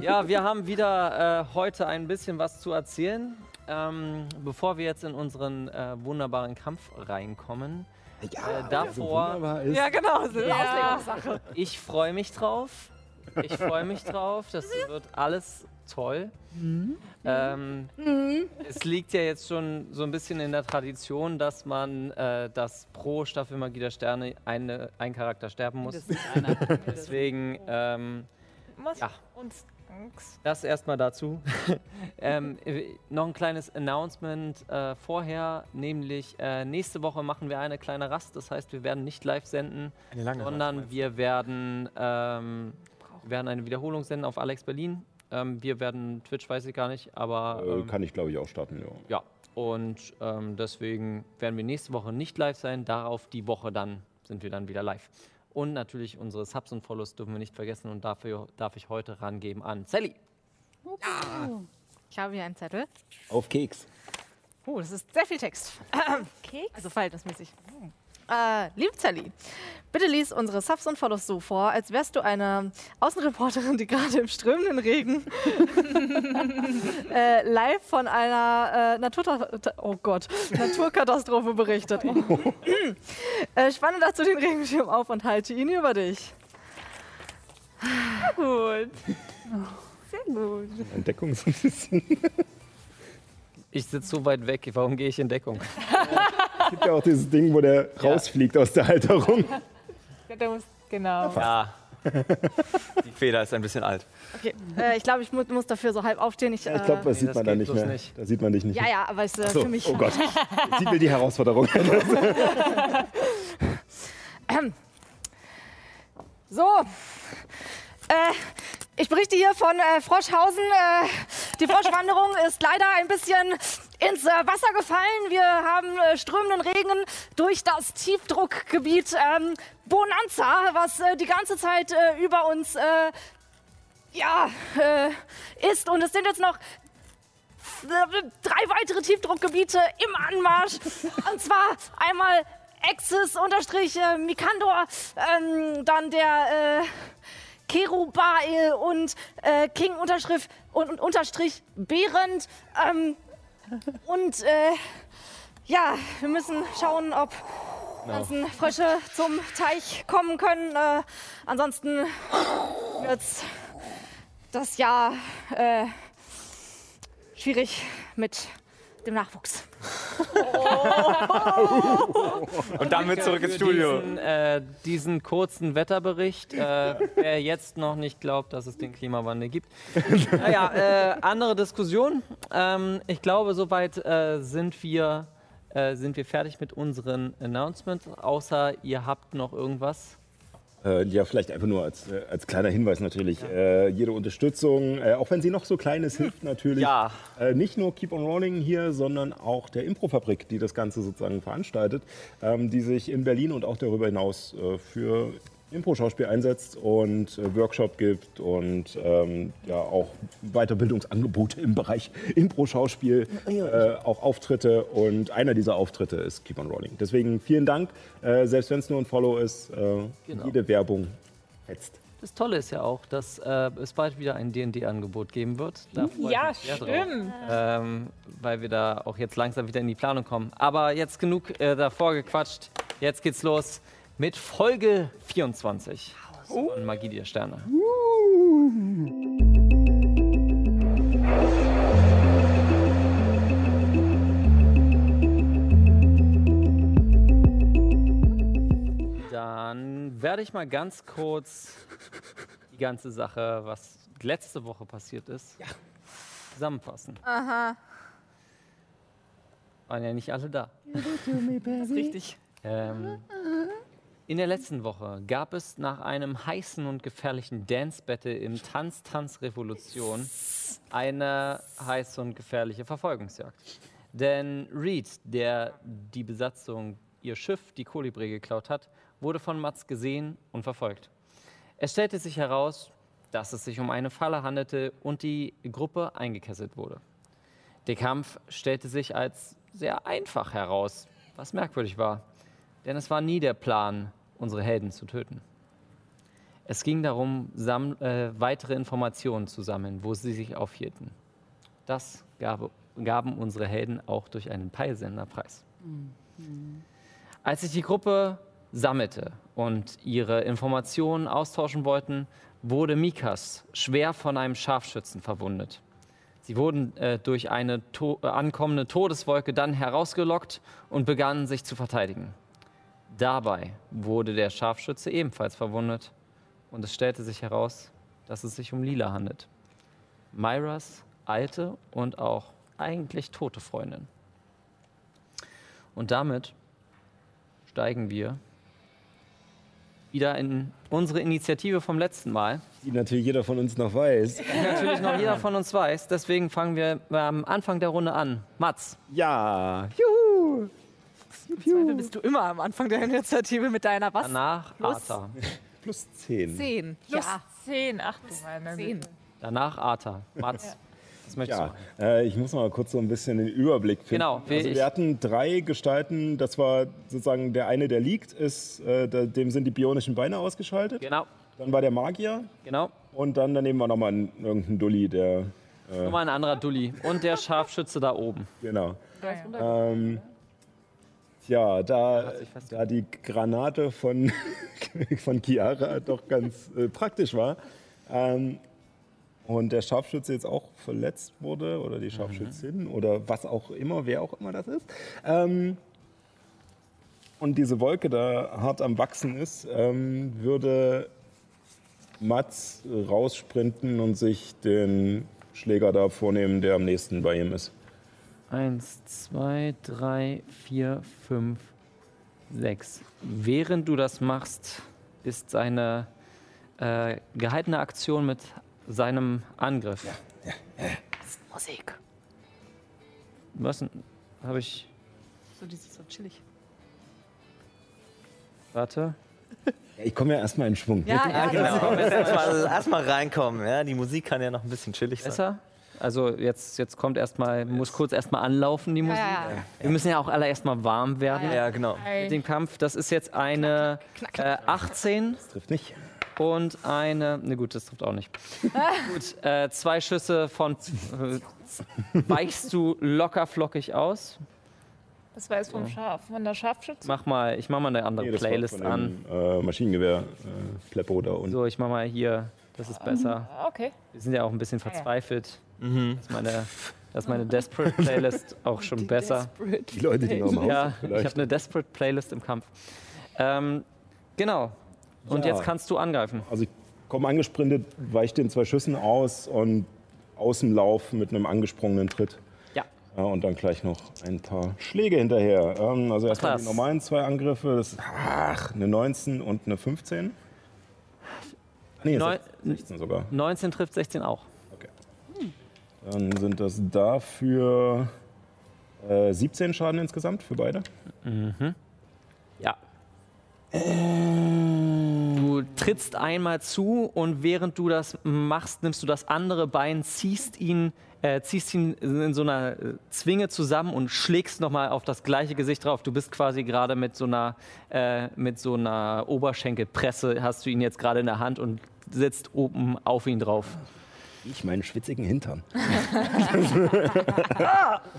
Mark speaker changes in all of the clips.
Speaker 1: Ja, wir haben wieder äh, heute ein bisschen was zu erzählen. Ähm, bevor wir jetzt in unseren äh, wunderbaren Kampf reinkommen, äh, davor.
Speaker 2: Wunderbar ist.
Speaker 3: Ja, genau, so ja. Auslegungssache.
Speaker 1: Ich freue mich drauf. Ich freue mich drauf. Das wird alles toll. Ähm, Es liegt ja jetzt schon so ein bisschen in der Tradition, dass man äh, das pro Staffel Magie der Sterne eine, ein Charakter sterben muss.
Speaker 3: Das ist einer.
Speaker 1: Deswegen. Ähm,
Speaker 3: Muss
Speaker 1: Ja.
Speaker 3: uns Angst.
Speaker 1: Das erstmal dazu. ähm, äh, noch ein kleines Announcement äh, vorher, nämlich äh, nächste Woche machen wir eine kleine Rast. Das heißt, wir werden nicht live senden,
Speaker 2: Eine lange
Speaker 1: sondern
Speaker 2: Rast,
Speaker 1: wir werden, ähm, wir werden eine Wiederholung senden auf Alex Berlin. Ähm, wir werden Twitch, weiß ich gar nicht, aber
Speaker 4: Äh,
Speaker 1: ähm,
Speaker 4: Kann ich, glaube ich, auch starten, ja.
Speaker 1: ja. Und ähm, deswegen werden wir nächste Woche nicht live sein. Darauf die Woche dann sind wir dann wieder live. Und natürlich unsere Subs und Follows dürfen wir nicht vergessen und dafür darf ich heute rangeben an Sally.
Speaker 5: Ich habe hier einen Zettel.
Speaker 4: Auf Keks.
Speaker 5: Oh, das ist sehr viel Text.
Speaker 3: Keks?
Speaker 5: Also verhältnismäßig. Äh, liebe Sally, bitte lies unsere Subs und Follows so vor, als wärst du eine Außenreporterin, die gerade im strömenden Regen äh, live von einer äh, Naturta oh Gott, Naturkatastrophe berichtet.
Speaker 3: Oh.
Speaker 5: äh, spanne dazu den Regenschirm auf und halte ihn über dich.
Speaker 3: Gut. Sehr gut.
Speaker 4: Entdeckung so ein bisschen.
Speaker 1: Ich sitze so weit weg, warum gehe ich in Deckung?
Speaker 4: Es gibt ja auch dieses Ding, wo der rausfliegt aus der Halterung.
Speaker 3: Der muss, genau.
Speaker 6: Ja. Die Feder ist ein bisschen alt.
Speaker 5: Okay. Äh, ich glaube, ich mu muss dafür so halb aufstehen. Ich,
Speaker 4: Ich glaube,
Speaker 5: äh,
Speaker 4: das sieht
Speaker 1: das
Speaker 4: man da
Speaker 1: geht
Speaker 4: nicht
Speaker 1: bloß
Speaker 4: mehr.
Speaker 1: nicht.
Speaker 4: Da sieht man dich nicht.
Speaker 5: ja, ja, aber es äh,
Speaker 4: So,
Speaker 5: für mich.
Speaker 4: oh Gott. Jetzt sieht mir die Herausforderung an.
Speaker 5: So, äh, ich berichte hier von äh, Froschhausen. Äh, die Froschwanderung ist leider ein bisschen ins äh, Wasser gefallen. Wir haben äh, strömenden Regen durch das Tiefdruckgebiet ähm, Bonanza, was äh, die ganze Zeit äh, über uns äh, ja, äh, ist. Und es sind jetzt noch äh, drei weitere Tiefdruckgebiete im Anmarsch. Und zwar einmal Axis unterstrich äh, Mikandor, ähm, dann der äh, Kerubael und äh, King unterschrift und, und unterstrich Behrend. Ähm, und äh, ja, wir müssen schauen, ob die ganzen Frösche zum Teich kommen können. Äh, ansonsten wird's das Jahr äh, schwierig mit dem Nachwuchs.
Speaker 6: Und damit zurück ins
Speaker 1: Für
Speaker 6: Studio.
Speaker 1: Diesen, äh, diesen kurzen Wetterbericht, äh, wer jetzt noch nicht glaubt, dass es den Klimawandel gibt. Naja, äh, andere Diskussion. Ähm, ich glaube, soweit äh, sind wir äh, sind wir fertig mit unseren Announcements, außer ihr habt noch irgendwas.
Speaker 4: Äh, ja, vielleicht einfach nur als, äh, als kleiner Hinweis natürlich. Äh, jede Unterstützung, äh, auch wenn sie noch so klein ist, hilft natürlich.
Speaker 6: Ja.
Speaker 4: Äh, nicht nur Keep on Rolling hier, sondern auch der Improfabrik, die das Ganze sozusagen veranstaltet, ähm, die sich in Berlin und auch darüber hinaus äh, für Impro-Schauspiel einsetzt und äh, Workshop gibt und ähm, ja auch Weiterbildungsangebote im Bereich Impro-Schauspiel, äh, auch Auftritte und einer dieser Auftritte ist Keep on Rolling. Deswegen vielen Dank, äh, selbst wenn es nur ein Follow ist, äh, jede Werbung fetzt.
Speaker 1: Das Tolle ist ja auch, dass äh, es bald wieder ein D&D-Angebot geben wird. Da freue ich
Speaker 3: Ja,
Speaker 1: mich sehr drauf.
Speaker 3: stimmt.
Speaker 1: ähm, weil wir da auch jetzt langsam wieder in die Planung kommen. Aber jetzt genug äh, davor gequatscht. Jetzt geht's los mit Folge 24
Speaker 3: Oh.
Speaker 1: von Magie der Sterne. Dann werde ich mal ganz kurz die ganze Sache, was letzte Woche passiert ist, zusammenfassen. waren ja nicht alle da.
Speaker 7: Das ist richtig.
Speaker 1: Ähm, in der letzten Woche gab es nach einem heißen und gefährlichen Dance-Battle im Tanz-Tanz-Revolution eine heiße und gefährliche Verfolgungsjagd. Denn Reed, der die Besatzung ihr Schiff, die Kolibri, geklaut hat, wurde von Mats gesehen und verfolgt. Es stellte sich heraus, dass es sich um eine Falle handelte und die Gruppe eingekesselt wurde. Der Kampf stellte sich als sehr einfach heraus, was merkwürdig war, denn es war nie der Plan, unsere Helden zu töten. Es ging darum, sam äh, weitere Informationen zu sammeln, wo sie sich aufhielten. Das gab, gaben unsere Helden auch durch einen Peilsender preis. Als sich die Gruppe sammelte und ihre Informationen austauschen wollten, wurde Mikas schwer von einem Scharfschützen verwundet. Sie wurden äh, durch eine to äh, ankommende Todeswolke dann herausgelockt und begannen sich zu verteidigen. Dabei wurde der Scharfschütze ebenfalls verwundet und es stellte sich heraus, dass es sich um Lila handelt. Myras alte und auch eigentlich tote Freundin. Und damit steigen wir wieder in unsere Initiative vom letzten Mal
Speaker 4: Die natürlich jeder von uns noch weiß.
Speaker 1: natürlich noch jeder von uns weiß. Deswegen fangen wir am Anfang der Runde an. Mats,
Speaker 4: Ja,
Speaker 7: Im Zweifel bist du immer am Anfang der Initiative mit deiner was?
Speaker 1: danach
Speaker 7: Los.
Speaker 1: Arta.
Speaker 4: plus 10.
Speaker 2: Zehn.
Speaker 7: Plus
Speaker 2: Ja.
Speaker 7: 10, ach du meine
Speaker 2: Zehn.
Speaker 7: Güte.
Speaker 1: Danach Arta. Mats, was möchtest
Speaker 4: Ja,
Speaker 1: du?
Speaker 4: äh, ich muss mal kurz so ein bisschen den Überblick finden.
Speaker 1: Genau, wir-
Speaker 4: also
Speaker 1: ich-
Speaker 4: wir hatten drei Gestalten, das war sozusagen der eine, der liegt, ist, äh, da- dem sind die bionischen Beine ausgeschaltet.
Speaker 1: Genau,
Speaker 4: Dann war der Magier
Speaker 1: genau.
Speaker 4: und dann daneben war nochmal ein, irgendein Dulli, der,
Speaker 1: Nochmal ein anderer Dulli. Und der Scharfschütze da oben.
Speaker 4: genau.
Speaker 7: Ja, ja.
Speaker 4: Ähm, ja, da,
Speaker 1: sich festgehalten.
Speaker 4: da die Granate von, von Chiara doch ganz äh, praktisch war ähm, und der Scharfschütze jetzt auch verletzt wurde oder die Scharfschützin oder was auch immer, wer auch immer das ist. Ähm, und diese Wolke da hart am Wachsen ist, ähm, würde Mats raussprinten und sich den Schläger da vornehmen, der am nächsten bei ihm ist.
Speaker 1: Eins, zwei, drei, vier, fünf, sechs. Während du das machst, ist seine äh, gehaltene Aktion mit seinem Angriff.
Speaker 2: Musik.
Speaker 1: Was habe ich.
Speaker 7: So, die ist so chillig.
Speaker 1: Warte.
Speaker 4: Ja, ich komme ja erstmal in Schwung.
Speaker 7: Ja, ja,
Speaker 8: Genau. Erstmal erstmal reinkommen. Ja, die Musik kann ja noch ein bisschen chillig sein.
Speaker 1: Besser? Also jetzt, jetzt kommt erstmal, muss kurz erstmal anlaufen, die Musik.
Speaker 2: ja,
Speaker 1: Wir müssen ja auch alle erstmal warm werden
Speaker 8: Ja, genau.
Speaker 1: mit dem Kampf. Das ist jetzt eine Äh, 18
Speaker 4: Das trifft nicht.
Speaker 1: und eine. Ne gut, das trifft auch nicht. gut, äh, zwei Schüsse von äh, weichst du locker flockig aus.
Speaker 7: Das war jetzt vom Schaf, von der Scharfschütze.
Speaker 1: Mach mal, ich mach mal eine andere
Speaker 4: Nee, das war
Speaker 1: Playlist
Speaker 4: von
Speaker 1: an.
Speaker 4: einem, Äh, Maschinengewehr, äh, Pleppo da unten.
Speaker 1: So, ich mach mal hier. Das ist besser.
Speaker 7: Ah, Okay.
Speaker 1: Wir sind ja auch ein bisschen verzweifelt.
Speaker 4: Mhm.
Speaker 1: Dass meine, dass meine Desperate Playlist auch schon besser.
Speaker 4: Die Leute, die noch im Haus
Speaker 1: Ja,
Speaker 4: sind
Speaker 1: ich ne- habe
Speaker 4: vielleicht.
Speaker 1: eine Desperate Playlist im Kampf. Ähm, genau. Und
Speaker 4: Ja.
Speaker 1: jetzt kannst du angreifen.
Speaker 4: Also ich komme angesprintet, weiche den zwei Schüssen aus und aus dem Lauf mit einem angesprungenen Tritt.
Speaker 1: Ja.
Speaker 4: Ja, und dann gleich noch ein paar Schläge hinterher. Ähm, also erstmal die
Speaker 1: Krass.
Speaker 4: normalen zwei Angriffe. Das ach, eine 19 und eine 15. Nee,
Speaker 1: Neu-
Speaker 4: 16 sogar.
Speaker 1: 19 trifft 16 auch.
Speaker 4: Dann sind das dafür äh, 17 Schaden insgesamt für beide.
Speaker 1: Ja. Ähm. Du trittst einmal zu und während du das machst, nimmst du das andere Bein, ziehst ihn, äh, ziehst ihn in so einer äh, Zwinge zusammen und schlägst nochmal auf das gleiche Gesicht drauf. Du bist quasi gerade mit so einer, äh, mit so einer Oberschenkelpresse, hast du ihn jetzt gerade in der Hand und sitzt oben auf ihn drauf.
Speaker 4: Ich meinen schwitzigen Hintern.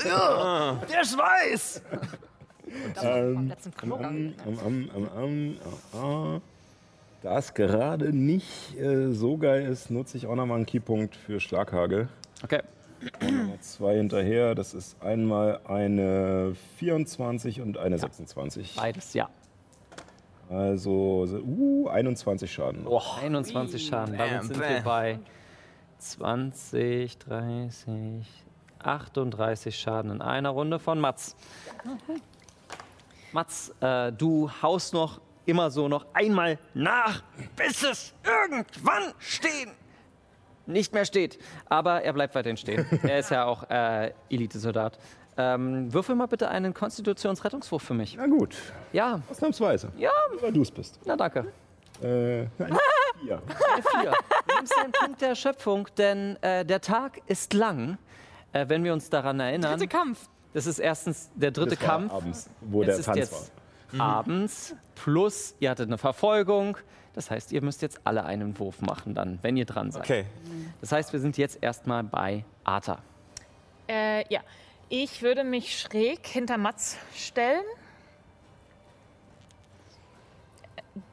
Speaker 1: Der Schweiß!
Speaker 2: Am letzten Knochen.
Speaker 4: Ähm, Am, am, am, am, ah, ah. Da es gerade nicht äh, so geil ist, nutze ich auch nochmal einen Keypunkt für Schlaghagel.
Speaker 1: Okay.
Speaker 4: Nummer Zwei hinterher, das ist einmal eine 24 und eine 26.
Speaker 1: Beides, ja.
Speaker 4: Also so- uh, 21 Schaden.
Speaker 1: 21 Schaden. Damit
Speaker 8: Bam,
Speaker 1: sind wir
Speaker 8: bam.
Speaker 1: bei 20, 30, 38 Schaden in einer Runde von Mats. Mats, äh, du haust noch immer so noch einmal nach, bis es irgendwann stehen. Nicht mehr steht. Aber er bleibt weiterhin stehen. er ist ja auch äh, Elite-Soldat. Ähm, würfel mal bitte einen Konstitutionsrettungswurf für mich.
Speaker 4: Na gut,
Speaker 1: Ja,
Speaker 4: ausnahmsweise.
Speaker 1: ja,
Speaker 4: Weil du es bist.
Speaker 1: na danke.
Speaker 4: Äh, nein, vier.
Speaker 1: Vier. Du nimmst den Punkt der Schöpfung, denn äh, der Tag ist lang, äh, wenn wir uns daran erinnern.
Speaker 7: Dritte Kampf.
Speaker 1: Das ist erstens der dritte
Speaker 4: Das war Mhm.
Speaker 1: Kampf.
Speaker 4: Abends, wo
Speaker 1: Jetzt
Speaker 4: der
Speaker 1: ist
Speaker 4: Tanz
Speaker 1: jetzt abends. Plus, ihr hattet eine Verfolgung. Das heißt, ihr müsst jetzt alle einen Wurf machen dann, wenn ihr dran seid.
Speaker 8: Okay.
Speaker 1: Das heißt, wir sind jetzt erstmal bei Arta.
Speaker 2: Äh, ja. Ich würde mich schräg hinter Mats stellen.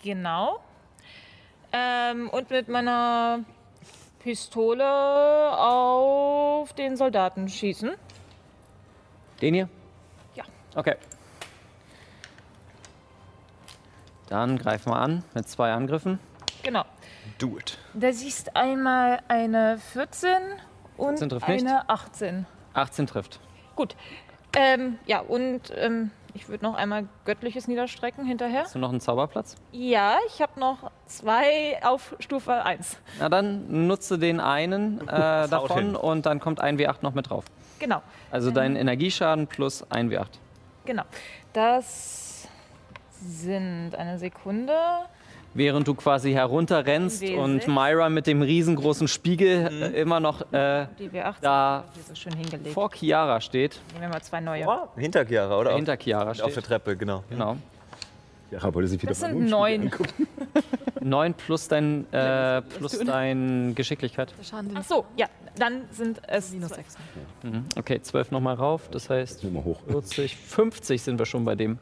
Speaker 2: Genau. Ähm, und mit meiner Pistole auf den Soldaten schießen.
Speaker 1: Den hier?
Speaker 2: Ja.
Speaker 1: Okay. Dann greifen wir an mit zwei Angriffen.
Speaker 2: Genau.
Speaker 8: Do it.
Speaker 2: Da siehst einmal eine 14 und
Speaker 1: 14 trifft nicht.
Speaker 2: eine 18.
Speaker 1: 18 trifft.
Speaker 2: Gut. Ähm, ja, und ähm, ich würde noch einmal Göttliches niederstrecken hinterher.
Speaker 1: Hast du noch einen Zauberplatz?
Speaker 2: Ja, ich habe noch zwei auf Stufe 1.
Speaker 1: Na dann nutze den einen äh, davon
Speaker 8: hin.
Speaker 1: und dann kommt ein W8 noch mit drauf.
Speaker 2: Genau,
Speaker 1: Also dein Energieschaden plus ein W8.
Speaker 2: genau. Das sind eine Sekunde.
Speaker 1: Während du quasi herunterrennst
Speaker 2: W6.
Speaker 1: und Myra mit dem riesengroßen Spiegel äh, immer noch äh,
Speaker 2: Die W8
Speaker 1: Da-
Speaker 2: hier so schön hingelegt.
Speaker 1: vor Chiara steht,
Speaker 2: Nehmen wir mal zwei neue.
Speaker 8: Oh, hinter Chiara, oder?
Speaker 1: hinter Chiara
Speaker 8: auf, auf der
Speaker 1: steht.
Speaker 8: Treppe, genau.
Speaker 1: Genau.
Speaker 4: Ja, wollte sich wieder
Speaker 2: Das
Speaker 4: mal
Speaker 2: sind
Speaker 4: umspielen.
Speaker 2: neun.
Speaker 1: 9 plus dein, äh, plus dein Geschicklichkeit.
Speaker 2: Ach so, ja, dann sind es minus sechs.
Speaker 1: Okay, 12 nochmal rauf, das heißt
Speaker 4: Immer hoch.
Speaker 1: 40, 50 sind wir schon bei dem.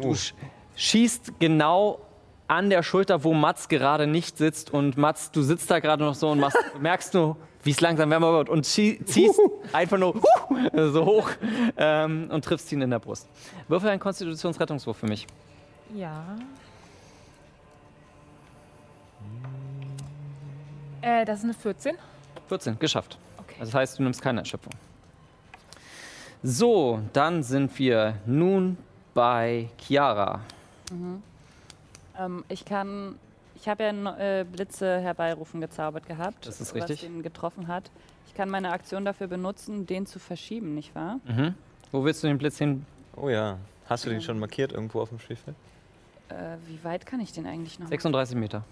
Speaker 1: Du sch schießt genau an der Schulter, wo Mats gerade nicht sitzt. Und Mats, du sitzt da gerade noch so und machst, merkst nur, wie es langsam wärmer wird und schie- ziehst einfach nur äh, so hoch ähm, und triffst ihn in der Brust. Würfel einen Konstitutionsrettungswurf für mich.
Speaker 2: Ja. Äh, das ist eine 14.
Speaker 1: 14, geschafft. Also
Speaker 2: Okay.
Speaker 1: Das heißt, du nimmst keine Erschöpfung. So, dann sind wir nun bei Chiara.
Speaker 9: Ähm, ich kann. Ich habe ja n- äh, Blitze herbeirufen gezaubert gehabt.
Speaker 1: Das ist richtig.
Speaker 9: Was den getroffen hat. Ich kann meine Aktion dafür benutzen, den zu verschieben, nicht wahr?
Speaker 1: Wo willst du den Blitz hin?
Speaker 8: Oh ja. Hast du den schon markiert irgendwo auf dem Spielfeld?
Speaker 1: Mhm.
Speaker 9: Äh, wie weit kann ich den eigentlich noch?
Speaker 1: 36 Meter.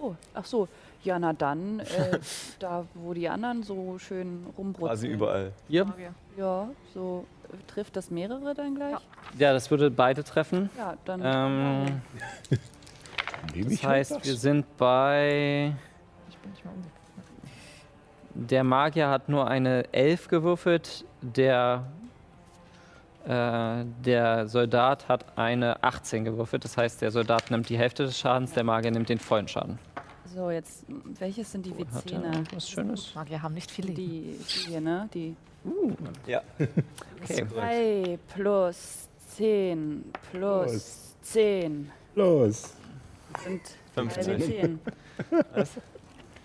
Speaker 9: Oh, ach so. Ja, na dann. Äh, da, wo die anderen so schön rumbrutzeln.
Speaker 8: Quasi überall.
Speaker 1: Hier?
Speaker 9: Ja, so. äh, Trifft das mehrere dann gleich?
Speaker 1: Ja, das würde beide treffen.
Speaker 9: Ja, dann.
Speaker 1: Ähm,
Speaker 4: Nehme
Speaker 1: das
Speaker 4: ich halt
Speaker 1: heißt, wir sind bei. Der Magier hat nur eine 11 gewürfelt, der, äh, der Soldat hat eine 18 gewürfelt. Das heißt, der Soldat nimmt die Hälfte des Schadens, der Magier nimmt den vollen Schaden.
Speaker 9: So, jetzt. m, Welches sind die
Speaker 1: Hat
Speaker 9: W10er?
Speaker 1: er was Schönes?
Speaker 7: Magier haben nicht viel Leben.
Speaker 9: Die, die hier, ne? Die.
Speaker 8: Ja.
Speaker 1: Okay.
Speaker 9: 3 plus 10 plus 10
Speaker 4: Los.
Speaker 9: sind
Speaker 8: 15.
Speaker 9: 10.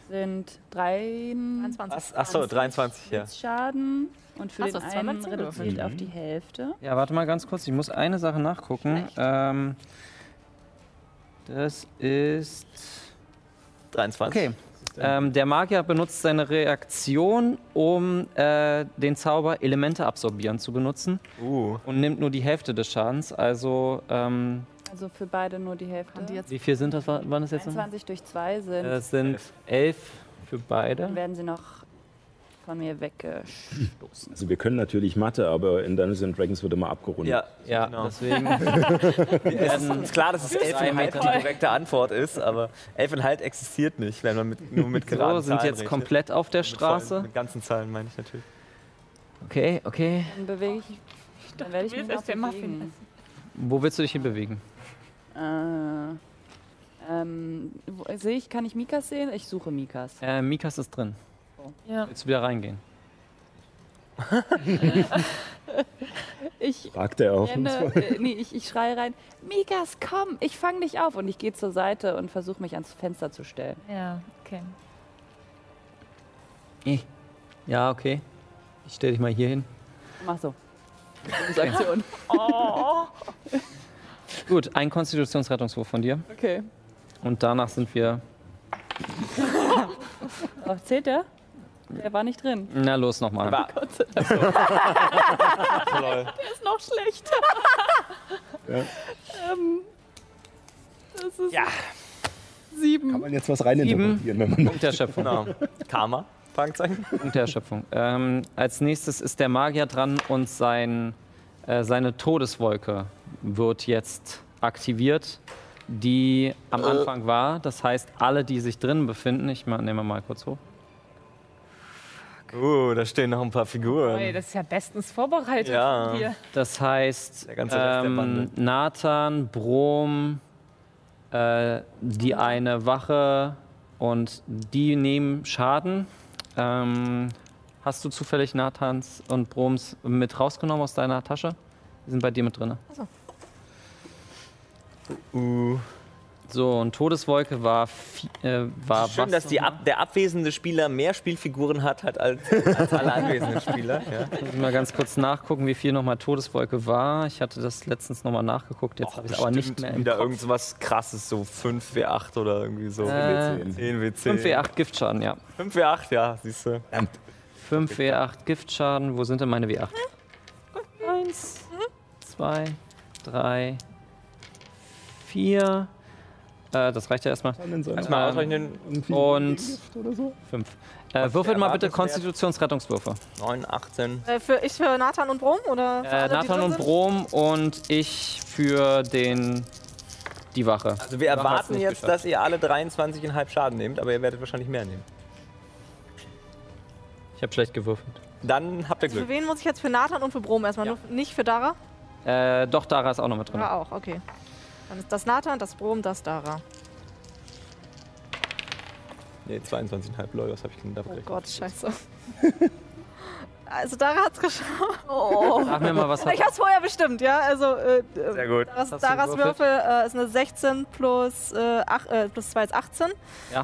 Speaker 9: sind 23
Speaker 8: Was? Achso, 23, ja.
Speaker 9: Schaden und für
Speaker 7: Hast du
Speaker 9: den
Speaker 7: das zweimal
Speaker 9: einen
Speaker 7: zehn
Speaker 9: reduziert auf die Hälfte.
Speaker 1: Ja, warte mal ganz kurz. Ich muss eine Sache nachgucken. Ähm, das ist.
Speaker 8: 23.
Speaker 1: Okay. Ähm, der Magier benutzt seine Reaktion, um äh, den Zauber Elemente absorbieren zu benutzen
Speaker 8: Uh.
Speaker 1: und nimmt nur die Hälfte des Schadens. Also, ähm,
Speaker 9: Also für beide nur die Hälfte.
Speaker 7: Die jetzt
Speaker 1: wie viel sind das? Wa- Waren das jetzt? noch?
Speaker 9: 21 durch 2 sind,
Speaker 1: Äh, Das sind elf für beide.
Speaker 9: werden sie noch von mir weggestoßen.
Speaker 4: Also wir können natürlich Mathe, aber in Dungeons and Dragons wird immer abgerundet.
Speaker 8: Ja,
Speaker 1: Ja,
Speaker 8: genau.
Speaker 1: deswegen. Wir werden
Speaker 8: Ist klar, dass es 11,5 die korrekte Antwort ist, aber 11,5 existiert nicht, wenn man mit, nur mit geraden
Speaker 1: so sind
Speaker 8: Zahlen
Speaker 1: jetzt
Speaker 8: rechnet.
Speaker 1: komplett auf der
Speaker 8: Mit
Speaker 1: Straße.
Speaker 8: vollen- Mit ganzen Zahlen meine ich natürlich.
Speaker 1: Okay, okay.
Speaker 9: Dann bewege ich, dann werde ich
Speaker 2: du
Speaker 9: mich
Speaker 2: willst
Speaker 9: noch
Speaker 2: erst den Muffin
Speaker 9: bewegen.
Speaker 1: Wo willst du dich hin bewegen?
Speaker 9: Äh, ähm, wo, sehe ich, kann ich Mikas sehen? Ich suche Mikas.
Speaker 1: Äh, Mikas ist drin.
Speaker 2: Ja.
Speaker 1: Willst du wieder reingehen?
Speaker 9: Ich
Speaker 4: Fragt er auch.
Speaker 9: renne, äh, nee, ich, ich schreie rein, Mikas, komm, ich fange dich auf. Und ich gehe zur Seite und versuche mich ans Fenster zu stellen.
Speaker 2: Ja, okay.
Speaker 1: Ja, okay. Ich stell dich mal hier hin.
Speaker 9: Mach so. Aktion.
Speaker 1: Gut, ein Konstitutionsrettungswurf von dir.
Speaker 9: Okay.
Speaker 1: Und danach sind wir.
Speaker 9: Oh, zählt der? Der war nicht drin.
Speaker 1: Na los nochmal.
Speaker 9: Ist noch schlecht.
Speaker 4: Ja.
Speaker 9: ähm, das ist
Speaker 8: Ja.
Speaker 9: sieben.
Speaker 4: Kann man jetzt was reininterpretieren, wenn man
Speaker 1: Punkt der Schöpfung.
Speaker 8: Genau. Karma? Fragezeichen?
Speaker 1: Punkt der Erschöpfung. Ähm, als nächstes ist der Magier dran und sein, äh, seine Todeswolke wird jetzt aktiviert, die am
Speaker 8: Äh.
Speaker 1: Anfang war. Das heißt, alle, die sich drin befinden, ich ma- nehme mal kurz hoch.
Speaker 8: Uh, da stehen noch ein paar Figuren.
Speaker 7: Ey, das ist ja bestens vorbereitet
Speaker 8: Ähm, Ja.
Speaker 7: hier.
Speaker 1: Das heißt,
Speaker 8: Der ganze Rest der
Speaker 1: ähm,
Speaker 8: Bande.
Speaker 1: Nathan, Brom, äh, die eine Wache und die nehmen Schaden. Ähm, hast du zufällig Nathans und Broms mit rausgenommen aus deiner Tasche? Die sind bei dir mit drin.
Speaker 8: Uh.
Speaker 1: So, und Todeswolke war, vi- äh, war
Speaker 8: Schön,
Speaker 1: was
Speaker 8: dass die
Speaker 1: nochmal?
Speaker 8: ab, der abwesende Spieler mehr Spielfiguren hat halt als, als alle anwesenden Spieler. Ja.
Speaker 1: Muss ich mal ganz kurz nachgucken, wie viel nochmal Todeswolke war. Ich hatte das letztens nochmal nachgeguckt, jetzt habe ich es aber nicht
Speaker 8: Bestimmt
Speaker 1: mehr im
Speaker 8: wieder
Speaker 1: Kopf.
Speaker 8: irgendwas krasses, so 5W8 oder irgendwie so.
Speaker 1: Äh,
Speaker 8: 10 W10.
Speaker 1: 5W8 Giftschaden, ja.
Speaker 8: 5W8, ja, siehst du.
Speaker 1: 5 W8 Giftschaden. Wo sind denn meine W8? Eins, zwei, drei, vier. Äh, das reicht ja erstmal.
Speaker 4: in seinem
Speaker 8: Erstmal
Speaker 1: Ähm,
Speaker 8: ausrechnen.
Speaker 1: Und
Speaker 4: oder so.
Speaker 1: fünf. Äh, würfelt mal bitte Konstitutionsrettungswürfe.
Speaker 8: 9, 18.
Speaker 10: Äh, für, ich für Nathan und Brom? Oder für
Speaker 1: Äh,
Speaker 10: alle, die
Speaker 1: Nathan
Speaker 10: drin
Speaker 1: und
Speaker 10: sind?
Speaker 1: Brom und ich für den die Wache.
Speaker 8: Also wir
Speaker 1: Wache hat's
Speaker 8: erwarten
Speaker 1: nicht
Speaker 8: jetzt,
Speaker 1: geschafft.
Speaker 8: dass ihr alle 23,5 Schaden nehmt, aber ihr werdet wahrscheinlich mehr nehmen.
Speaker 1: Ich habe schlecht gewürfelt.
Speaker 8: Dann habt ihr
Speaker 10: Für
Speaker 8: Glück.
Speaker 10: wen muss ich jetzt für Nathan und für Brom erstmal? Nur, nicht für Dara?
Speaker 1: Äh, doch, Dara ist auch noch mit drin.
Speaker 10: Dara auch, okay. Dann ist das Nathan, das Brom, das Dara. Oh
Speaker 8: Nee, 22,5. Lol, was habe ich denn da
Speaker 10: Oh
Speaker 8: berechnet?
Speaker 10: Gott, scheiße. Also Dara hat's geschafft.
Speaker 5: Oh.
Speaker 1: Sag mir mal, was hat
Speaker 10: Ich hab's vorher bestimmt, ja? Also äh, äh,
Speaker 8: Sehr gut.
Speaker 10: Daras,
Speaker 1: Hast du
Speaker 10: Daras
Speaker 1: gewürfelt?
Speaker 10: Würfel äh, ist eine 16 plus, äh, ach, äh, plus 2 ist 18.
Speaker 1: ja,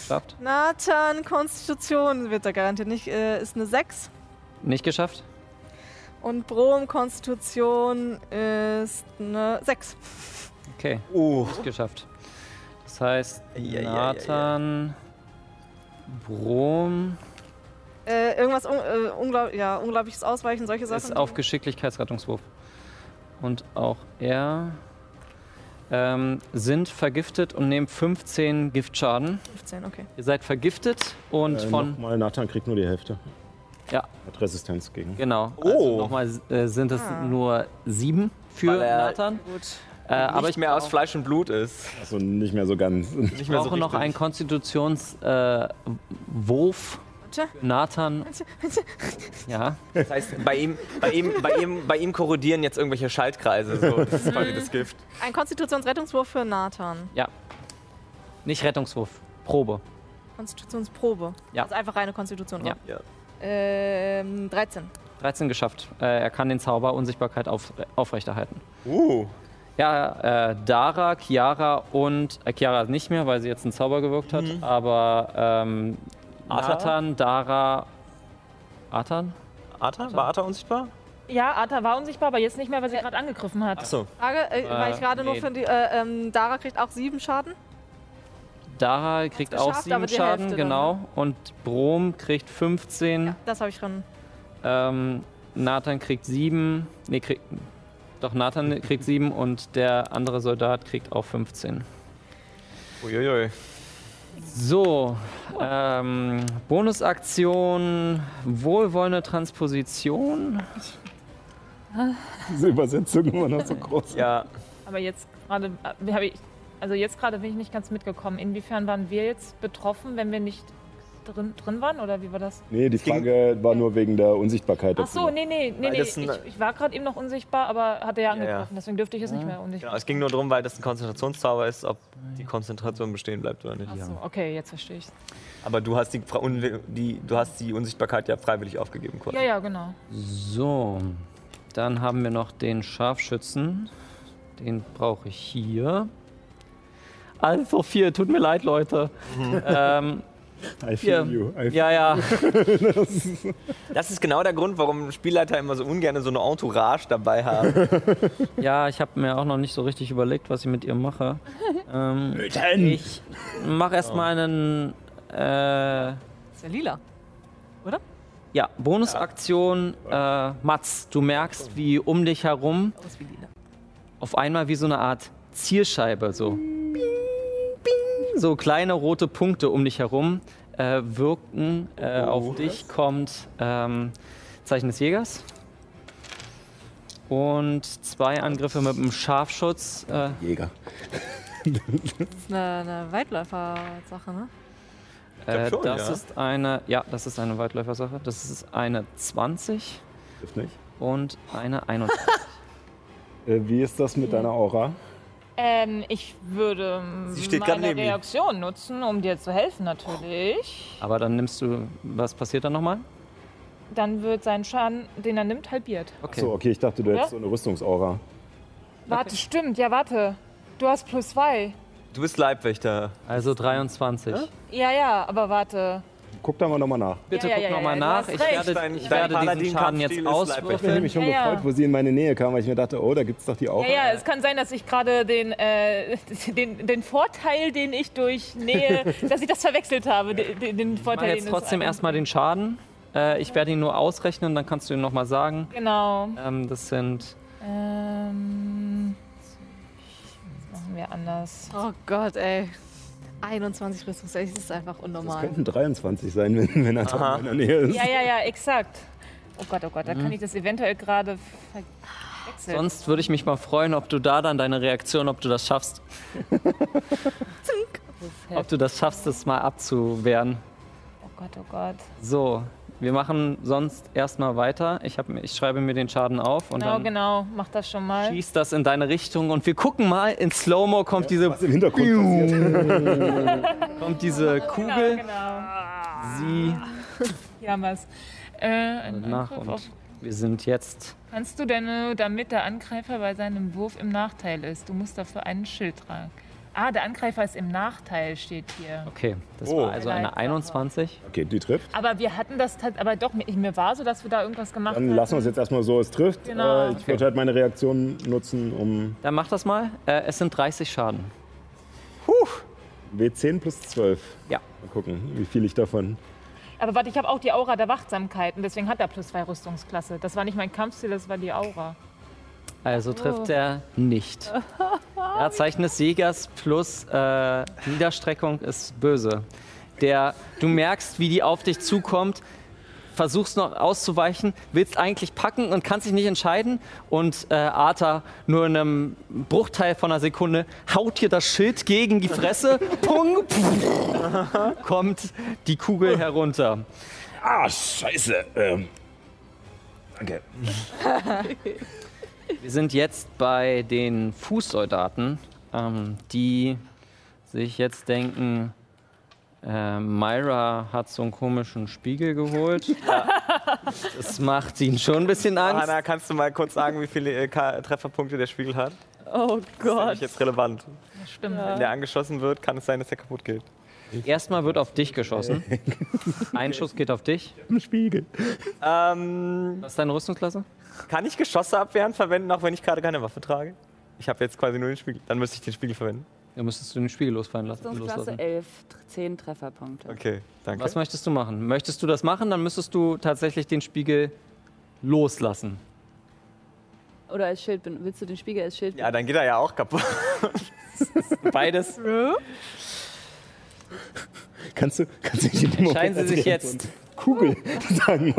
Speaker 1: geschafft?
Speaker 10: Nathan, Konstitution wird da garantiert nicht, äh, ist eine 6.
Speaker 1: Nicht geschafft?
Speaker 10: Und Brom, Konstitution ist ne, eine 6.
Speaker 1: Okay.
Speaker 8: Oh.
Speaker 1: Nicht geschafft. Das heißt,
Speaker 8: Eieieiei.
Speaker 1: Nathan, Brom
Speaker 10: Äh, irgendwas un äh, unglaub ja, unglaubliches Ausweichen, solche Sachen.
Speaker 1: ist auf Geschicklichkeitsrettungswurf. Und auch er ähm, sind vergiftet und nehmen 15 Giftschaden.
Speaker 10: 15, okay.
Speaker 1: Ihr seid vergiftet und
Speaker 4: Äh,
Speaker 1: von.
Speaker 4: nochmal, Nathan kriegt nur die Hälfte.
Speaker 1: Ja.
Speaker 4: Hat Resistenz gegen.
Speaker 1: Genau.
Speaker 8: Oh.
Speaker 1: nochmal äh, sind es nur sieben für
Speaker 8: Weil er-
Speaker 1: Nathan. Äh, aber
Speaker 8: nicht
Speaker 1: ich
Speaker 8: mehr aus Fleisch und Blut ist.
Speaker 4: Also nicht mehr so ganz.
Speaker 8: Nicht
Speaker 1: brauche noch einen Konstitutionswurf äh, Wurf für
Speaker 10: Warte.
Speaker 1: Nathan. Ja.
Speaker 8: Das heißt, bei ihm, bei ihm, bei ihm, bei ihm korrodieren jetzt irgendwelche Schaltkreise. So. Das ist quasi das Gift.
Speaker 10: Ein Konstitutionsrettungswurf für Nathan.
Speaker 1: Nicht Rettungswurf, Probe.
Speaker 10: Konstitutionsprobe.
Speaker 1: Ja.
Speaker 10: Also einfach reine Konstitution.
Speaker 1: Ja.
Speaker 10: oder? Ähm, 13.
Speaker 1: 13 geschafft. Äh, er kann den Zauber Unsichtbarkeit auf, aufrechterhalten.
Speaker 8: Uh.
Speaker 1: Ja, äh, Dara, Chiara und äh, Chiara nicht mehr, weil sie jetzt einen Zauber gewirkt hat, aber ähm,
Speaker 8: Arta?
Speaker 1: Nathan, Dara, Atan?
Speaker 8: Arta? War Arta unsichtbar?
Speaker 7: Ja, Arta war unsichtbar, aber jetzt nicht mehr, weil
Speaker 8: Äh,
Speaker 7: sie gerade angegriffen hat.
Speaker 8: Achso.
Speaker 10: Frage, äh, weil ich gerade nur
Speaker 1: nee.
Speaker 10: für die. Äh, ähm, Dara kriegt auch 7 Schaden.
Speaker 1: Dara kriegt auch
Speaker 10: geschafft, aber
Speaker 1: 7
Speaker 10: die
Speaker 1: Schaden,
Speaker 10: Hälfte dann, ne?
Speaker 1: genau. Und Brom kriegt 15.
Speaker 10: Das habe ich schon.
Speaker 1: Ähm, Nathan kriegt 7. Nee, kriegt. Doch, Nathan kriegt 7 und der andere Soldat kriegt auch 15.
Speaker 8: Uiuiui.
Speaker 1: So, ähm, Bonusaktion, wohlwollende Transposition.
Speaker 4: Diese Übersetzung immer noch so groß.
Speaker 8: Ja.
Speaker 7: Aber jetzt gerade äh, habe ich, also jetzt gerade bin ich nicht ganz mitgekommen. Inwiefern waren wir jetzt betroffen, wenn wir nicht drin, drin waren oder wie war das?
Speaker 4: Nee, die
Speaker 8: ging-
Speaker 4: Frage war nur wegen der Unsichtbarkeit.
Speaker 7: Ach so,
Speaker 4: dazu.
Speaker 7: nee, nee, nee,
Speaker 8: Weil
Speaker 7: nee.
Speaker 8: das
Speaker 7: Ich,
Speaker 8: ein-
Speaker 7: ich war gerade eben noch unsichtbar, aber hatte ja
Speaker 8: Ja, ja.
Speaker 7: angegriffen, deswegen dürfte ich jetzt nicht mehr
Speaker 8: Genau,
Speaker 7: unsichtbar.
Speaker 8: es ging nur darum, weil das ein Konzentrationszauber ist, ob die Konzentration bestehen bleibt oder nicht.
Speaker 7: Ach so, okay, jetzt verstehe ich.
Speaker 8: Aber du hast die, Fra- un- die, du hast die Unsichtbarkeit ja freiwillig aufgegeben, kurz.
Speaker 7: Ja, ja, genau.
Speaker 1: So, dann haben wir noch den Scharfschützen. Den brauche ich hier. Also vier, tut mir leid, Leute. ähm,
Speaker 4: I
Speaker 1: Ja,
Speaker 4: feel you. I
Speaker 1: ja. ja.
Speaker 8: Das ist genau der Grund, warum Spielleiter immer so ungern so eine Entourage dabei haben.
Speaker 1: Ja, ich habe mir auch noch nicht so richtig überlegt, was ich mit ihr mache. Ähm,
Speaker 4: Mütten!
Speaker 1: ich mache erstmal einen. Äh,
Speaker 7: Ist ja lila.
Speaker 1: ja, Bonusaktion. Äh, Mats, du merkst, wie um dich herum
Speaker 7: Aus wie lila.
Speaker 1: auf einmal wie so eine Art Zierscheibe, so. So kleine rote Punkte um dich herum äh, wirken. Äh, auf dich kommt ähm, Zeichen des Jägers. Und zwei Angriffe mit dem Scharfschutz. Äh,
Speaker 4: Jäger.
Speaker 7: Das ist eine, eine Weitläufer-Sache, ne?
Speaker 1: Äh,
Speaker 8: schon,
Speaker 1: das
Speaker 8: ja.
Speaker 1: ist eine, ja, das ist eine Weitläufersache. Das ist eine 20
Speaker 4: Trifft nicht.
Speaker 1: und eine 21.
Speaker 4: Äh, wie ist das
Speaker 7: Mhm.
Speaker 4: mit deiner Aura?
Speaker 7: Ähm, ich würde
Speaker 8: Sie steht gerade
Speaker 7: meine
Speaker 8: neben mir.
Speaker 7: Reaktion nutzen, um dir zu helfen natürlich.
Speaker 1: Aber dann nimmst du, was passiert dann nochmal?
Speaker 7: Dann wird sein Schaden, den er nimmt, halbiert.
Speaker 1: Okay.
Speaker 4: So, okay, ich dachte, du hättest
Speaker 7: Ja?
Speaker 4: so eine Rüstungsaura.
Speaker 7: Warte, stimmt. Ja, warte. Du hast plus zwei.
Speaker 8: Du bist Leibwächter.
Speaker 1: Also 23.
Speaker 7: Ja, ja, aber warte.
Speaker 4: Guck da mal nochmal nach.
Speaker 1: Bitte
Speaker 7: Ja, ja,
Speaker 1: guck
Speaker 7: ja,
Speaker 1: nochmal
Speaker 7: ja, du
Speaker 1: nach.
Speaker 7: hast
Speaker 1: Ich
Speaker 7: recht.
Speaker 1: werde,
Speaker 8: Dein-
Speaker 1: ich
Speaker 8: dein
Speaker 1: werde diesen Schaden
Speaker 8: Paladin-Kampfstil
Speaker 1: jetzt
Speaker 8: ist
Speaker 4: Ich hätte
Speaker 1: auswürfeln.
Speaker 4: mich schon
Speaker 7: Ja, ja.
Speaker 4: gefreut, wo sie in meine Nähe kam, weil ich mir dachte, oh, da gibt's doch die Aura.
Speaker 7: Ja, ja, es kann sein, dass ich gerade den, äh, den, den Vorteil, den ich durch Nähe, dass ich das verwechselt habe, den, den- den
Speaker 1: Ich mache
Speaker 7: Vorteil,
Speaker 1: jetzt
Speaker 7: den
Speaker 1: trotzdem
Speaker 7: es-
Speaker 1: erstmal den Schaden. Äh, ich werde ihn nur ausrechnen, dann kannst du ihn nochmal sagen.
Speaker 7: Genau.
Speaker 1: Ähm, das sind
Speaker 7: Ähm, was machen wir anders.
Speaker 2: Oh Gott, ey. 21 Rüstungseis ist einfach unnormal.
Speaker 4: Könnten 23 sein, wenn, wenn er da in meiner Nähe ist.
Speaker 7: Ja, ja, ja, exakt. Oh Gott, oh Gott, da
Speaker 1: Mhm.
Speaker 7: kann ich das eventuell gerade verwechseln.
Speaker 1: Sonst würde ich mich mal freuen, ob du da dann deine Reaktion, ob du das schaffst. ob du das schaffst, das mal abzuwehren.
Speaker 7: oh Gott, oh Gott.
Speaker 1: So, wir machen sonst erstmal weiter. Ich, hab, mir- ich schreibe mir den Schaden auf und
Speaker 7: Genau,
Speaker 1: dann
Speaker 7: genau, mach das schon mal.
Speaker 1: schießt das in deine Richtung und wir gucken mal, in Slow-Mo kommt diese,
Speaker 4: Was im Hintergrund passiert.
Speaker 1: kommt
Speaker 7: Genau,
Speaker 1: diese Kugel. Sie
Speaker 7: Hier haben wir es. Äh, ein
Speaker 1: nach
Speaker 7: Angriff
Speaker 1: und
Speaker 7: auf-
Speaker 1: wir sind jetzt.
Speaker 7: Kannst du denn, äh, damit der Angreifer bei seinem Wurf im Nachteil ist, du musst dafür einen Schild tragen. Ah, der Angreifer ist im Nachteil, steht hier.
Speaker 1: Okay, das
Speaker 8: Oh.
Speaker 1: war also eine 21.
Speaker 4: Okay, die trifft.
Speaker 7: Aber wir hatten das, tat- aber doch, mir, mir war so, dass wir da irgendwas gemacht
Speaker 4: Dann
Speaker 7: haben.
Speaker 4: lassen wir es jetzt erstmal so, es trifft.
Speaker 7: Genau.
Speaker 4: Äh, ich würde halt meine Reaktion nutzen, um
Speaker 1: Dann mach das mal. Äh, es sind 30 Schaden.
Speaker 4: W10 plus 12.
Speaker 1: Ja.
Speaker 4: Mal gucken, wie viel ich davon.
Speaker 7: Aber warte, ich habe auch die Aura der Wachsamkeit und deswegen hat er plus zwei Rüstungsklasse. Das war nicht mein Kampfstil, das war die Aura.
Speaker 1: Also trifft er nicht. Ja, Zeichen des Jägers plus äh, Niederstreckung ist böse. Der, du merkst, wie die auf dich zukommt, versuchst noch auszuweichen, willst eigentlich packen und kannst dich nicht entscheiden. Und äh, Arta, nur in einem Bruchteil von einer Sekunde, haut dir das Schild gegen die Fresse. Pung, pff, kommt die Kugel herunter.
Speaker 4: Ah, scheiße. Ähm, danke.
Speaker 1: Wir sind jetzt bei den Fußsoldaten, ähm, die sich jetzt denken, äh, Myra hat so einen komischen Spiegel geholt. Das macht ihnen schon ein bisschen Angst.
Speaker 8: Anna, kannst du mal kurz sagen, wie viele äh, K- Trefferpunkte der Spiegel hat? Das
Speaker 9: Oh
Speaker 8: ist
Speaker 9: Gott.
Speaker 8: nämlich jetzt relevant.
Speaker 7: Stimmt.
Speaker 8: Wenn der angeschossen wird, kann es sein, dass der kaputt geht.
Speaker 1: Erstmal wird auf dich geschossen. Ein Schuss geht auf dich.
Speaker 4: Ein Spiegel.
Speaker 8: Ähm,
Speaker 1: Was ist deine Rüstungsklasse?
Speaker 8: kann ich Geschosse abwehren verwenden, auch wenn ich gerade keine Waffe trage? Ich habe jetzt quasi nur den Spiegel. Dann müsste ich den Spiegel verwenden.
Speaker 1: Da müsstest du den Spiegel losfallen lassen.
Speaker 9: Rüstungsklasse
Speaker 1: loslassen.
Speaker 9: 11, 10 Trefferpunkte.
Speaker 8: Okay, danke.
Speaker 1: Was möchtest du machen? Möchtest du das machen, dann müsstest du tatsächlich den Spiegel loslassen.
Speaker 9: Oder als Schild, ben- willst du den Spiegel als Schild?
Speaker 8: ja, dann geht er ja auch kaputt.
Speaker 1: Beides.
Speaker 4: Kannst du, kannst du nicht in dem
Speaker 1: Entscheiden
Speaker 4: Moment,
Speaker 1: Sie
Speaker 4: als
Speaker 1: sich
Speaker 4: ich jetzt
Speaker 1: jetzt.
Speaker 4: so Kugel sagen.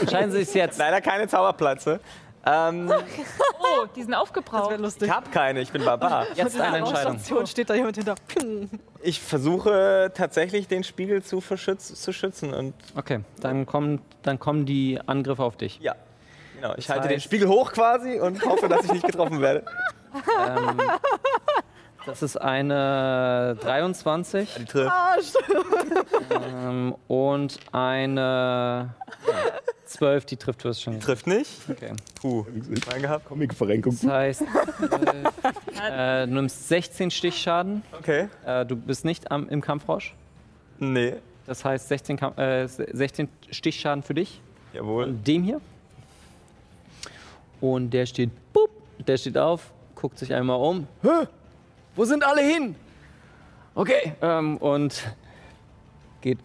Speaker 1: Entscheiden Sie sich jetzt.
Speaker 8: Leider keine Zauberplatze. Ähm,
Speaker 7: Oh, die sind aufgebraucht.
Speaker 8: ich habe keine, ich bin Barbar.
Speaker 1: Jetzt eine Entscheidung.
Speaker 5: steht da jemand hinter. Ping.
Speaker 8: Ich versuche tatsächlich den Spiegel zu, verschütz zu schützen und
Speaker 1: Okay, dann kommen, dann kommen die Angriffe auf dich.
Speaker 8: ja. Genau, ich halte den
Speaker 1: heißt-
Speaker 8: Spiegel hoch quasi und hoffe, dass ich nicht getroffen werde.
Speaker 1: Das ist eine 23
Speaker 8: Die trifft.
Speaker 1: ähm, und eine ja, 12, die trifft du es schon.
Speaker 8: Trifft nicht.
Speaker 1: Okay.
Speaker 8: Puh, mein gehabt.
Speaker 4: Comic-Verrenkung.
Speaker 1: Das heißt, äh, äh, du nimmst 16 Stichschaden.
Speaker 8: Okay.
Speaker 1: Äh, du bist nicht am, im Kampfrausch.
Speaker 8: Nee.
Speaker 1: Das heißt 16, Kam- äh, 16 Stichschaden für dich.
Speaker 8: Jawohl.
Speaker 1: Dem hier. Und der steht, boop, der steht auf, guckt sich einmal um. Hä? Wo sind alle hin? Okay. Ähm, und geht,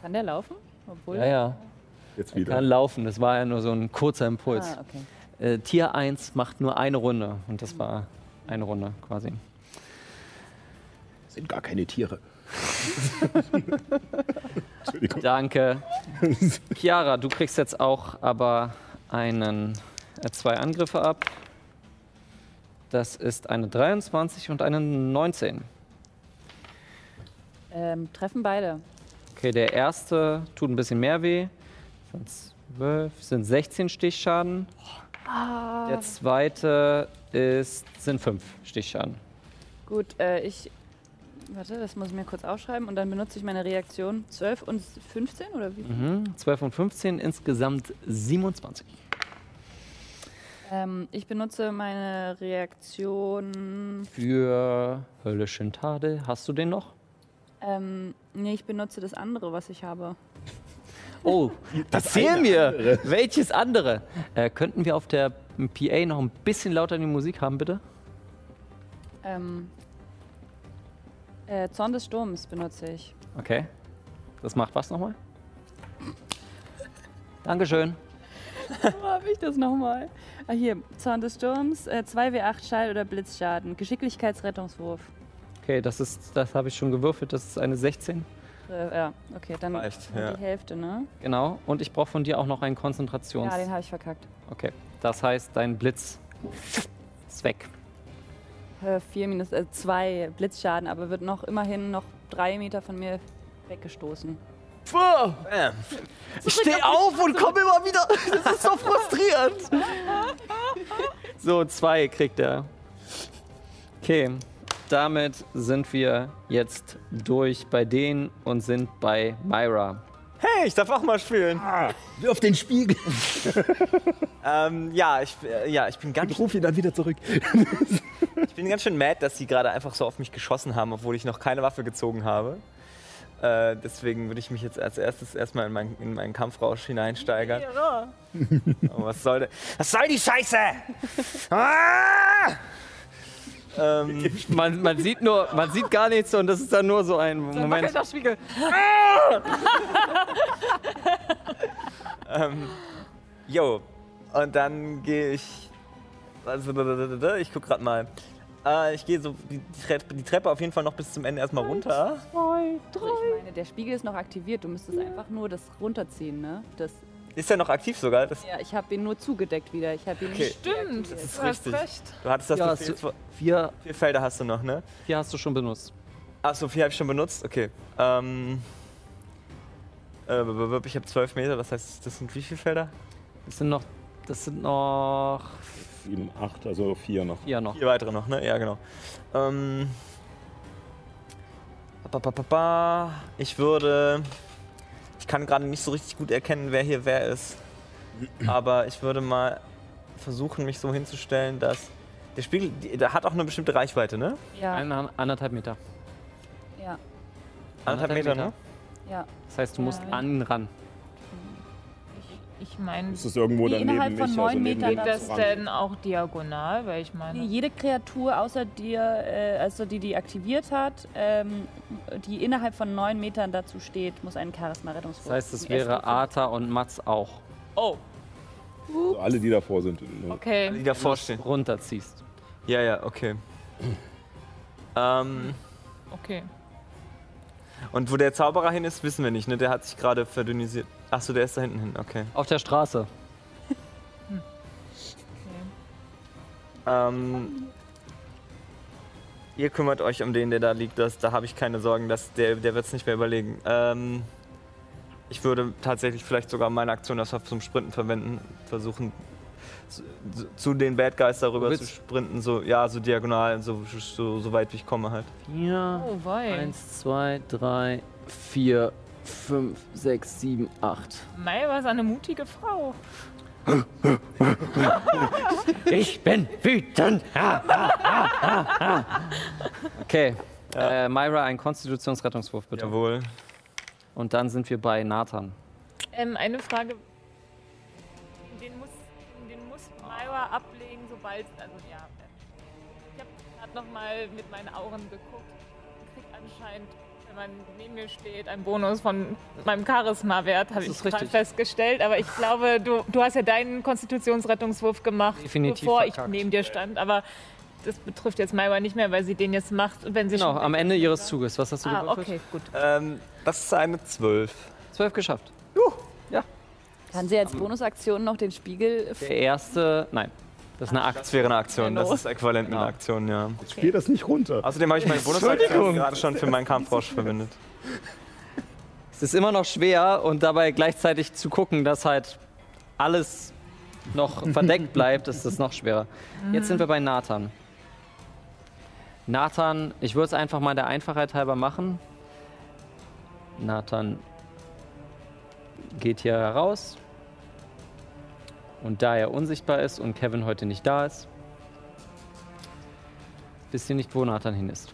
Speaker 9: Kann der laufen? Obwohl.
Speaker 1: ja, ja,
Speaker 4: Jetzt
Speaker 1: kann
Speaker 4: wieder.
Speaker 1: laufen. Das war ja nur so ein kurzer Impuls.
Speaker 9: Ah, okay.
Speaker 1: Äh, Tier 1 macht nur eine Runde. Und das war eine Runde quasi.
Speaker 4: Sind gar keine Tiere. Entschuldigung.
Speaker 1: Danke. Chiara, du kriegst jetzt auch aber einen, äh, zwei Angriffe ab. Das ist eine 23 und eine 19.
Speaker 9: Ähm, treffen beide.
Speaker 1: Okay, der erste tut ein bisschen mehr weh. Sind 12, sind 16 Stichschaden. Der zweite ist, sind 5 Stichschaden.
Speaker 9: Gut, äh, ich. Warte, das muss ich mir kurz aufschreiben und dann benutze ich meine Reaktion. 12 und 15 oder wie?
Speaker 1: Mhm. 12 und 15, insgesamt 27.
Speaker 9: Ähm, ich benutze meine Reaktion.
Speaker 1: Für Hölle Schintade, hast du den noch?
Speaker 9: Ähm, nee, ich benutze das andere, was ich habe.
Speaker 1: Oh, erzähl mir, welches andere? Äh, könnten wir auf der PA noch ein bisschen lauter die Musik haben, bitte?
Speaker 9: Ähm, äh, Zorn des Sturms benutze ich.
Speaker 1: Okay. Das macht was nochmal? Dankeschön.
Speaker 9: Wo habe ich das nochmal? Ah, hier, Zorn des Sturms, äh, 2W8 Schall- oder Blitzschaden. Geschicklichkeitsrettungswurf.
Speaker 1: Okay, das ist, das habe ich schon gewürfelt, das ist eine 16.
Speaker 9: Äh, ja, okay, dann
Speaker 8: Reicht,
Speaker 9: nur
Speaker 8: ja.
Speaker 9: die Hälfte, ne?
Speaker 1: Genau, und ich brauche von dir auch noch einen Konzentrations...
Speaker 9: Ja, den habe ich verkackt.
Speaker 1: okay, das heißt, dein Blitz ist weg.
Speaker 9: Äh, vier minus, äh, zwei Blitzschaden, aber wird noch immerhin noch drei Meter von mir weggestoßen.
Speaker 8: Bam.
Speaker 1: Ich steh auf und komm immer wieder. Das ist so frustrierend. So, zwei kriegt er. Okay, damit sind wir jetzt durch bei denen und sind bei Myra.
Speaker 8: Hey, ich darf auch mal spielen.
Speaker 4: Wirf den Spiegel
Speaker 8: Ähm, ja, ich, äh, ja, ich bin ganz
Speaker 4: und ruf ihn dann wieder zurück.
Speaker 8: Ich bin ganz schön mad, dass sie gerade einfach so auf mich geschossen haben, obwohl ich noch keine Waffe gezogen habe. Äh, deswegen würde ich mich jetzt als erstes erstmal in, mein, in meinen Kampfrausch hineinsteigern. Aber was soll der? Was soll die Scheiße? Ah! ähm,
Speaker 1: Man, man sieht nur, man sieht gar nichts und das ist dann nur so ein Moment.
Speaker 8: Jo, und dann gehe ich. Also, ich guck grad mal. Äh, ich gehe so die, Treppe, die Treppe auf jeden Fall noch bis zum Ende erstmal runter.
Speaker 9: Also ich meine, der Spiegel ist noch aktiviert. Du müsstest einfach nur das runterziehen, ne? Das,
Speaker 8: Ist ja noch aktiv sogar. Das
Speaker 9: ja, ich habe ihn nur zugedeckt wieder. Ich habe ihn
Speaker 8: Okay.
Speaker 9: nicht. Stimmt.
Speaker 8: ist richtig. Du hattest das
Speaker 1: Ja,
Speaker 8: ja,
Speaker 1: so-
Speaker 8: vier,
Speaker 1: Vier,
Speaker 8: vier Felder hast du noch, ne?
Speaker 1: vier hast du schon benutzt.
Speaker 8: Ach so, vier habe ich schon benutzt? Okay. Ähm, äh, b- b- b- ich habe 12 Meter, das heißt, das sind wie viele Felder?
Speaker 1: Das sind noch, das sind noch
Speaker 4: 7, 8, also 4 noch.
Speaker 1: vier noch.
Speaker 8: Vier weitere noch, ne? Ja, genau. Ähm, ba- ba- ba- ba. ich würde. Ich kann gerade nicht so richtig gut erkennen, wer hier wer ist. Aber ich würde mal versuchen, mich so hinzustellen, dass. Der Spiegel, die- der hat auch eine bestimmte Reichweite, ne?
Speaker 9: Ja,
Speaker 1: Eine, anderthalb Meter.
Speaker 9: ja,
Speaker 8: Anderthalb Meter, ne?
Speaker 9: ja.
Speaker 1: Das heißt, du musst
Speaker 9: Ja.
Speaker 1: an ihn ran.
Speaker 7: Ich meine,
Speaker 4: Ist es irgendwo
Speaker 9: Wie
Speaker 4: daneben
Speaker 9: innerhalb
Speaker 4: mich,
Speaker 9: von
Speaker 4: also
Speaker 9: neun
Speaker 4: neben dem
Speaker 9: Metern das
Speaker 7: das
Speaker 4: Rand.
Speaker 7: denn auch diagonal? Weil ich meine,
Speaker 9: Jede Kreatur außer dir, äh, also die, die aktiviert hat, ähm, die innerhalb von neun Metern dazu steht, muss einen Charisma-Rettungswurf.
Speaker 1: Das heißt, es
Speaker 9: Die
Speaker 1: wäre
Speaker 9: ersten
Speaker 1: Arta und Mats auch.
Speaker 4: Also alle, die davor sind. Ne?
Speaker 7: oh, okay,
Speaker 8: Die davor stehen.
Speaker 1: Runterziehst.
Speaker 8: Ja, ja, okay. ähm.
Speaker 7: okay.
Speaker 8: Und wo der Zauberer hin ist, wissen wir nicht, ne? Der hat sich gerade verdünnisiert. Achso, der ist da hinten hin, okay.
Speaker 1: Auf der Straße.
Speaker 8: Ähm, ihr kümmert euch um den, der da liegt. Das, da habe ich keine Sorgen, dass der, der wird es nicht mehr überlegen. Ähm, ich würde tatsächlich vielleicht sogar meine Aktion das zum Sprinten verwenden. Versuchen, zu, zu den Bad Guys darüber
Speaker 1: willst-
Speaker 8: zu sprinten. So, ja, so diagonal, so, so, so weit wie ich komme halt.
Speaker 1: Vier,
Speaker 7: Oh, wei.
Speaker 1: eins, zwei, drei, vier, fünf, sechs, sieben, acht.
Speaker 7: Mei war eine mutige Frau.
Speaker 1: Ich bin wütend. Ha, ha, ha, ha, ha. Okay, Äh, Myra, ein Konstitutionsrettungswurf bitte.
Speaker 8: Jawohl.
Speaker 1: Und dann sind wir bei Nathan.
Speaker 7: Ähm, eine Frage. Den muss, den muss Myra ablegen, sobald. Also ja. äh, Ich habe gerade nochmal mit meinen Auren geguckt. Ich krieg anscheinend, wenn man neben mir steht, einen Bonus von meinem Charisma-Wert, habe ich
Speaker 1: ist
Speaker 7: gerade
Speaker 1: richtig.
Speaker 7: festgestellt. Aber ich glaube, du, du hast ja deinen Konstitutionsrettungswurf gemacht,
Speaker 1: Definitiv
Speaker 7: bevor
Speaker 1: verkackt.
Speaker 7: ich neben dir stand. Aber das betrifft jetzt Myra nicht mehr, weil sie den jetzt macht. Und wenn sie
Speaker 1: Genau,
Speaker 7: schon-
Speaker 1: am Ende ihres Zuges. Was hast du
Speaker 7: Ah,
Speaker 1: gewürfelt?
Speaker 7: okay, gut.
Speaker 8: Ähm, das ist eine 12.
Speaker 1: Zwölf geschafft.
Speaker 9: Kann sie als Bonusaktion noch den Spiegel
Speaker 1: Der erste, nein, das ist eine Aktion.
Speaker 8: Das wäre eine Aktion. Das ist äquivalent mit einer
Speaker 1: Ja.
Speaker 8: Aktion, ja.
Speaker 4: Spiel das nicht runter.
Speaker 8: Außerdem habe ich meine Bonusaktion
Speaker 4: Entschuldigung.
Speaker 8: gerade schon für meinen Kampfrausch verwendet.
Speaker 1: Es ist immer noch schwer und dabei gleichzeitig zu gucken, dass halt alles noch verdeckt bleibt, ist es noch schwerer. Jetzt sind wir bei Nathan. Nathan, ich würde es einfach mal der Einfachheit halber machen. Nathan geht hier heraus. Und da er unsichtbar ist und Kevin heute nicht da ist, wisst ihr nicht, wo Nathan hin ist.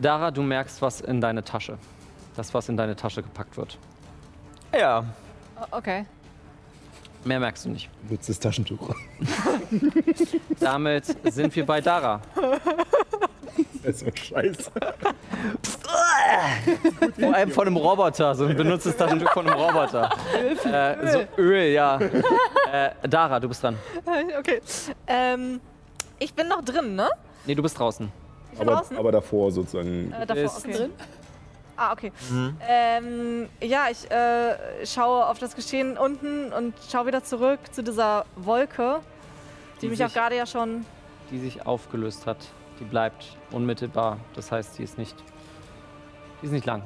Speaker 1: Dara, du merkst was in deine Tasche. Das, was in deine Tasche gepackt wird.
Speaker 8: Ja,
Speaker 2: Okay.
Speaker 1: Mehr merkst du nicht.
Speaker 4: Nutzt das Taschentuch.
Speaker 1: Damit sind wir bei Dara.
Speaker 4: Das ist so scheiße.
Speaker 1: Vor allem von einem Roboter. So ein benutztes Taschentuch von einem Roboter. Äh, so Öl, ja. Äh, Dara, du bist dran.
Speaker 5: Okay. Ähm, ich bin noch drin, ne?
Speaker 1: Nee, du bist draußen.
Speaker 4: Aber,
Speaker 5: draußen?
Speaker 4: aber davor sozusagen.
Speaker 5: Äh, davor,
Speaker 1: bist
Speaker 5: okay. Ah, okay. Ähm, ja, ich äh, schaue auf das Geschehen unten und schaue wieder zurück zu dieser Wolke, die,
Speaker 1: Die
Speaker 5: mich
Speaker 1: sich-
Speaker 5: auch gerade ja schon.
Speaker 1: Die sich aufgelöst hat. Die bleibt unmittelbar. Das heißt, die ist nicht. Die ist nicht lang.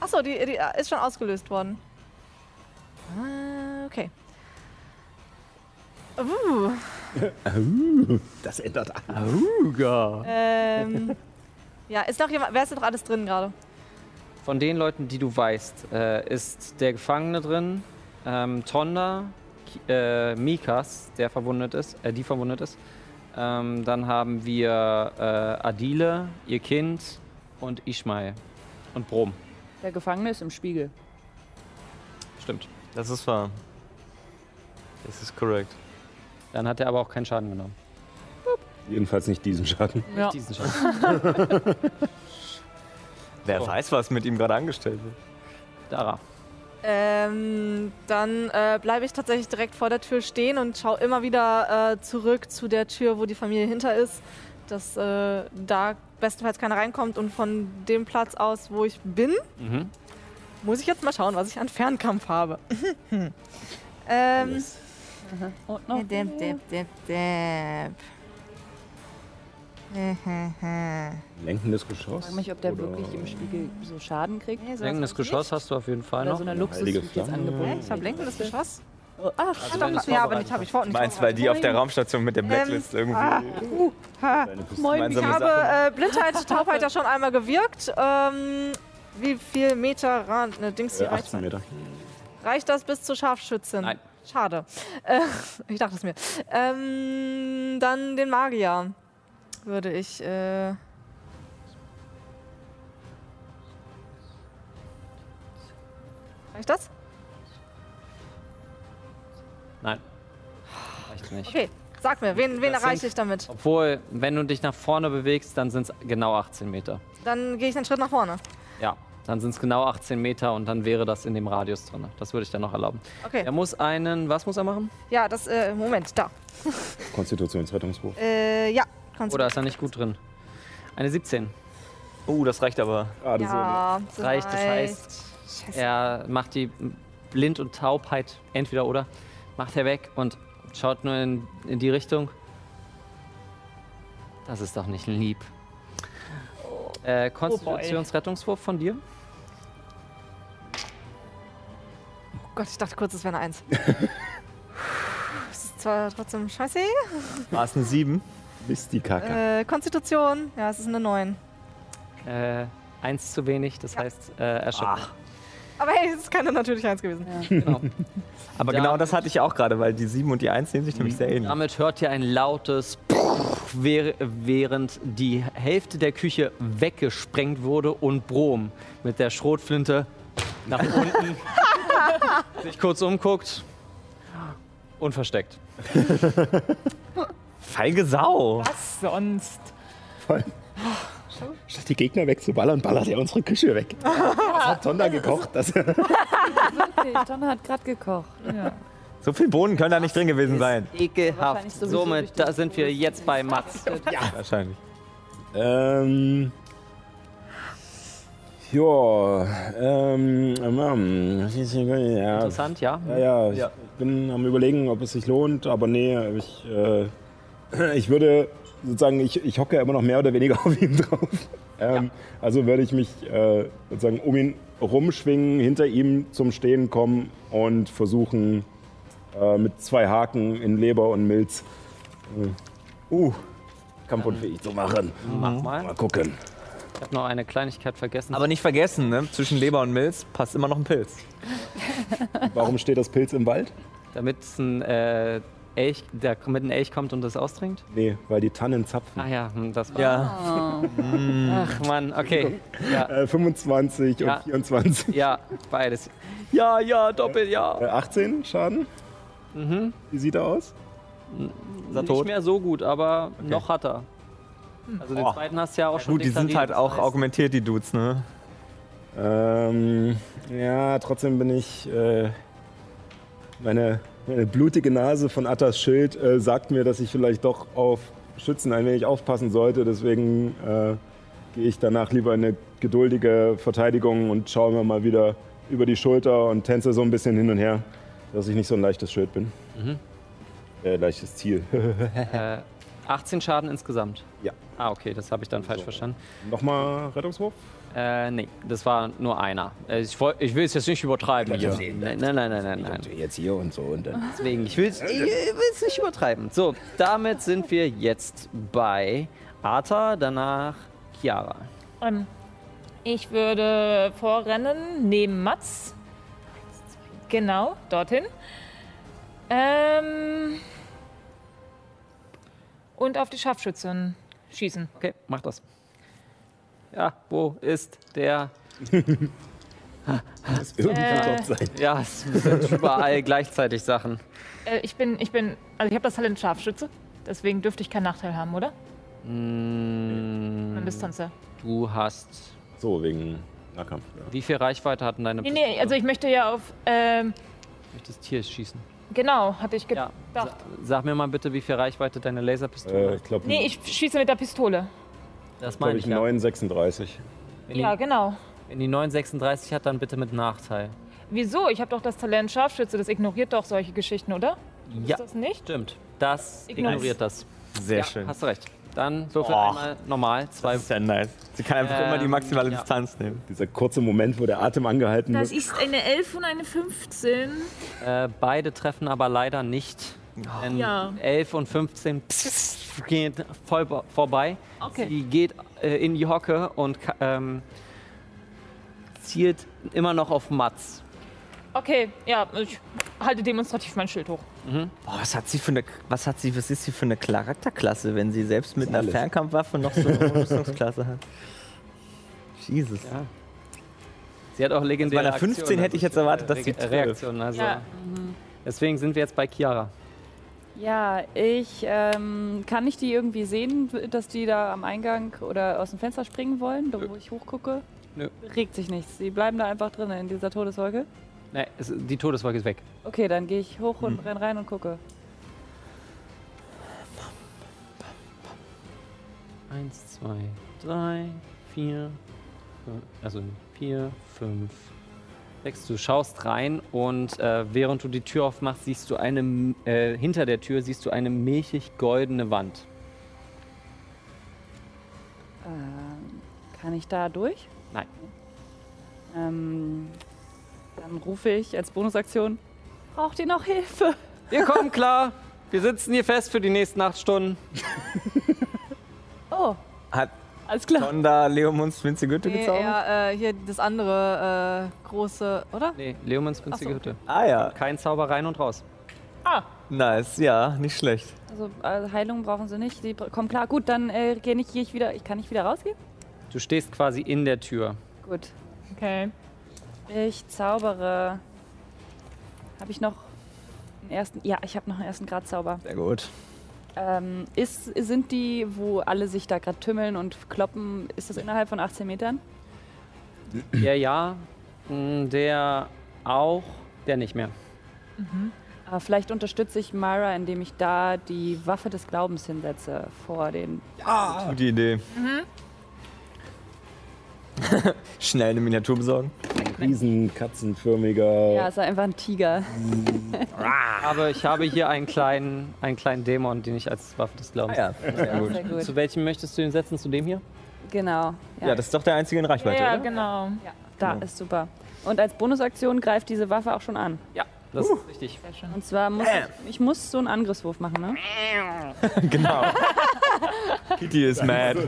Speaker 5: Achso, die, die äh, ist schon ausgelöst worden. Ah, okay. Uh,
Speaker 4: Das ändert alles.
Speaker 1: Uga.
Speaker 5: ähm, ja, ist noch jemand. Wer ist denn noch alles drin gerade?
Speaker 1: Von den Leuten, die du weißt, äh, ist der Gefangene drin, ähm, Tonda, Ki- äh, Mikas, der verwundet ist, äh, die verwundet ist. Ähm, dann haben wir äh, Adile, ihr Kind und Ishmael und Brom.
Speaker 9: Der Gefangene ist im Spiegel.
Speaker 1: Stimmt.
Speaker 8: das ist wahr. Das ist korrekt.
Speaker 1: Dann hat er aber auch keinen Schaden genommen.
Speaker 4: Jedenfalls nicht diesen Schaden.
Speaker 9: Ja.
Speaker 1: Diesen Schaden.
Speaker 8: Wer
Speaker 1: So.
Speaker 8: weiß, was mit ihm gerade angestellt wird.
Speaker 1: Dara.
Speaker 5: Ähm, dann äh, bleibe ich tatsächlich direkt vor der Tür stehen und schaue immer wieder äh, zurück zu der Tür, wo die Familie hinter ist, dass äh, da bestenfalls keiner reinkommt und von dem Platz aus, wo ich bin,
Speaker 1: Mhm.
Speaker 5: muss ich jetzt mal schauen, was ich an Fernkampf habe. ähm,
Speaker 9: Und noch
Speaker 2: Dämp, dämp, dämp, dämp.
Speaker 4: Lenkendes Geschoss.
Speaker 9: Ich frage mich, ob der
Speaker 4: Oder-
Speaker 9: wirklich im Spiegel so Schaden kriegt.
Speaker 1: Irgendes Geschoss hast du auf jeden Fall
Speaker 9: Oder
Speaker 1: noch.
Speaker 9: so eine
Speaker 4: Heilige
Speaker 9: Luxus jetzt
Speaker 4: Flamme.
Speaker 9: angeboten.
Speaker 5: ich habe lenkendes Geschoss.
Speaker 9: Ach,
Speaker 1: Also wenn du es
Speaker 5: Oh, ja, aber
Speaker 1: vorbereitet
Speaker 5: nicht, habe ich vor. Nicht
Speaker 8: Meinst, weil die auf der Raumstation mit der Blacklist irgendwie
Speaker 4: Deine Pistole.
Speaker 9: moin,
Speaker 5: Ich
Speaker 8: gemeinsame
Speaker 5: habe
Speaker 8: Sache.
Speaker 5: äh, Blindheit, Taubheit ja schon einmal gewirkt. Ähm, wie viel Meter ran, ne, Dings
Speaker 4: Äh,
Speaker 5: hier reicht
Speaker 4: 18 Meter.
Speaker 5: Reicht das bis zur Scharfschützin?
Speaker 1: Nein.
Speaker 5: Schade. Äh, ich dachte es mir. Ähm, dann den Magier würde ich. Äh, Reicht das?
Speaker 1: Nein. Reicht nicht.
Speaker 5: Okay, sag mir, wen, wen
Speaker 1: Das
Speaker 5: erreiche
Speaker 1: sind-
Speaker 5: ich damit?
Speaker 1: Obwohl, wenn du dich nach vorne bewegst, dann sind es genau 18 Meter.
Speaker 5: Dann gehe ich einen Schritt nach vorne.
Speaker 1: Ja, dann sind es genau 18 Meter und dann wäre das in dem Radius drin. Das würde ich dann noch erlauben.
Speaker 5: Okay,
Speaker 1: Er muss einen, was muss er machen?
Speaker 5: ja, das, äh, Moment, da.
Speaker 4: Konstitutionsrettungswurf.
Speaker 5: Äh, ja, kannst
Speaker 1: Oder ist er nicht gut drin? Eine 17.
Speaker 8: Uh, das reicht aber.
Speaker 4: Gerade
Speaker 5: Ja,
Speaker 1: Das reicht, das heißt, er macht die Blind- und Taubheit, entweder oder, macht er weg und schaut nur in, in die Richtung. Das ist doch nicht lieb. Äh, Konstitutionsrettungswurf von dir?
Speaker 5: Oh Gott, ich dachte kurz, es wäre eine Eins. das ist zwar trotzdem scheiße.
Speaker 8: War es eine 7?
Speaker 4: so. Mist ne? die Kacke.
Speaker 5: Äh, Konstitution, ja, es ist eine 9.
Speaker 1: Äh, eins zu wenig, das heißt äh, erschöpft.
Speaker 5: Aber hey, es ist keine natürliche Eins gewesen.
Speaker 8: Aber
Speaker 1: Damit-
Speaker 8: Mhm. genau das hatte ich auch gerade, weil die 7 und die 1 nehmen sich nämlich sehr ähnlich.
Speaker 1: Damit hört ihr ein lautes quer, während die Hälfte der Küche weggesprengt wurde und Brom mit der Schrotflinte nach unten sich kurz umguckt und versteckt.
Speaker 8: Feige Sau.
Speaker 7: Was sonst?
Speaker 9: Äh. Oh,
Speaker 4: Statt die Gegner wegzuballern, ballert er unsere Küche weg. Das hat Tonda gekocht. Das
Speaker 9: Tonne hat gerade gekocht.
Speaker 8: So viel Bohnen können da nicht drin gewesen sein.
Speaker 1: Ekelhaft.
Speaker 9: Wahrscheinlich sowieso durch
Speaker 1: Somit
Speaker 9: die
Speaker 1: da sind wir jetzt bei Mats.
Speaker 8: Wahrscheinlich.
Speaker 4: Ähm. Ja, ähm, ähm, was ist denn- ja,
Speaker 1: Interessant, ja?
Speaker 4: ja, ja, ich
Speaker 8: Ja.
Speaker 4: bin am überlegen, ob es sich lohnt, aber nee, ich, äh, ich würde sozusagen, ich, ich hocke ja immer noch mehr oder weniger auf ihm drauf. Ähm, Also würde ich mich äh, sozusagen um ihn rumschwingen, hinter ihm zum Stehen kommen und versuchen äh, mit zwei Haken in Leber und Milz äh, uh, kampfunfähig zu machen.
Speaker 1: Mhm. Mach mal.
Speaker 4: Mal gucken.
Speaker 1: Ich habe noch eine Kleinigkeit vergessen.
Speaker 8: Aber nicht vergessen, ne? zwischen Leber und Milz passt immer noch ein Pilz.
Speaker 4: Warum steht das Pilz im Wald?
Speaker 1: Damit es ein äh, Elch, der mit einem Elch kommt und das austrinkt?
Speaker 4: Nee, weil die Tannen zapfen.
Speaker 1: Ach ja, hm, das war.
Speaker 8: Ja.
Speaker 1: Ach Mann, okay. Ja,
Speaker 4: Äh, 25
Speaker 1: Ja.
Speaker 4: und 24.
Speaker 1: ja, beides. Ja, ja, doppelt, ja.
Speaker 4: Äh, 18 Schaden. Wie sieht er aus?
Speaker 8: Ist
Speaker 1: Nicht
Speaker 8: tot.
Speaker 1: mehr so gut, aber noch hat er. Also den
Speaker 8: Oh.
Speaker 1: zweiten hast du ja auch schon.
Speaker 8: Gut, die sind
Speaker 1: deklariert,
Speaker 8: halt
Speaker 1: das
Speaker 8: auch
Speaker 1: heißt-
Speaker 8: augmentiert, die Dudes, ne?
Speaker 4: Ähm, ja, trotzdem bin ich. Äh, meine, meine blutige Nase von Attas Schild äh, sagt mir, dass ich vielleicht doch auf Schützen ein wenig aufpassen sollte. Deswegen äh, gehe ich danach lieber in eine geduldige Verteidigung und schaue mir mal wieder über die Schulter und tänze so ein bisschen hin und her, dass ich nicht so ein leichtes Schild bin. Äh, leichtes Ziel.
Speaker 1: Äh, 18 Schaden insgesamt.
Speaker 4: Ja.
Speaker 1: Ah, okay, das habe ich dann falsch
Speaker 4: So.
Speaker 1: verstanden.
Speaker 4: Nochmal Rettungswurf?
Speaker 1: Äh, nee, das war nur einer. Äh, Ich, woll- ich will es jetzt nicht übertreiben. hier. Nein, nein, nein, nein, nein. nein.
Speaker 4: Jetzt hier und so und dann.
Speaker 1: Deswegen, ich will es nicht übertreiben. So, damit sind wir jetzt bei Arta, danach Chiara.
Speaker 7: Ähm, ich würde vorrennen neben Mats. Genau, dorthin. Ähm, und auf die Scharfschützen schießen.
Speaker 1: Okay, mach das. Ja, wo ist der?
Speaker 4: Irgendwie dort sein.
Speaker 1: Ja, es sind überall gleichzeitig Sachen.
Speaker 7: Äh, ich bin, ich bin, also ich habe das Talent Scharfschütze. Deswegen dürfte ich keinen Nachteil haben, oder? Eine Distanz.
Speaker 1: Du hast.
Speaker 4: So, wegen Nahkampf. Ja.
Speaker 1: Wie viel Reichweite hatten deine
Speaker 7: Nee, nee, also ich möchte ja auf, ähm,
Speaker 1: das Tier schießen.
Speaker 7: genau, hatte ich
Speaker 1: Ja.
Speaker 7: gedacht.
Speaker 1: Sa sag mir mal bitte, wie viel Reichweite deine Laserpistole
Speaker 4: Äh,
Speaker 1: hat.
Speaker 4: ich glaube,
Speaker 7: Nee, ich schieße mit der Pistole.
Speaker 1: Das
Speaker 4: glaub
Speaker 1: meine ich.
Speaker 4: ich
Speaker 1: Ja.
Speaker 4: 936.
Speaker 1: Wenn,
Speaker 7: Ja,
Speaker 1: die,
Speaker 7: genau.
Speaker 1: wenn die 936 hat, dann bitte mit Nachteil.
Speaker 7: Wieso? Ich habe doch das Talent Scharfschütze, das ignoriert doch solche Geschichten, oder?
Speaker 1: Ja,
Speaker 7: Ist das nicht?
Speaker 1: stimmt. Das
Speaker 7: Ignoriert.
Speaker 1: ignoriert das.
Speaker 8: Sehr
Speaker 1: ja,
Speaker 8: schön.
Speaker 1: Hast du recht. Dann würfel
Speaker 8: Och.
Speaker 1: einmal normal. Zwei.
Speaker 8: Das ist ja nice. Sie kann einfach
Speaker 1: Ähm,
Speaker 8: immer die maximale
Speaker 1: ja.
Speaker 8: Distanz nehmen.
Speaker 4: Dieser kurze Moment, wo der Atem angehalten wird.
Speaker 7: ist eine 11 und eine 15.
Speaker 1: Äh, beide treffen aber leider nicht. Denn
Speaker 7: Ja.
Speaker 1: 11 und 15 pss, geht voll bo- vorbei.
Speaker 7: Okay.
Speaker 1: Sie geht äh, in die Hocke und ka- ähm, zielt immer noch auf Mats.
Speaker 7: Okay, ja, ich halte demonstrativ mein Schild hoch.
Speaker 8: Boah, was hat sie für eine, was hat sie, was ist sie für eine Charakterklasse, wenn sie selbst mit
Speaker 4: Ist
Speaker 8: einer
Speaker 4: alles.
Speaker 8: Fernkampfwaffe noch so eine Rüstungsklasse hat? Jesus.
Speaker 1: Ja. Sie hat auch legendäre
Speaker 8: Also bei einer 15
Speaker 1: Aktionen,
Speaker 8: hätte ich jetzt
Speaker 1: also
Speaker 8: erwartet, dass
Speaker 1: Re-
Speaker 8: sie trifft.
Speaker 1: Reaktion, also.
Speaker 7: Ja.
Speaker 1: Deswegen sind wir jetzt bei Chiara.
Speaker 9: Ja, ich ähm, kann ich die irgendwie sehen, dass die da am Eingang oder aus dem Fenster springen wollen, da wo ich hochgucke?
Speaker 1: Nö.
Speaker 9: Regt sich nichts. Die bleiben da einfach drin in dieser Todeswolke.
Speaker 1: Nein, es, die Todeswolke ist weg.
Speaker 9: Okay, dann gehe ich hoch und renn rein und gucke.
Speaker 1: Eins, zwei, drei, vier, fünf, also vier, fünf, sechs. Du schaust rein und äh, während du die Tür aufmachst, siehst du eine, m- äh, hinter der Tür siehst du eine milchig-goldene Wand.
Speaker 9: Ähm, kann ich da durch?
Speaker 1: Nein.
Speaker 9: Ähm, dann rufe ich als Bonusaktion, braucht ihr noch Hilfe?
Speaker 1: Wir kommen klar! Wir sitzen hier fest für die nächsten acht Stunden.
Speaker 9: Oh,
Speaker 8: Hat
Speaker 9: alles klar.
Speaker 8: Tonda Leomunds winzige Güte
Speaker 5: Nee,
Speaker 8: gezaubert?
Speaker 5: eher, äh, hier das andere äh, große, oder?
Speaker 1: Nee, Leomans günstige
Speaker 5: Ach so.
Speaker 1: Hütte.
Speaker 8: Ah ja,
Speaker 1: Kein Zauber rein und raus.
Speaker 8: nice, ja, nicht schlecht.
Speaker 9: Also äh, Heilung brauchen sie nicht. Sie br- kommen klar. Gut, dann äh, gehe ich, geh ich wieder. Ich kann nicht wieder rausgehen.
Speaker 1: Du stehst quasi in der Tür.
Speaker 9: Gut.
Speaker 7: Okay.
Speaker 9: Ich zaubere. Habe ich noch einen ersten? Ja, ich habe noch einen ersten Grad Zauber.
Speaker 8: Sehr gut.
Speaker 9: Ähm, ist, sind die, wo alle sich da gerade tümmeln und kloppen, ist das innerhalb von 18 Metern?
Speaker 1: Der ja, mh, der auch, der nicht mehr.
Speaker 9: Äh, vielleicht unterstütze ich Myra, indem ich da die Waffe des Glaubens hinsetze vor den.
Speaker 8: Gute Idee. Schnell eine Miniatur besorgen.
Speaker 4: Riesen katzenförmiger.
Speaker 9: Ja, es ist einfach ein Tiger.
Speaker 1: Aber ich habe hier einen kleinen, einen kleinen Dämon, den ich als Waffe des Glaubens.
Speaker 8: Ah Ja, sehr gut.
Speaker 9: Sehr gut.
Speaker 1: Zu welchem möchtest du ihn setzen? Zu dem hier?
Speaker 9: Genau. Ja,
Speaker 8: Ja, das ist doch der einzige in Reichweite,
Speaker 7: Ja,
Speaker 8: oder?
Speaker 7: genau.
Speaker 9: da ist super. Und als Bonusaktion greift diese Waffe auch schon an.
Speaker 1: Ja, das
Speaker 8: Uh.
Speaker 1: ist richtig.
Speaker 9: Und zwar muss ich, ich muss so einen Angriffswurf machen, ne?
Speaker 8: Genau. Kitty ist mad.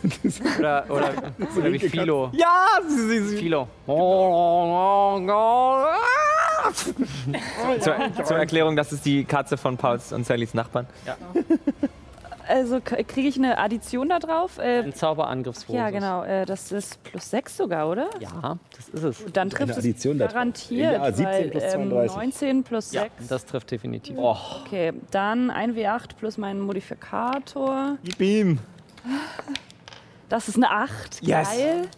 Speaker 1: Oder, oder, oder wie Philo.
Speaker 8: Ja, sie, sie, sie.
Speaker 1: Philo. Oh,
Speaker 8: Zur, zur Erklärung, das ist die Katze von Pauls und Sallys Nachbarn.
Speaker 9: Also k- kriege ich eine Addition da drauf? Äh,
Speaker 1: Ein Zauberangriffswurf.
Speaker 9: ja, genau. Äh, das ist plus 6 sogar, oder?
Speaker 1: Ja, das ist es.
Speaker 9: Gut, Dann trifft
Speaker 4: eine
Speaker 9: es
Speaker 4: Addition da drauf.
Speaker 9: garantiert.
Speaker 4: Ja, 17
Speaker 9: weil,
Speaker 4: plus
Speaker 9: ähm,
Speaker 4: 32.
Speaker 9: 19 plus 6.
Speaker 1: Das trifft definitiv.
Speaker 8: Oh.
Speaker 9: Okay, dann 1W8 plus meinen Modifikator.
Speaker 8: Gib ihm.
Speaker 9: Das ist eine 8.
Speaker 8: Yes.
Speaker 9: Geil.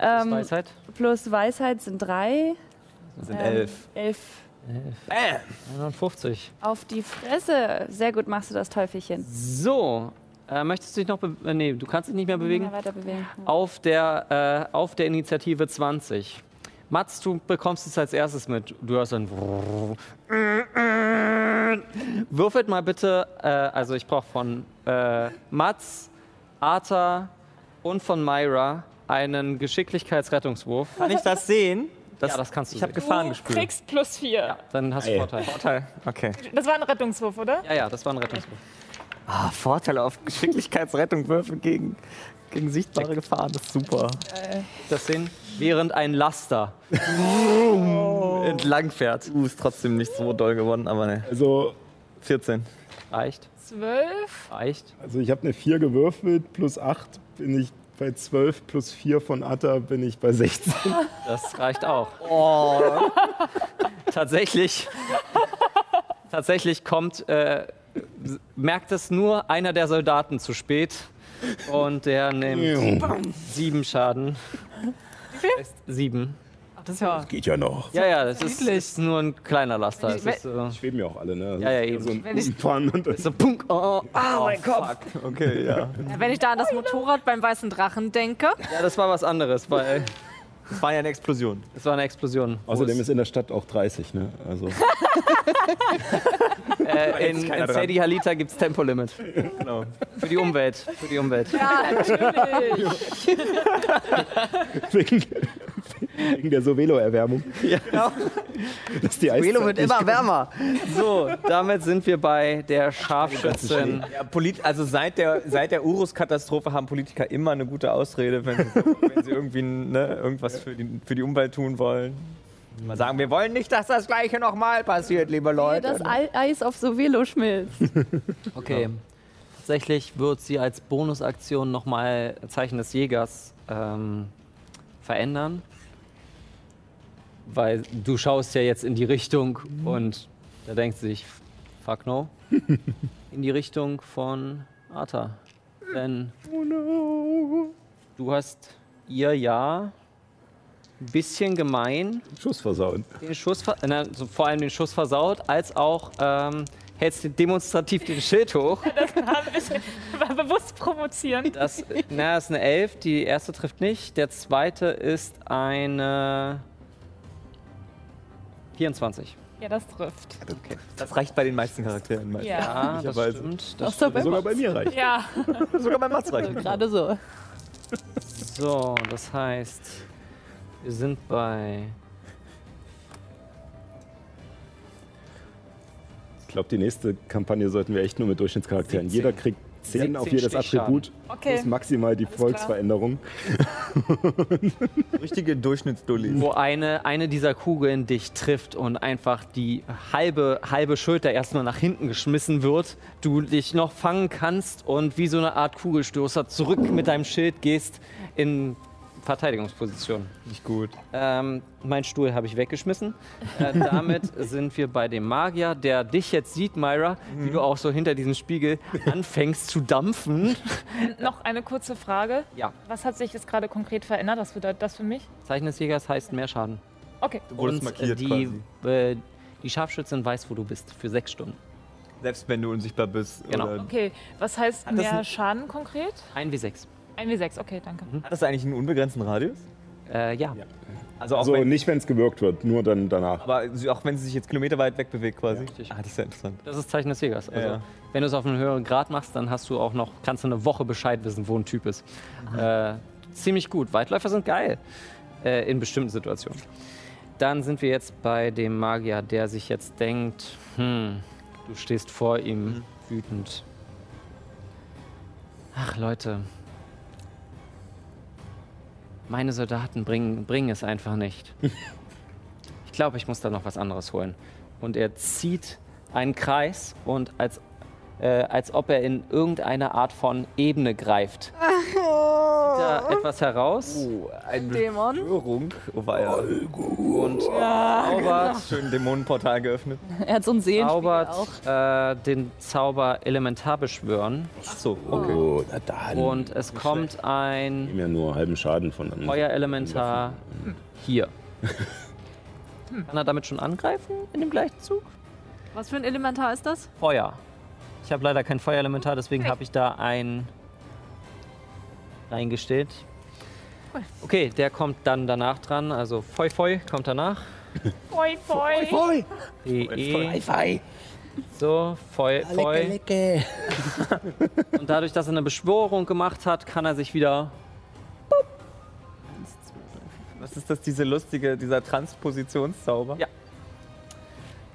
Speaker 9: Ähm,
Speaker 1: Weisheit.
Speaker 9: plus Weisheit sind 3.
Speaker 8: Das sind elf.
Speaker 9: 11
Speaker 1: 150.
Speaker 9: auf die Fresse. Sehr gut machst du das Teufelchen.
Speaker 1: So, äh, möchtest du dich noch bewegen? Nee, du kannst dich nicht mehr bewegen.
Speaker 9: Mal weiter bewegen.
Speaker 1: Auf der, äh, auf der Initiative 20. Mats, du bekommst es als erstes mit. Du hörst ein. Würfelt mal bitte. Äh, also, ich brauche von äh, Mats, Arta und von Myra einen Geschicklichkeitsrettungswurf.
Speaker 8: Kann ich das sehen?
Speaker 1: ja, das kannst du.
Speaker 8: ich Ah, habe
Speaker 1: sehen.
Speaker 8: Gefahren
Speaker 7: Du
Speaker 8: gespürt.
Speaker 7: kriegst plus vier.
Speaker 1: Dann hast du
Speaker 4: Ei.
Speaker 1: Vorteil.
Speaker 8: Vorteil. Okay.
Speaker 7: Das war ein Rettungswurf, oder?
Speaker 1: Ja, ja, das war ein Rettungswurf.
Speaker 8: Ah, Vorteil auf Geschicklichkeitsrettung würfen gegen, gegen sichtbare Gefahren. Das ist super.
Speaker 1: Das sehen, während ein Laster
Speaker 8: Äh, Entlangfährt. Uh, ist trotzdem nicht so doll geworden, aber ne.
Speaker 4: Also,
Speaker 8: 14.
Speaker 1: reicht.
Speaker 7: Zwölf.
Speaker 1: Reicht.
Speaker 4: also ich habe eine 4 gewürfelt, plus 8 bin ich bei 12, plus 4 von Atta bin ich bei 16.
Speaker 1: Das reicht auch. Oh. Tatsächlich. Tatsächlich kommt, äh, s- merkt es nur einer der Soldaten zu spät. Und der nimmt sieben Schaden. Sieben.
Speaker 7: Das ist ja.
Speaker 4: Geht ja noch.
Speaker 1: Ja, ja, das ist, ist nur ein kleiner Laster. Es ist, äh,
Speaker 4: Schweben ja auch alle, ne?
Speaker 1: Ja, ja, eben.
Speaker 4: So ein Umfahren und das
Speaker 1: so, punk, oh, ah, mein Kopf.
Speaker 8: Okay, ja.
Speaker 5: Wenn ich da an das Motorrad beim weißen Drachen denke.
Speaker 1: Ja, das war was anderes, weil äh,
Speaker 8: Das war ja eine Explosion.
Speaker 1: es war eine Explosion. Wo
Speaker 4: Außerdem
Speaker 1: es-
Speaker 4: ist in der Stadt auch 30, ne? Also,
Speaker 1: Äh, in,
Speaker 8: keiner
Speaker 1: in
Speaker 8: dran. Genau.
Speaker 1: Sadie Halita gibt es Tempolimit. Für die Umwelt. Für die Umwelt.
Speaker 4: wegen, wegen der Sovelo-Erwärmung. Ja. Dass die Eiszeit nicht kommt.
Speaker 8: wärmer.
Speaker 1: So, damit sind wir bei der Scharfschützin.
Speaker 8: Ja, Polit also seit der, seit der Urus-Katastrophe haben Politiker immer eine gute Ausrede, wenn sie, wenn sie irgendwie ne, irgendwas für die, für die Umwelt tun wollen. Mal sagen, wir wollen nicht, dass das Gleiche nochmal passiert, liebe
Speaker 9: Wie
Speaker 8: Leute.
Speaker 9: das Ei- Eis auf so Velo schmilzt.
Speaker 1: Okay. Tatsächlich wird sie als Bonusaktion nochmal Zeichen des Jägers ähm, verändern. Weil du schaust ja jetzt in die Richtung und da denkt sie sich, fuck no. In die Richtung von Arta. Denn du hast ihr ja ein bisschen gemein
Speaker 4: Schuss versauen.
Speaker 1: den Schuss, ver- na, so vor allem den Schuss versaut, als auch ähm, hältst du demonstrativ den Schild hoch.
Speaker 7: War bewusst provozieren.
Speaker 1: Das, na, das ist eine 11, die erste trifft nicht. Der zweite ist eine 24.
Speaker 7: Ja, das trifft.
Speaker 8: Das reicht bei den meisten Charakteren. meistens.
Speaker 7: Ja.
Speaker 1: Ah, das
Speaker 8: Möglicherweise.
Speaker 1: stimmt. Das
Speaker 9: Sogar
Speaker 4: Sogar bei mir reicht.
Speaker 7: Ja.
Speaker 8: Sogar bei Mats reicht.
Speaker 9: Gerade so.
Speaker 1: So, das heißt, wir sind bei.
Speaker 4: Ich glaube, die nächste Kampagne sollten wir echt nur mit Durchschnittscharakteren.
Speaker 1: 17.
Speaker 4: Jeder kriegt 10 auf
Speaker 1: 17
Speaker 4: jedes
Speaker 1: Stichschaden.
Speaker 4: Attribut.
Speaker 7: Okay.
Speaker 4: Das ist maximal die
Speaker 7: klar.
Speaker 4: Volksveränderung.
Speaker 8: Richtige Durchschnittsdullis.
Speaker 1: Wo eine, eine dieser Kugeln dich trifft und einfach die halbe, halbe Schulter erstmal nach hinten geschmissen wird, du dich noch fangen kannst und wie so eine Art Kugelstoßer zurück mit deinem Schild gehst in Verteidigungsposition.
Speaker 8: Nicht gut.
Speaker 1: Ähm, mein Stuhl habe ich weggeschmissen. Äh, damit sind wir bei dem Magier, der dich jetzt sieht, Myra,
Speaker 8: Mhm.
Speaker 1: wie du auch so hinter diesem Spiegel anfängst zu dampfen.
Speaker 7: Noch eine kurze Frage.
Speaker 1: Ja,
Speaker 7: Was hat sich jetzt gerade konkret verändert? Was bedeutet das für mich?
Speaker 1: Zeichen des Jägers heißt mehr Schaden.
Speaker 7: Okay.
Speaker 8: Du wurdest
Speaker 1: Und, äh,
Speaker 8: markiert quasi.
Speaker 1: die, äh, die Scharfschützin weiß, wo du bist, für sechs Stunden.
Speaker 8: Selbst wenn du unsichtbar bist.
Speaker 1: Genau.
Speaker 8: Oder
Speaker 7: Okay, was heißt
Speaker 8: das
Speaker 7: mehr
Speaker 8: ein-
Speaker 7: Schaden konkret?
Speaker 1: 1w6.
Speaker 7: 1w6, okay, danke.
Speaker 8: Hat das eigentlich einen unbegrenzten Radius?
Speaker 1: Äh, ja.
Speaker 8: Also auch
Speaker 4: Also
Speaker 8: wenn,
Speaker 4: nicht, wenn es gewirkt wird, nur dann danach.
Speaker 8: aber sie- auch wenn sie sich jetzt kilometerweit wegbewegt quasi.
Speaker 1: richtig.
Speaker 8: ah, das ist ja interessant.
Speaker 1: Das ist Zeichen des Jägers. Also,
Speaker 8: Ja.
Speaker 1: Wenn du es auf einen höheren Grad machst, dann hast du auch noch, kannst du eine Woche Bescheid wissen, wo ein Typ ist. Äh, ziemlich gut. Weitläufer sind geil. Äh, in bestimmten Situationen. Dann sind wir jetzt bei dem Magier, der sich jetzt denkt, hm, du stehst vor ihm wütend. Ach Leute. Meine Soldaten bringen, bringen es einfach nicht. ich glaube, ich muss da noch was anderes holen. Und er zieht einen Kreis und als, äh, als ob er in irgendeine Art von Ebene greift. Zieht da etwas heraus
Speaker 8: Oh, eine
Speaker 5: Dämon?
Speaker 8: Beschwörung. Oh, war ja.
Speaker 1: und zaubert
Speaker 8: Schön Dämonenportal gespiegel
Speaker 9: Er hat so einen Sehen.
Speaker 1: zaubert äh, den Zauber Elementar beschwören
Speaker 8: So, okay.
Speaker 4: Oh, na dann.
Speaker 1: und es kommt ein
Speaker 4: Nehmen ja nur halben Schaden von
Speaker 1: Oh
Speaker 4: anderen.
Speaker 1: Feuerelementar hier. Kann er damit schon angreifen in dem gleichen Zug?
Speaker 5: Was für ein Elementar ist das?
Speaker 1: Feuer. Ich habe leider kein Feuerelementar, deswegen habe ich da ein reingestellt. Okay, der kommt dann danach dran, also Feu Feu kommt danach.
Speaker 7: Foi, foi.
Speaker 1: DE. So, Feu Feu. Und dadurch, dass er eine Beschwörung gemacht hat, kann er sich wieder
Speaker 8: Was ist das, diese lustige, dieser Transpositionszauber?
Speaker 1: Ja.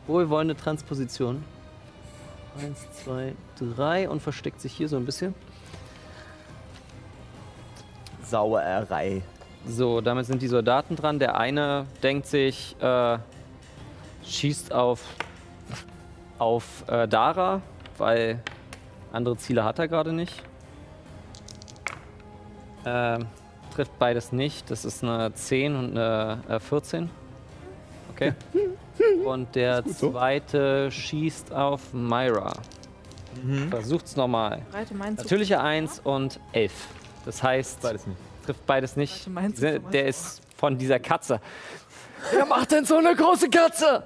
Speaker 1: wohlwollende Transposition. Eins, zwei, drei und versteckt sich hier so ein bisschen.
Speaker 8: Sauerei.
Speaker 1: So, damit sind die Soldaten dran. Der eine denkt sich, äh, schießt auf, auf äh, Dara, weil andere Ziele hat er gerade nicht. Ähm, trifft beides nicht. Das ist eine 10 und eine äh, 14. Okay. Und der
Speaker 4: so.
Speaker 1: zweite schießt auf Myra. Versucht's nochmal.
Speaker 5: Breite mein Zug.
Speaker 1: Natürliche 1 und 11. Das heißt,
Speaker 8: Beides nicht.
Speaker 1: trifft beides nicht.
Speaker 5: Warte, meinst du
Speaker 1: Der,
Speaker 5: sowas?
Speaker 1: der ist von dieser Katze.
Speaker 9: Wer macht denn so eine große Katze?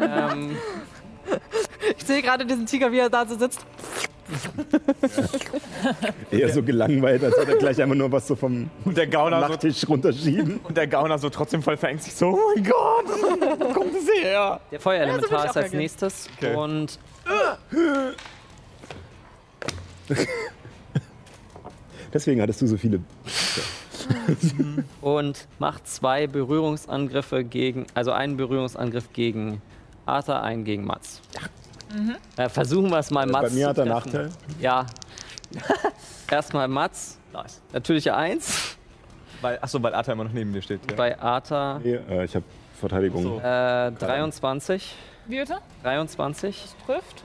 Speaker 1: Ähm,
Speaker 5: Ich sehe gerade diesen Tiger, wie er da so sitzt.
Speaker 4: Eher so gelangweilt, als würde er gleich einmal nur was so vom
Speaker 8: Und der Gauner so
Speaker 4: Nachttisch runterschieben.
Speaker 8: Und der Gauner so trotzdem voll verängstigt, so, oh mein Gott, wo kommt das her?
Speaker 1: der Feuerelementar
Speaker 5: ich
Speaker 1: ist
Speaker 5: auch
Speaker 1: als
Speaker 5: gehen.
Speaker 1: nächstes.
Speaker 8: Okay.
Speaker 1: Und
Speaker 4: Deswegen hattest du so viele.
Speaker 1: und macht zwei Berührungsangriffe gegen, also einen Berührungsangriff gegen Arthur, einen gegen Mats. Äh, versuchen wir es mal, Mats.
Speaker 4: Also Bei mir hat er
Speaker 1: zu treffen.
Speaker 4: Nachteil.
Speaker 1: Ja. Erstmal Mats,
Speaker 8: Nice.
Speaker 1: natürliche 1.
Speaker 8: Weil, achso, weil Arthur immer noch neben dir steht. Ja.
Speaker 1: Bei Arthur
Speaker 4: Nee, äh, ich habe Verteidigung.
Speaker 8: So.
Speaker 1: äh, 23.
Speaker 7: Wie bitte?
Speaker 1: 23.
Speaker 7: Trifft?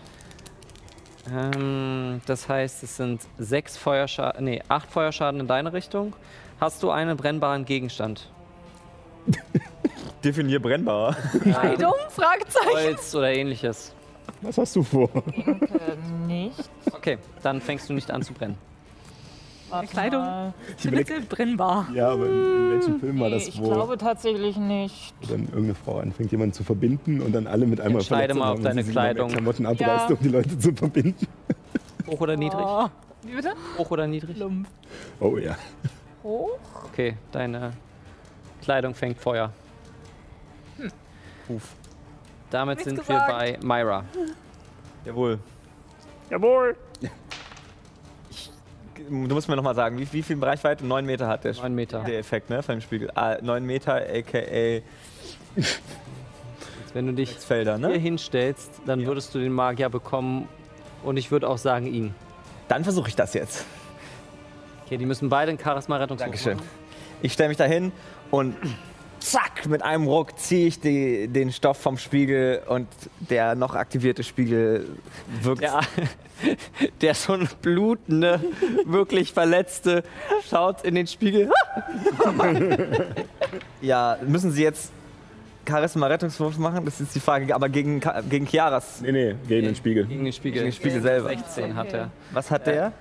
Speaker 1: Ähm, das heißt, es sind sechs Feuerschaden, nee, acht Feuerschaden in deine Richtung. Hast du einen brennbaren Gegenstand?
Speaker 8: Definier brennbar.
Speaker 5: Kleidung? Fragezeichen.
Speaker 1: Holz oder ähnliches?
Speaker 4: Was hast du vor?
Speaker 7: Äh, Nicht.
Speaker 1: Okay, dann fängst du nicht an zu brennen.
Speaker 9: Kleidung.
Speaker 7: Äh,
Speaker 4: Ich überleg,
Speaker 9: brennbar.
Speaker 4: ja, aber in, in welchem Film war
Speaker 7: nee,
Speaker 4: das,
Speaker 7: ich
Speaker 4: wo
Speaker 7: glaube tatsächlich nicht.
Speaker 4: dann irgendeine Frau anfängt, jemanden zu verbinden und dann alle mit einmal
Speaker 1: Entscheide
Speaker 4: Verletzungen
Speaker 1: mal, ob
Speaker 4: haben und sie
Speaker 1: deine
Speaker 4: sich immer mehr
Speaker 1: Kleidung-
Speaker 4: Klamotten abreißt,
Speaker 7: Ja.
Speaker 4: um die Leute zu verbinden.
Speaker 1: Hoch oder niedrig?
Speaker 7: Oh. Wie bitte?
Speaker 1: Hoch oder niedrig?
Speaker 4: Oh ja.
Speaker 7: Hoch?
Speaker 1: Okay, deine Kleidung fängt Feuer.
Speaker 7: Hm.
Speaker 1: Huf. Damit sind wir bei Myra.
Speaker 8: Jawohl.
Speaker 7: Jawohl.
Speaker 8: Du musst mir nochmal sagen, wie, wie viel Reichweite? 9 Meter hat der, Sp-
Speaker 1: Neun Meter.
Speaker 8: der Effekt, ne? Von dem Spiegel. Ah, 9 Meter, aka
Speaker 1: Wenn du dich
Speaker 8: Felder,
Speaker 1: hier
Speaker 8: ne?
Speaker 1: hinstellst, dann würdest du den Magier bekommen Und ich würde auch sagen ihn.
Speaker 8: Dann versuche ich das jetzt.
Speaker 1: Okay, die müssen beide einen Charisma-Rettungswurf
Speaker 8: Dankeschön.
Speaker 1: machen.
Speaker 8: Ich stelle mich dahin und zack, mit einem Ruck ziehe ich die, den Stoff vom Spiegel und der noch aktivierte Spiegel wirkt.
Speaker 1: Der, der schon blutende, wirklich Verletzte schaut in den Spiegel.
Speaker 8: Ja, müssen Sie jetzt Charisma-Rettungswurf machen? Das ist die Frage, aber gegen, Ka- gegen Chiaras.
Speaker 4: Nee, nee, gegen den Spiegel.
Speaker 1: Gegen den Spiegel.
Speaker 8: Gegen den Spiegel selber.
Speaker 1: 16 hat er.
Speaker 8: Was hat
Speaker 1: Äh,
Speaker 8: der?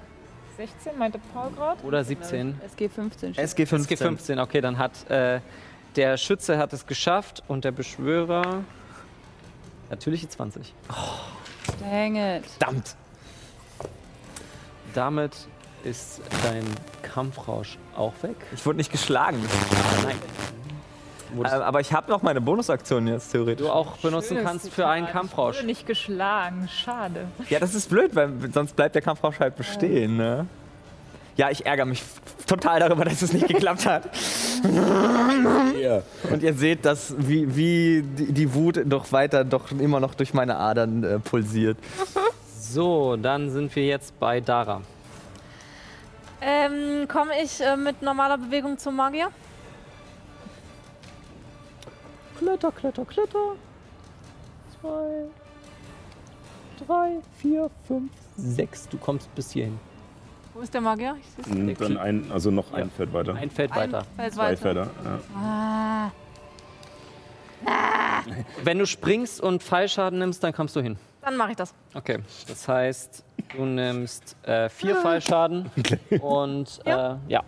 Speaker 7: 16 meinte Paul gerade.
Speaker 1: Oder 17.
Speaker 9: SG 15. steht.
Speaker 8: SG 15.
Speaker 1: SG 15, okay, dann hat äh, der Schütze hat es geschafft und der Beschwörer natürliche 20.
Speaker 9: Dang it.
Speaker 8: Verdammt.
Speaker 1: Damit ist dein Kampfrausch auch weg.
Speaker 8: Ich wurde nicht geschlagen. Nein.
Speaker 1: Wurdest-
Speaker 8: Ähm, Aber ich habe noch meine Bonusaktion jetzt theoretisch.
Speaker 1: Du auch benutzen kannst für einen Kampfrausch.
Speaker 7: Wurde nicht geschlagen, schade.
Speaker 8: Ja, das ist blöd, weil sonst bleibt der Kampfrausch halt bestehen, ne? Ja, ich ärgere mich total darüber, dass es nicht geklappt hat.
Speaker 4: Ja.
Speaker 8: Und ihr seht, dass wie, wie die, die Wut doch weiter, doch immer noch durch meine Adern äh, pulsiert.
Speaker 1: So, dann sind wir jetzt bei Dara.
Speaker 5: Ähm, Komme ich äh, mit normaler Bewegung zum Magier?
Speaker 9: Kletter, kletter, kletter. Zwei, drei, vier, fünf.
Speaker 1: Sechs, du kommst bis hierhin.
Speaker 5: Wo ist der Magier? Ich seh's.
Speaker 4: Und dann ein, also noch ein Feld weiter.
Speaker 1: Ein Feld weiter.
Speaker 5: Feld
Speaker 4: Zwei
Speaker 5: weiter.
Speaker 4: Felder. Ja.
Speaker 1: Wenn du springst und Fallschaden nimmst, dann kommst du hin.
Speaker 5: Dann mache ich das.
Speaker 1: Okay. Das heißt, du nimmst äh, vier Fallschaden und äh, ja.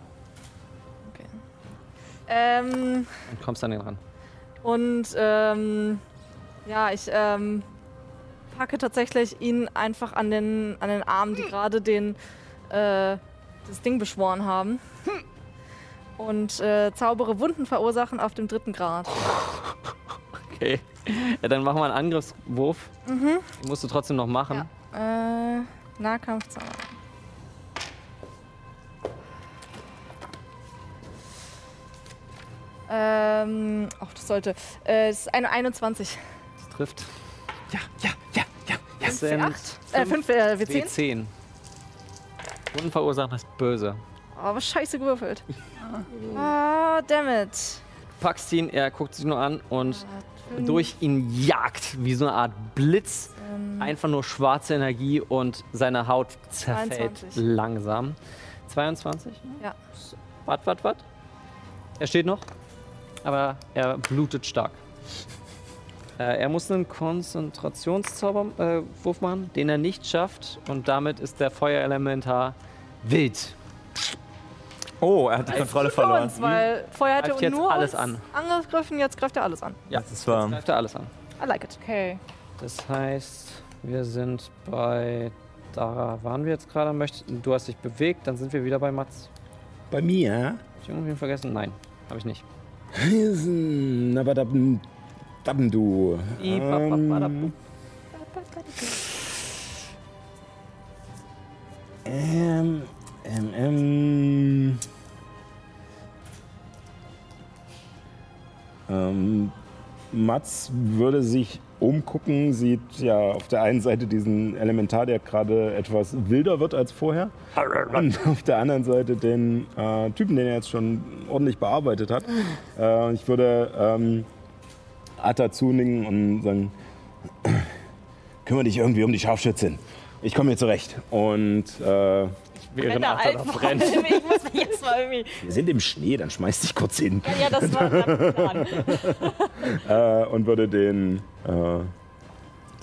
Speaker 5: Ähm,
Speaker 1: und kommst an den ran.
Speaker 5: und ähm, ja, ich ähm, packe tatsächlich ihn einfach an den, an den Arm, die gerade den äh, das Ding beschworen haben. Und äh, zaubere Wunden verursachen auf dem dritten Grad.
Speaker 1: Okay. Ja, dann machen wir einen Angriffswurf. Den musst du trotzdem noch machen.
Speaker 5: Ja. Äh, Nahkampfzauber. Ähm, ach, das sollte. Äh, es ist eine 21.
Speaker 1: Das trifft. Ja, ja, ja, ja. Das
Speaker 5: W8? Äh, 5, äh, W10.
Speaker 1: W10. Wunden verursachen ist böse.
Speaker 5: Oh, was scheiße gewürfelt. Ah, dammit.
Speaker 1: packst ihn, er guckt sich nur an und durch ihn jagt wie so eine Art Blitz einfach nur schwarze Energie und seine Haut zerfällt
Speaker 5: 22.
Speaker 1: langsam. 22?
Speaker 5: Ja.
Speaker 1: Wat, wat, wat? Er steht noch, aber er blutet stark. Äh, er muss einen Konzentrationszauberwurf äh, Wurf machen, den er nicht schafft und damit ist der Feuerelementar wild.
Speaker 8: Oh, er hat die Kontrolle
Speaker 5: Für
Speaker 8: verloren.
Speaker 5: uns, weil vorher hatte
Speaker 1: Hm. Greift
Speaker 5: er
Speaker 1: jetzt
Speaker 5: nur
Speaker 1: alles
Speaker 5: uns
Speaker 1: an.
Speaker 5: angegriffen, jetzt greift er alles an.
Speaker 8: Ja, das war.
Speaker 1: Greift er alles an.
Speaker 5: I like it.
Speaker 7: Okay.
Speaker 1: Das heißt, wir sind bei. Da waren wir jetzt gerade. Möcht- Du hast dich bewegt, dann sind wir wieder bei Mats.
Speaker 4: Bei mir
Speaker 1: Hab ich irgendwen vergessen? Nein, habe ich nicht.
Speaker 4: Riesen, aber da da du. Ähm, ähm, ähm, ähm. Ähm, Mats würde sich umgucken, sieht ja auf der einen Seite diesen Elementar, der gerade etwas wilder wird als vorher. Und auf der anderen Seite den äh, Typen, den er jetzt schon ordentlich bearbeitet hat. Äh, ich würde ähm, Atta zunicken und sagen, kümmere dich irgendwie um die Scharfschützin. Ich komme hier zurecht. Und äh,
Speaker 1: Während
Speaker 7: Da alt vor allem. Ich muss mich jetzt mal irgendwie.
Speaker 4: wir sind im Schnee, dann schmeiß dich kurz hin.
Speaker 7: Ja, das war mein Plan.
Speaker 4: Äh, und würde den, äh,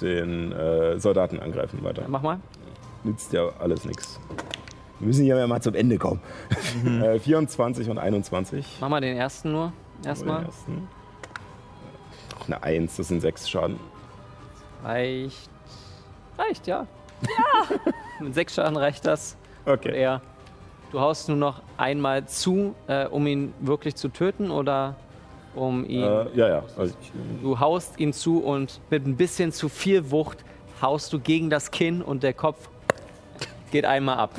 Speaker 4: den äh, Soldaten angreifen weiter.
Speaker 1: Mach mal.
Speaker 4: Nützt ja alles nichts. Wir müssen hier mal zum Ende kommen. Äh, 24 und 21.
Speaker 1: Mach mal den ersten nur.
Speaker 4: Den
Speaker 8: Oh,
Speaker 1: Erstmal.
Speaker 4: ersten. Eine 1, das sind 6 Schaden.
Speaker 1: Reicht. Reicht, ja. Ja! Mit sechs Schaden reicht das. Und
Speaker 4: Okay.
Speaker 1: er. Du haust nur noch einmal zu, äh, um ihn wirklich zu töten oder um ihn.
Speaker 4: Äh, ja, ja. Also,
Speaker 1: Du haust ihn zu und mit ein bisschen zu viel Wucht haust du gegen das Kinn und der Kopf geht einmal ab.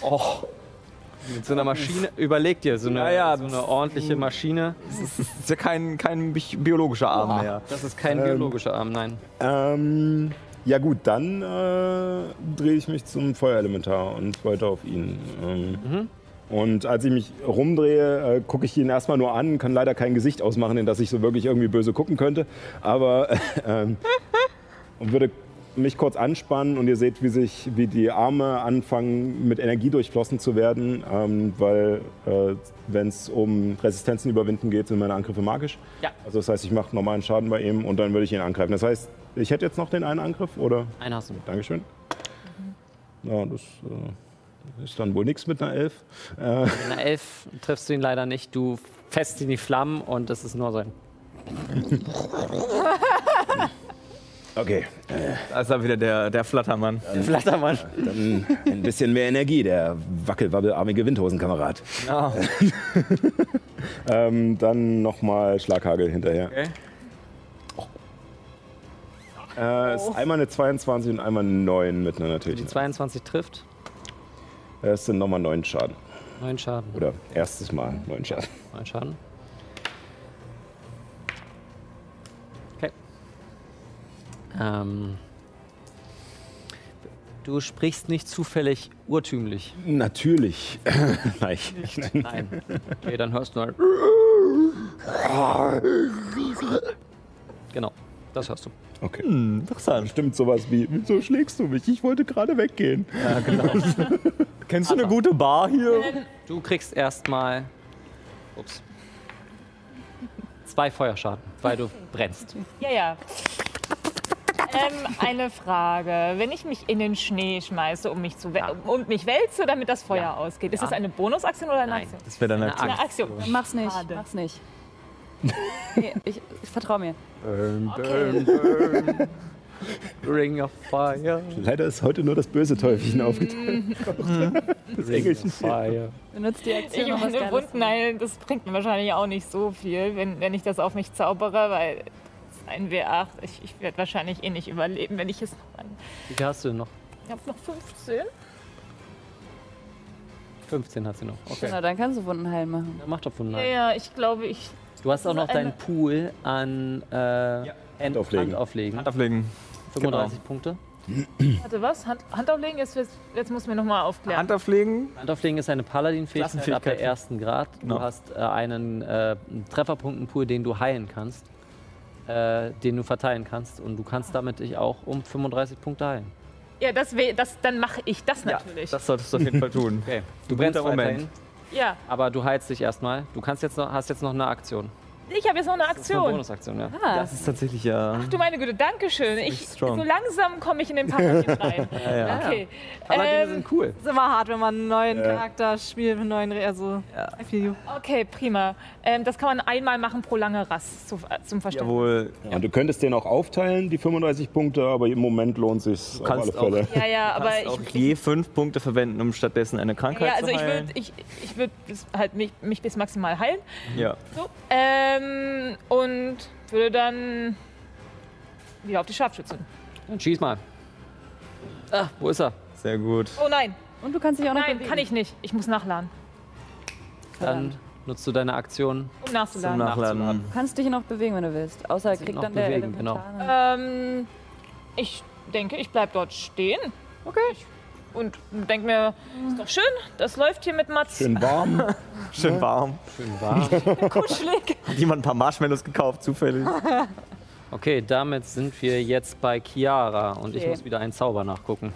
Speaker 1: Och. Mit so einer Maschine, überleg dir, so eine,
Speaker 8: Oh. Ja, ja.
Speaker 1: So eine ordentliche Maschine.
Speaker 8: Das ist ja Ähm. kein, kein bi- biologischer Arm mehr.
Speaker 1: Das ist kein biologischer Arm, nein.
Speaker 4: ähm, Ja gut, dann äh, drehe ich mich zum Feuerelementar und weiter auf ihn. Ähm, Und als ich mich rumdrehe, äh, gucke ich ihn erstmal nur an, kann leider kein Gesicht ausmachen, in das ich so wirklich irgendwie böse gucken könnte. Aber ähm, und würde mich kurz anspannen und ihr seht, wie sich, wie die Arme anfangen, mit Energie durchflossen zu werden, ähm, weil äh, wenn es um Resistenzen überwinden geht, sind meine Angriffe magisch.
Speaker 1: Ja.
Speaker 4: Also das heißt, ich mache normalen Schaden bei ihm und dann würde ich ihn angreifen. Das heißt, ich hätte jetzt noch den einen Angriff, oder?
Speaker 1: Einen hast du noch.
Speaker 4: Dankeschön. Ja, das äh, ist dann wohl nichts mit einer Elf. Äh,
Speaker 1: In der 11 triffst du ihn leider nicht. Du fässt ihn in die Flammen und das ist nur sein.
Speaker 4: okay,
Speaker 8: Da ist er wieder der, der Flattermann.
Speaker 1: Flattermann.
Speaker 4: dann ein bisschen mehr Energie, der wackelwabbelarmige Windhosenkamerad.
Speaker 8: Ah.
Speaker 4: Ähm, dann nochmal Schlaghagel hinterher.
Speaker 8: Okay.
Speaker 4: Äh, ist einmal eine 22 und einmal eine 9 mit einer
Speaker 1: Die
Speaker 4: natürlichen.
Speaker 1: 22 trifft.
Speaker 4: Das sind nochmal 9 Schaden.
Speaker 1: Neun Schaden.
Speaker 4: Oder erstes Mal 9 Schaden.
Speaker 1: Neun Schaden. Okay. Ähm, du sprichst nicht zufällig urtümlich.
Speaker 4: Natürlich. Nein.
Speaker 1: Nein. Okay, dann hörst du halt. Genau, das hörst du.
Speaker 4: Okay.
Speaker 8: Hm. Interessant.
Speaker 4: Stimmt sowas wie, wieso schlägst du mich? Ich wollte gerade weggehen.
Speaker 8: Kennst du eine gute Bar hier?
Speaker 1: Du kriegst erstmal. Ups. Zwei Feuerschaden, weil du brennst.
Speaker 7: Ja, ja. Ähm, eine Frage. Wenn ich mich in den Schnee schmeiße um mich zu we-
Speaker 1: Ja.
Speaker 7: und mich wälze, damit das Feuer
Speaker 1: Ja.
Speaker 7: ausgeht, ist
Speaker 1: Ja.
Speaker 7: das eine Bonusaktion oder eine
Speaker 1: Nein.
Speaker 7: Aktion?
Speaker 8: Das wäre dann
Speaker 1: Eine
Speaker 8: natürlich.
Speaker 7: Eine Aktion.
Speaker 9: Mach's nicht,
Speaker 7: Schade.
Speaker 9: mach's nicht. nee, ich, ich vertrau mir.
Speaker 1: Ring of Fire.
Speaker 4: Leider ist heute nur das böse Teufelchen aufgeteilt.
Speaker 1: Ring of Fire.
Speaker 9: Benutzt die Aktion
Speaker 7: Ich
Speaker 9: um was
Speaker 7: meine,
Speaker 9: Geiles zu
Speaker 7: Wunden
Speaker 9: machen.
Speaker 7: heilen, das bringt mir wahrscheinlich auch nicht so viel, wenn, wenn ich das auf mich zaubere, weil es ist ein W8, ich, ich werde wahrscheinlich eh nicht überleben, wenn ich es noch an.
Speaker 1: Wie viel hast du denn noch?
Speaker 7: Ich habe noch 15.
Speaker 1: 15 hast du noch. Okay.
Speaker 9: Na, dann kannst du Wunden heilen machen.
Speaker 1: Mach doch von
Speaker 7: Ja,
Speaker 1: nein.
Speaker 7: ja, ich glaube, ich.
Speaker 1: Du hast auch noch
Speaker 7: eine-
Speaker 1: deinen Pool an äh, Hand genau.
Speaker 4: Auflegen.
Speaker 1: Handauflegen.
Speaker 8: Hand auflegen.
Speaker 1: 35 Punkte.
Speaker 7: Hatte was? Hand, Hand auflegen? Jetzt, jetzt, jetzt muss mir nochmal aufklären.
Speaker 8: Hand auflegen.
Speaker 1: Handauflegen ist eine Paladin-Fähigkeit ab
Speaker 8: Klassenfähigkeit.
Speaker 1: der ersten Grad.
Speaker 8: Genau.
Speaker 1: Du hast äh, einen äh, Trefferpunktenpool, den du heilen kannst, äh, den du verteilen kannst. Und du kannst damit dich auch um 35 Punkte heilen.
Speaker 7: ja, das, weh- das, dann mache ich das natürlich.
Speaker 8: Das solltest du auf jeden Fall tun.
Speaker 1: Okay. Du
Speaker 8: Guter
Speaker 1: brennst
Speaker 8: Moment.
Speaker 1: weiterhin,
Speaker 7: ja,
Speaker 1: aber du heilst dich erstmal. Du kannst jetzt noch, hast jetzt noch eine Aktion.
Speaker 7: ich habe jetzt noch eine
Speaker 1: Das ist eine
Speaker 7: Aktion.
Speaker 1: Bonusaktion, ja.
Speaker 9: Ah,
Speaker 8: Das ist tatsächlich ja.
Speaker 7: Du meine Güte, Dankeschön. Ich,
Speaker 8: echt strong.
Speaker 7: so langsam komme ich in den Paladin rein.
Speaker 8: ja.
Speaker 7: Okay.
Speaker 1: Paladine
Speaker 7: Ähm,
Speaker 1: sind cool.
Speaker 5: Ist immer hart, wenn man einen neuen
Speaker 4: Ja.
Speaker 5: Charakter spielt, einen neuen. Re also, I feel you.
Speaker 7: Okay, prima. Ähm, das kann man einmal machen pro lange Rast zu, äh, zum Verständnis.
Speaker 8: Jawohl.
Speaker 4: Und du könntest den auch aufteilen, die 35 Punkte, aber im Moment lohnt sich auf alle
Speaker 8: kannst
Speaker 4: Fälle.
Speaker 7: Ja, ja, aber
Speaker 8: auch
Speaker 7: ich.
Speaker 8: je fünf Punkte verwenden, um stattdessen eine Krankheit
Speaker 7: Ja, also
Speaker 8: zu
Speaker 7: ich
Speaker 8: heilen.
Speaker 7: würde ich, ich würd bis- halt mich, mich bis maximal heilen.
Speaker 8: ja.
Speaker 7: So. Ähm, und würde dann wieder auf die Scharfschützen.
Speaker 1: Dann schieß mal. Ah, wo ist er?
Speaker 8: Sehr gut.
Speaker 7: Oh nein,
Speaker 9: Und du kannst dich auch noch
Speaker 7: nein,
Speaker 9: bewegen.
Speaker 7: kann ich nicht. Ich muss nachladen,
Speaker 1: Dann nutzt du deine Aktion.
Speaker 7: um
Speaker 8: Zum
Speaker 7: nachzuladen.
Speaker 8: Nachladen.
Speaker 9: Du kannst dich noch bewegen, wenn du willst. Außer er kriegt
Speaker 1: noch
Speaker 9: dann der
Speaker 1: bewegen, genau.
Speaker 9: Elementare.
Speaker 7: ähm, ich denke, ich bleib dort stehen. Okay. Ich, und denke mir, ist doch schön, das läuft hier mit Mats.
Speaker 4: Schön warm.
Speaker 8: Schön warm.
Speaker 7: Kuschelig.
Speaker 8: Hat jemand ein paar Marshmallows gekauft, zufällig?
Speaker 1: Okay, damit sind wir jetzt bei Chiara und ich
Speaker 9: Okay.
Speaker 1: muss wieder einen Zauber nachgucken.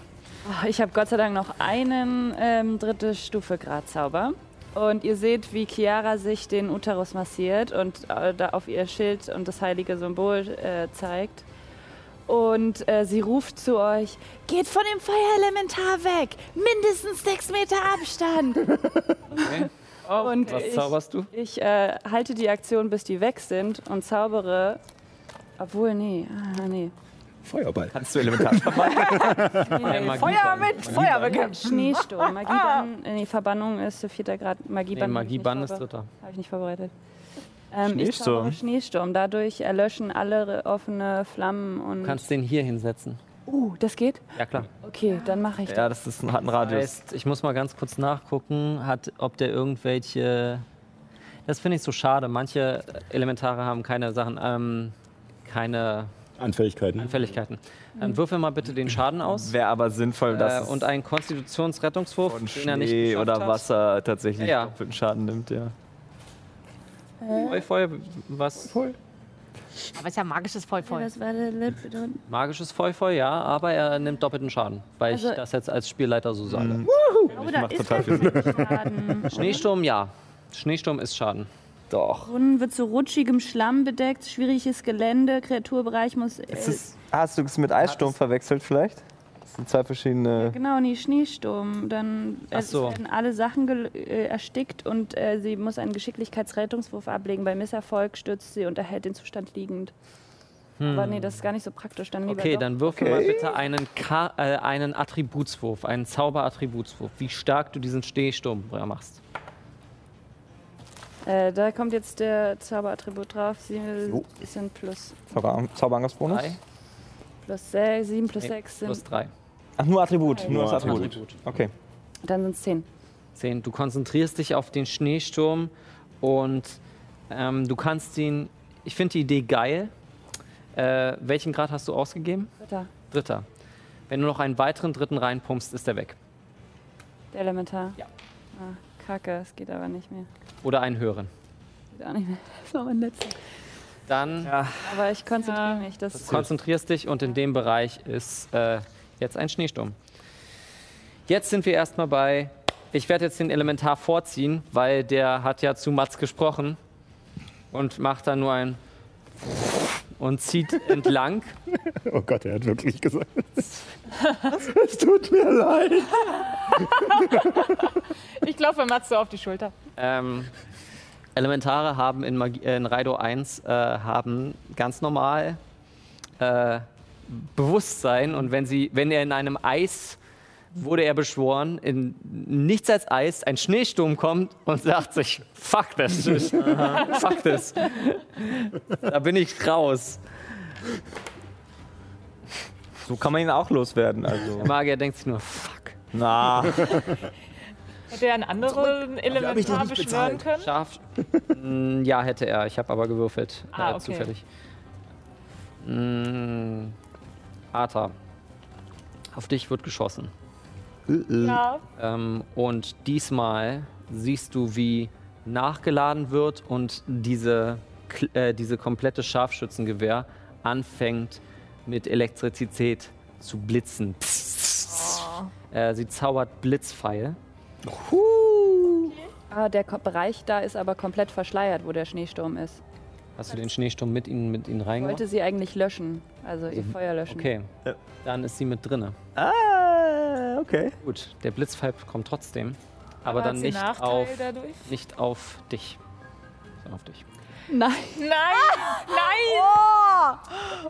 Speaker 9: Oh, Ich habe Gott sei Dank noch einen ähm, dritte Stufe Grad Zauber. Und ihr seht, wie Chiara sich den Uterus massiert und äh, da auf ihr Schild und das heilige Symbol äh, zeigt. Und äh, sie ruft zu euch, geht von dem Feuerelementar weg! Mindestens sechs Meter Abstand! und
Speaker 1: Oh, Was
Speaker 9: ich,
Speaker 1: zauberst du?
Speaker 9: ich äh, halte die Aktion, bis die weg sind und zaubere... Obwohl, nee, ah, nee.
Speaker 4: Feuerball.
Speaker 8: Kannst du elementar
Speaker 1: Einmal
Speaker 5: Feuer mit Feuer bekämpft.
Speaker 9: Schneesturm, Magiebann, äh, nee, Verbannung ist vierter Grad,
Speaker 1: Nee,
Speaker 9: Magiebann.
Speaker 1: Magiebann ist
Speaker 9: dritter.
Speaker 1: dritter.
Speaker 9: Habe ich nicht vorbereitet. Ähm,
Speaker 8: Schneesturm.
Speaker 9: Ich zaubere Schneesturm. Dadurch erlöschen alle re- offene Flammen und.
Speaker 1: Du kannst den hier hinsetzen.
Speaker 9: uh, das geht?
Speaker 1: Ja, klar.
Speaker 9: Okay, dann mache ich
Speaker 8: Ja, das ist ein, hat einen Radius.
Speaker 1: Heißt, ich muss mal ganz kurz nachgucken, hat, ob der irgendwelche. Das finde ich so schade. Manche Elementare haben keine Sachen, ähm, keine
Speaker 4: Anfälligkeiten.
Speaker 1: Fälligkeiten. Dann würfel mal bitte den Schaden aus.
Speaker 8: Wäre aber sinnvoll, dass
Speaker 1: Äh, und einen Konstitutionsrettungswurf,
Speaker 8: von
Speaker 1: den er nicht
Speaker 8: Schnee
Speaker 1: geschafft
Speaker 8: oder
Speaker 1: hat.
Speaker 8: Wasser tatsächlich
Speaker 1: Ja.
Speaker 8: doppelten Schaden nimmt, ja.
Speaker 1: Feu, Feu, was?
Speaker 7: Aber es ist ja magisches Voll voll.
Speaker 9: Was war der letzte?
Speaker 1: Magisches Feu, Feu, ja, aber er nimmt doppelten Schaden, weil
Speaker 9: Also-
Speaker 1: ich das jetzt als Spielleiter so sage.
Speaker 9: Oh, da
Speaker 8: macht
Speaker 9: ist
Speaker 8: total
Speaker 9: halt viel Schaden.
Speaker 1: Schneesturm, ja. Schneesturm ist Schaden.
Speaker 8: Doch.
Speaker 9: Brunnen wird zu rutschigem Schlamm bedeckt, schwieriges Gelände, Kreaturbereich muss. Äh,
Speaker 8: Ist es, hast du es mit Eissturm verwechselt vielleicht? Das sind zwei verschiedene.
Speaker 9: genau, nee, Schneesturm. Dann äh,
Speaker 1: Ach so.
Speaker 9: es werden alle Sachen gel- äh, erstickt und äh, sie muss einen Geschicklichkeitsrettungswurf ablegen. Bei Misserfolg stürzt sie und erhält den Zustand liegend. Aber nee, das ist gar nicht so praktisch. Dann lieber
Speaker 1: Hm. Okay,
Speaker 9: doch.
Speaker 1: dann würfel mal bitte einen, Ka äh, einen Attributswurf, einen Zauberattributswurf, wie stark du diesen Schneesturm machst.
Speaker 9: Äh, da kommt jetzt der Zauberattribut drauf. Sie sind plus,
Speaker 8: Zauber- Zauberangriffsbonus?
Speaker 1: Drei?
Speaker 9: plus 6, 7 plus
Speaker 1: Nee,
Speaker 9: 6 sind.
Speaker 1: Plus drei.
Speaker 8: Ach, nur Attribut.
Speaker 9: Drei.
Speaker 8: Nur das
Speaker 4: Nur
Speaker 8: Attribut. Okay.
Speaker 9: Dann sind es 10.
Speaker 1: Zehn. Du konzentrierst dich auf den Schneesturm und ähm, du kannst ihn. Ich finde die Idee geil. Äh, welchen Grad hast du ausgegeben?
Speaker 9: Dritter,
Speaker 1: Dritter. Wenn du noch einen weiteren dritten reinpumpst, ist er weg.
Speaker 9: der Elementar.
Speaker 1: Ja.
Speaker 9: Ah, Kacke, es geht aber nicht mehr.
Speaker 1: Oder einen höheren.
Speaker 9: Geht auch nicht mehr. Das war mein letzter.
Speaker 1: Dann
Speaker 9: Aber ich konzentriere mich. Das
Speaker 1: Du konzentrierst dich und in dem Bereich ist äh, jetzt ein Schneesturm. Jetzt sind wir erstmal bei. Ich werde jetzt den Elementar vorziehen, weil der hat ja zu Mats gesprochen und macht dann nur ein und zieht entlang.
Speaker 4: Oh Gott, er hat wirklich gesagt. es tut mir leid.
Speaker 7: Ich glaube, Mats so auf die Schulter.
Speaker 1: Ähm, Elementare haben in, Magi äh, in Raido 1 äh, haben ganz normal äh, Bewusstsein und wenn sie, wenn er in einem Eis wurde er beschworen, in nichts als Eis, ein Schneesturm kommt und sagt sich, fuck das, fuck das, da bin ich raus.
Speaker 8: So kann man ihn auch loswerden. Also.
Speaker 1: Der Magier denkt sich nur, fuck,
Speaker 8: Na,
Speaker 7: Hätte er einen anderen Elementar beschwören können?
Speaker 1: scharf. Mm, ja, hätte er, ich habe aber gewürfelt,
Speaker 7: Ah,
Speaker 1: äh,
Speaker 7: okay.
Speaker 1: zufällig. Mm, Arta, auf dich wird geschossen.
Speaker 7: Ja.
Speaker 1: Ähm, und diesmal siehst du, wie nachgeladen wird und diese, Kl- äh, diese komplette Scharfschützengewehr anfängt mit Elektrizität zu blitzen. Äh, sie zaubert Blitzpfeil.
Speaker 9: ah, der Ko- Bereich da ist aber komplett verschleiert, wo der Schneesturm ist.
Speaker 1: Hast du den Schneesturm mit ihnen, mit ihnen
Speaker 9: Ich wollte
Speaker 1: reingemacht?
Speaker 9: sie eigentlich löschen, also ihr Feuer löschen.
Speaker 1: Okay,
Speaker 8: Ja.
Speaker 1: dann ist sie mit drinne.
Speaker 8: ah, okay.
Speaker 1: Gut, der Blitzpfeil kommt trotzdem, aber,
Speaker 7: hat
Speaker 1: dann
Speaker 7: sie
Speaker 1: nicht
Speaker 7: Nachteil
Speaker 1: auf,
Speaker 7: dadurch?
Speaker 1: nicht auf dich. sondern Auf dich.
Speaker 7: Nein!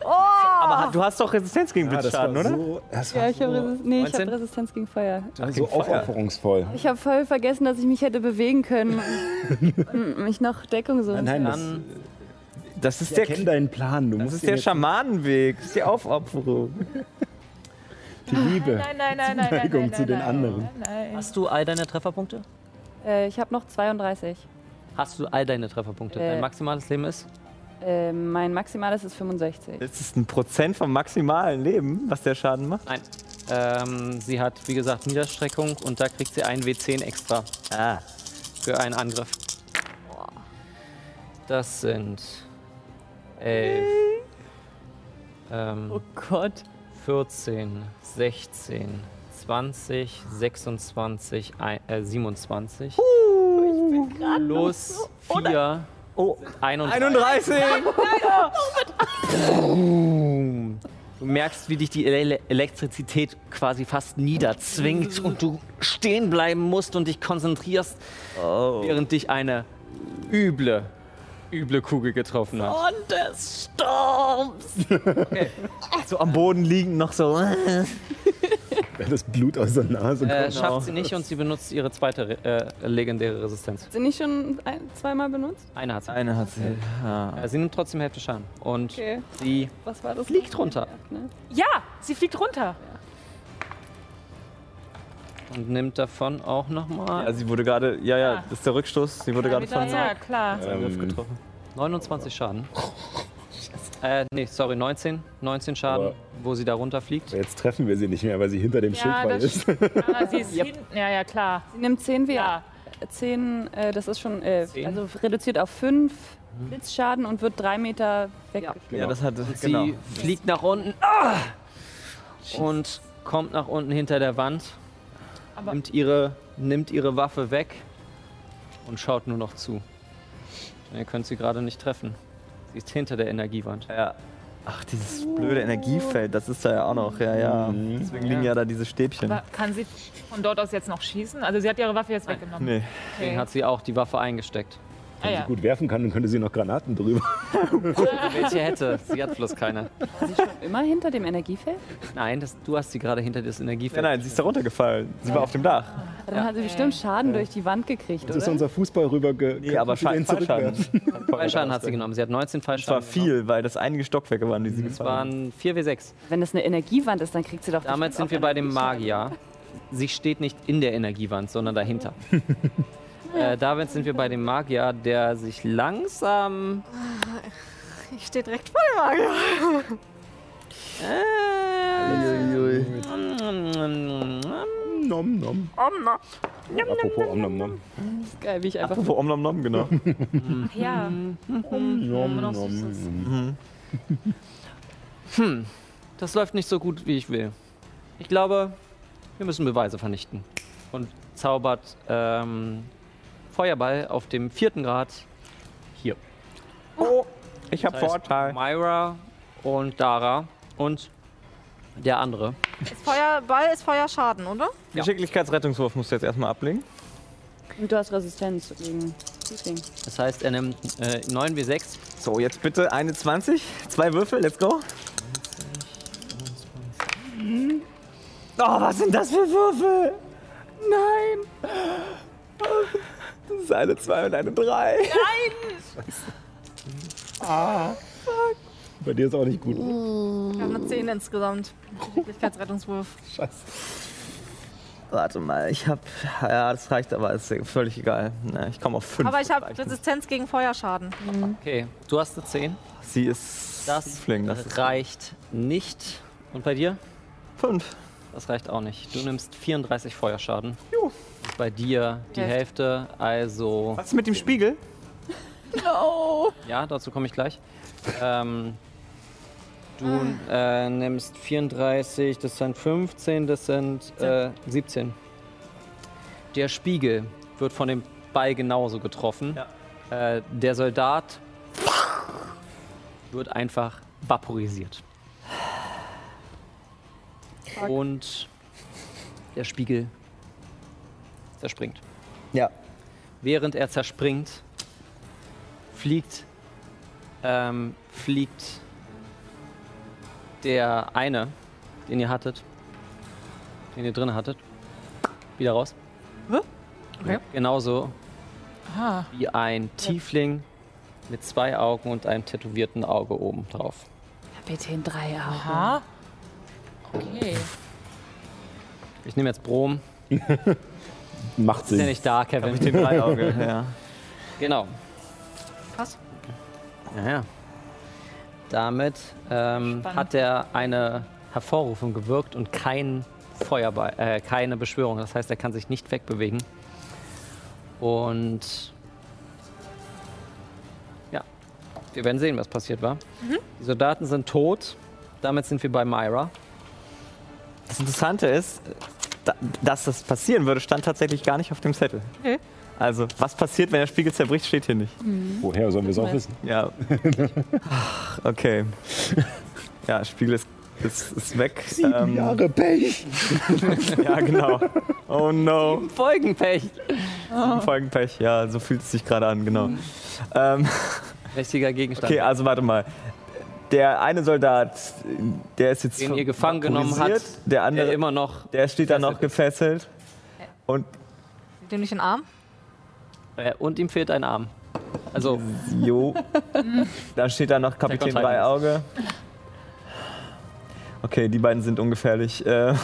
Speaker 8: Aber Ah, du hast doch Resistenz gegen Blitzschaden, oder?
Speaker 4: so, das
Speaker 9: Ja, ich habe
Speaker 4: so,
Speaker 9: Resist nee, ich hab
Speaker 1: 19?
Speaker 9: Resistenz gegen Feuer.
Speaker 4: so aufopferungsvoll.
Speaker 9: Ich habe voll vergessen, dass ich mich hätte bewegen können und mich noch Deckung suchen.
Speaker 4: Nein,
Speaker 1: Dann
Speaker 8: Das ist
Speaker 4: ich
Speaker 8: der,
Speaker 4: erkenne deinen Plan. Du
Speaker 8: das
Speaker 4: musst
Speaker 8: ist
Speaker 4: ihn
Speaker 8: der
Speaker 4: jetzt-
Speaker 8: Schamanenweg. Das ist die Aufopferung.
Speaker 4: die Liebe.
Speaker 7: Nein, nein, nein, nein, nein,
Speaker 4: Neigung
Speaker 7: nein,
Speaker 4: zu den
Speaker 7: nein,
Speaker 4: anderen.
Speaker 7: Nein, nein.
Speaker 1: hast du all deine Trefferpunkte?
Speaker 9: Äh, ich habe noch 32.
Speaker 1: Hast du all deine Trefferpunkte?
Speaker 9: Äh.
Speaker 1: Dein maximales Leben ist?
Speaker 9: Äh, mein Maximales ist 65.
Speaker 8: Das ist ein Prozent vom maximalen Leben, was der Schaden macht.
Speaker 1: Nein. Ähm, sie hat, wie gesagt, Niederstreckung und da kriegt sie einen W10 extra
Speaker 8: Ah.
Speaker 1: für einen Angriff. Das sind 11, ähm,
Speaker 9: Gott.
Speaker 1: 14, 16, 20, 26, ein- äh, 27. Plus 4,
Speaker 8: Oh,
Speaker 1: 31.
Speaker 8: 31!
Speaker 1: Du merkst, wie dich die Ele Elektrizität quasi fast niederzwingt und du stehen bleiben musst und dich konzentrierst, während dich eine üble, üble Kugel getroffen hat.
Speaker 8: Und des Sturms! So am Boden liegend noch so.
Speaker 4: Das Blut aus der Nase kommt.
Speaker 1: Äh, schafft sie nicht und sie benutzt ihre zweite Re äh, legendäre Resistenz.
Speaker 9: Sind nicht schon ein, zweimal benutzt?
Speaker 1: Eine hat sie.
Speaker 8: Eine hat sie.
Speaker 1: Äh, sie nimmt trotzdem Hälfte Schaden. Und
Speaker 9: Okay.
Speaker 1: sie
Speaker 9: Was war das?
Speaker 1: fliegt runter
Speaker 9: Ne?
Speaker 7: Ja, sie fliegt runter.
Speaker 1: und nimmt davon auch nochmal
Speaker 8: Also sie wurde gerade. Ja, ja, das ist der Rückstoß. Sie wurde gerade von
Speaker 7: Ja, klar.
Speaker 8: Angriff getroffen.
Speaker 1: 29 Schaden. Äh, nee, sorry, 19. 19 Schaden,
Speaker 4: Aber-
Speaker 1: wo sie da runterfliegt.
Speaker 4: Jetzt treffen wir sie nicht mehr, weil sie hinter dem
Speaker 7: Ja,
Speaker 4: Schildwall
Speaker 7: das
Speaker 4: ist.
Speaker 7: stimmt. Ah, sie ist hinten. Ja, ja, klar.
Speaker 9: Sie nimmt 10 W.
Speaker 7: Ja.
Speaker 9: 10, äh, das ist schon, äh,
Speaker 1: Zehn?
Speaker 9: also reduziert auf 5 Blitzschaden und wird 3 Meter weg.
Speaker 8: Ja, das hat
Speaker 1: Sie
Speaker 8: genau.
Speaker 1: fliegt nach unten ah! und kommt nach unten hinter der Wand,
Speaker 7: Aber-
Speaker 1: nimmt, ihre, nimmt ihre Waffe weg und schaut nur noch zu. Denn Ihr könnt sie gerade nicht treffen. Sie ist hinter der Energiewand.
Speaker 8: Ja. Ach, dieses blöde Energiefeld, das ist da ja auch noch. Ja, ja. Deswegen liegen ja da diese Stäbchen.
Speaker 7: Aber kann sie von dort aus jetzt noch schießen? Also sie hat ihre Waffe jetzt weggenommen.
Speaker 8: Nee.
Speaker 1: Deswegen hat sie auch die Waffe eingesteckt.
Speaker 7: ah, ja.
Speaker 4: Gut werfen kann, dann könnte sie noch Granaten drüber.
Speaker 1: Welche hätte? Sie hat bloß keine.
Speaker 9: War sie schon immer hinter dem Energiefeld?
Speaker 1: Nein, das, du hast sie gerade hinter das
Speaker 8: Nein,
Speaker 1: Energiefeld.
Speaker 8: nein, sie ist da runtergefallen. Sie war auf dem Dach.
Speaker 9: Also Dann hat sie bestimmt Schaden durch die Wand gekriegt,
Speaker 4: Das ist
Speaker 9: oder?
Speaker 4: unser Fußball rüberge.
Speaker 8: Nee, aber
Speaker 4: Könnten sie
Speaker 8: Scha
Speaker 4: den
Speaker 8: Fallschaden.
Speaker 4: zurückwerfen?
Speaker 1: Fallschaden hat sie genommen. Sie hat 19
Speaker 8: Das war
Speaker 1: Fallschaden. genommen.
Speaker 8: viel, weil das einige Stockwerke Mhm. waren, die sie
Speaker 1: Es
Speaker 8: gefallen
Speaker 1: waren 4W6.
Speaker 9: Wenn das eine Energiewand ist, dann kriegt sie doch
Speaker 1: Damit sind
Speaker 9: bestimmt
Speaker 1: wir
Speaker 9: auch
Speaker 1: bei dem
Speaker 9: Energieschaden.
Speaker 1: Magier. Sie steht nicht in der Energiewand, sondern dahinter. äh, damit sind wir bei dem Magier, der sich langsam.
Speaker 5: Ich stehe direkt vor dem Magier.
Speaker 4: Nom, nom.
Speaker 5: ne?
Speaker 4: Apropos Om Nom Nom.
Speaker 9: Geil, wie ich einfach.
Speaker 8: Apropos Omnom Nom, genau.
Speaker 7: Ach ja.
Speaker 5: Hm.
Speaker 4: Nom,
Speaker 7: noch
Speaker 4: nom,
Speaker 7: Süßes.
Speaker 4: nom.
Speaker 1: Das läuft nicht so gut, wie ich will. Ich glaube, wir müssen Beweise vernichten. Und zaubert ähm, Feuerball auf dem vierten Grad. Hier.
Speaker 8: Oh, ich hab
Speaker 1: Das heißt,
Speaker 8: Vorteil.
Speaker 1: Myra und Dara und der andere.
Speaker 5: Ist Feuerball ist Feuerschaden, oder?
Speaker 1: Ja.
Speaker 8: Geschicklichkeitsrettungswurf musst du jetzt erstmal ablegen.
Speaker 9: Und du hast Resistenz gegen Shooting.
Speaker 1: Das heißt, er nimmt äh, 9W6.
Speaker 8: So, jetzt bitte eine 20. Zwei Würfel, let's go. Oh, was sind das für Würfel? Nein. Das ist eine 2 und eine 3.
Speaker 4: Bei dir ist auch nicht gut.
Speaker 5: Ich habe eine 10 insgesamt. Geschicklichkeitsrettungswurf.
Speaker 8: Warte mal, ich hab. Ja, das reicht aber, ist völlig egal. Na, ich komme auf 5.
Speaker 5: Aber ich habe Resistenz gegen Feuerschaden.
Speaker 1: Okay, du hast eine 10.
Speaker 8: Sie ist.
Speaker 1: Das
Speaker 8: Fling, das ist
Speaker 1: reicht nicht. Und bei dir?
Speaker 8: 5.
Speaker 1: Das reicht auch nicht. Du nimmst 34 Feuerschaden. Und Bei dir die Hälfte, also.
Speaker 8: Was ist mit dem Spiegel?
Speaker 1: Ja, dazu komme ich gleich. Ähm, du äh, nimmst 34, das sind 15, das sind äh, 17. Der Spiegel wird von dem Ball genauso getroffen. Äh, der Soldat wird einfach vaporisiert. Und der Spiegel zerspringt.
Speaker 8: Ja.
Speaker 1: Während er zerspringt, fliegt, ähm, fliegt der eine, den ihr hattet, den ihr drin hattet, wieder raus.
Speaker 7: Okay.
Speaker 1: Genauso
Speaker 7: Aha.
Speaker 1: wie ein Tiefling mit zwei Augen und einem tätowierten Auge oben drauf.
Speaker 9: Bitte in drei Augen.
Speaker 7: Aha. Okay.
Speaker 1: Ich nehme jetzt Brom.
Speaker 4: Macht
Speaker 1: Ist ja
Speaker 4: Sinn.
Speaker 1: nicht da, Kevin.
Speaker 8: Mit dem Dreiauge, ja.
Speaker 1: Genau.
Speaker 5: Krass.
Speaker 1: Naja. Damit ähm,
Speaker 7: Spannend.
Speaker 1: hat er eine Hervorrufung gewirkt und kein Feuerball, äh, keine Beschwörung. Das heißt, er kann sich nicht wegbewegen. Und ja, wir werden sehen, was passiert war. Die Soldaten sind tot. Damit sind wir bei Myra.
Speaker 8: Das Interessante ist, da, dass das passieren würde, stand tatsächlich gar nicht auf dem Zettel. Also, was passiert, wenn der Spiegel zerbricht, steht hier nicht.
Speaker 4: Woher sollen wir es auch wissen?
Speaker 8: Ja. Ach, okay. Ja, Spiegel ist, ist, ist weg. Ähm,
Speaker 4: Jahre Pech.
Speaker 8: ja, genau. Oh no.
Speaker 1: Folgenpech.
Speaker 8: Folgenpech. Ja, so fühlt es sich gerade an, genau. Ähm,
Speaker 1: Richtiger Gegenstand.
Speaker 8: okay, also warte mal. Der eine Soldat, der ist jetzt.
Speaker 1: Den ihr gefangen genommen habt,
Speaker 8: vaporisiert. Der andere,
Speaker 1: Der
Speaker 8: der,
Speaker 1: immer noch.
Speaker 8: steht da noch gefesselt. Und
Speaker 5: Dem nicht den Arm?
Speaker 1: Äh, und ihm fehlt ein Arm. Also,
Speaker 8: Jo. Dann steht da noch
Speaker 1: Attack on
Speaker 8: Kapitän
Speaker 1: Titan.
Speaker 8: Dreiauge. Okay, die beiden sind ungefährlich. Äh,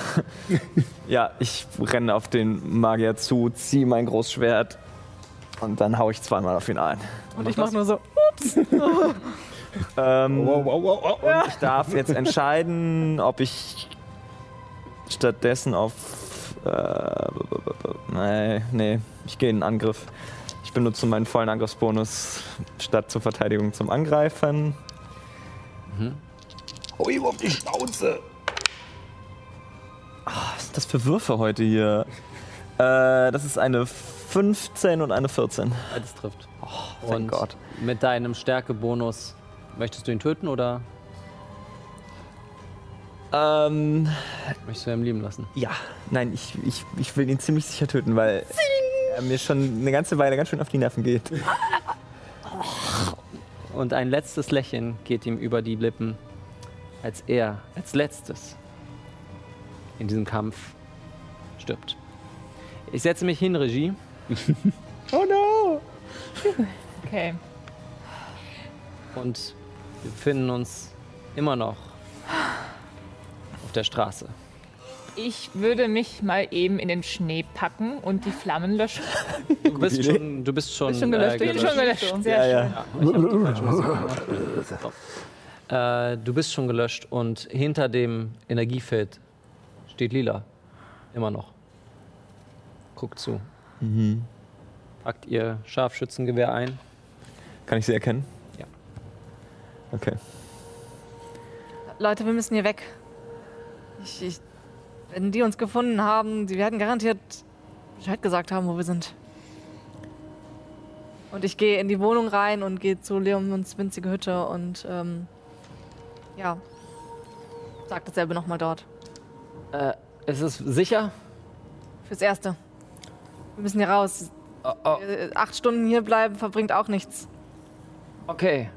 Speaker 8: ja, ich renne auf den Magier zu, ziehe mein Großschwert und dann hau ich zweimal auf ihn ein.
Speaker 5: Und ich mache nur so.
Speaker 8: Ähm,
Speaker 4: Wow, wow, wow, wow.
Speaker 8: Und ich darf jetzt entscheiden, ob ich stattdessen auf. Äh, b- b- b- nee, nee, ich gehe in den Angriff. Ich benutze meinen vollen Angriffsbonus statt zur Verteidigung zum Angreifen.
Speaker 4: Hau ihm auf die Schnauze.
Speaker 8: Was sind das für Würfe heute hier? Äh, das ist eine 15 und eine 14.
Speaker 1: Beides trifft.
Speaker 8: thank
Speaker 1: und
Speaker 8: God.
Speaker 1: mit deinem Stärkebonus möchtest du ihn töten oder
Speaker 8: Ähm,
Speaker 1: möchtest du ihn lieben lassen?
Speaker 8: ja, nein, ich, ich, ich will ihn ziemlich sicher töten, weil er mir schon eine ganze Weile ganz schön auf die Nerven geht.
Speaker 1: Und ein letztes Lächeln geht ihm über die Lippen, als er als letztes in diesem Kampf stirbt. Ich setze mich hin, Regie.
Speaker 7: Okay.
Speaker 1: und wir befinden uns immer noch auf der Straße.
Speaker 7: Ich würde mich mal eben in den Schnee packen und die Flammen löschen.
Speaker 1: Du bist schon, du bist schon,
Speaker 5: schon gelöscht?
Speaker 1: Äh,
Speaker 5: Bin
Speaker 1: gelöscht.
Speaker 7: gelöscht. Sehr
Speaker 8: Ja,
Speaker 7: schön.
Speaker 8: ja.
Speaker 1: Äh, du bist schon gelöscht und hinter dem Energiefeld steht Lila. Immer noch. Guckt zu. Packt ihr Scharfschützengewehr ein.
Speaker 8: Kann ich sie erkennen?
Speaker 1: Ja.
Speaker 8: Okay.
Speaker 5: Leute, wir müssen hier weg. Ich, ich, wenn die uns gefunden haben, die werden garantiert Bescheid gesagt haben, wo wir sind. Und ich gehe in die Wohnung rein und gehe zu Leons winzige Hütte und ähm, ja, sag dasselbe nochmal dort.
Speaker 1: Es ist sicher.
Speaker 5: Fürs Erste. Wir müssen hier raus.
Speaker 1: Oh, oh,
Speaker 5: Äh, Acht Stunden hier bleiben verbringt auch nichts.
Speaker 1: okay.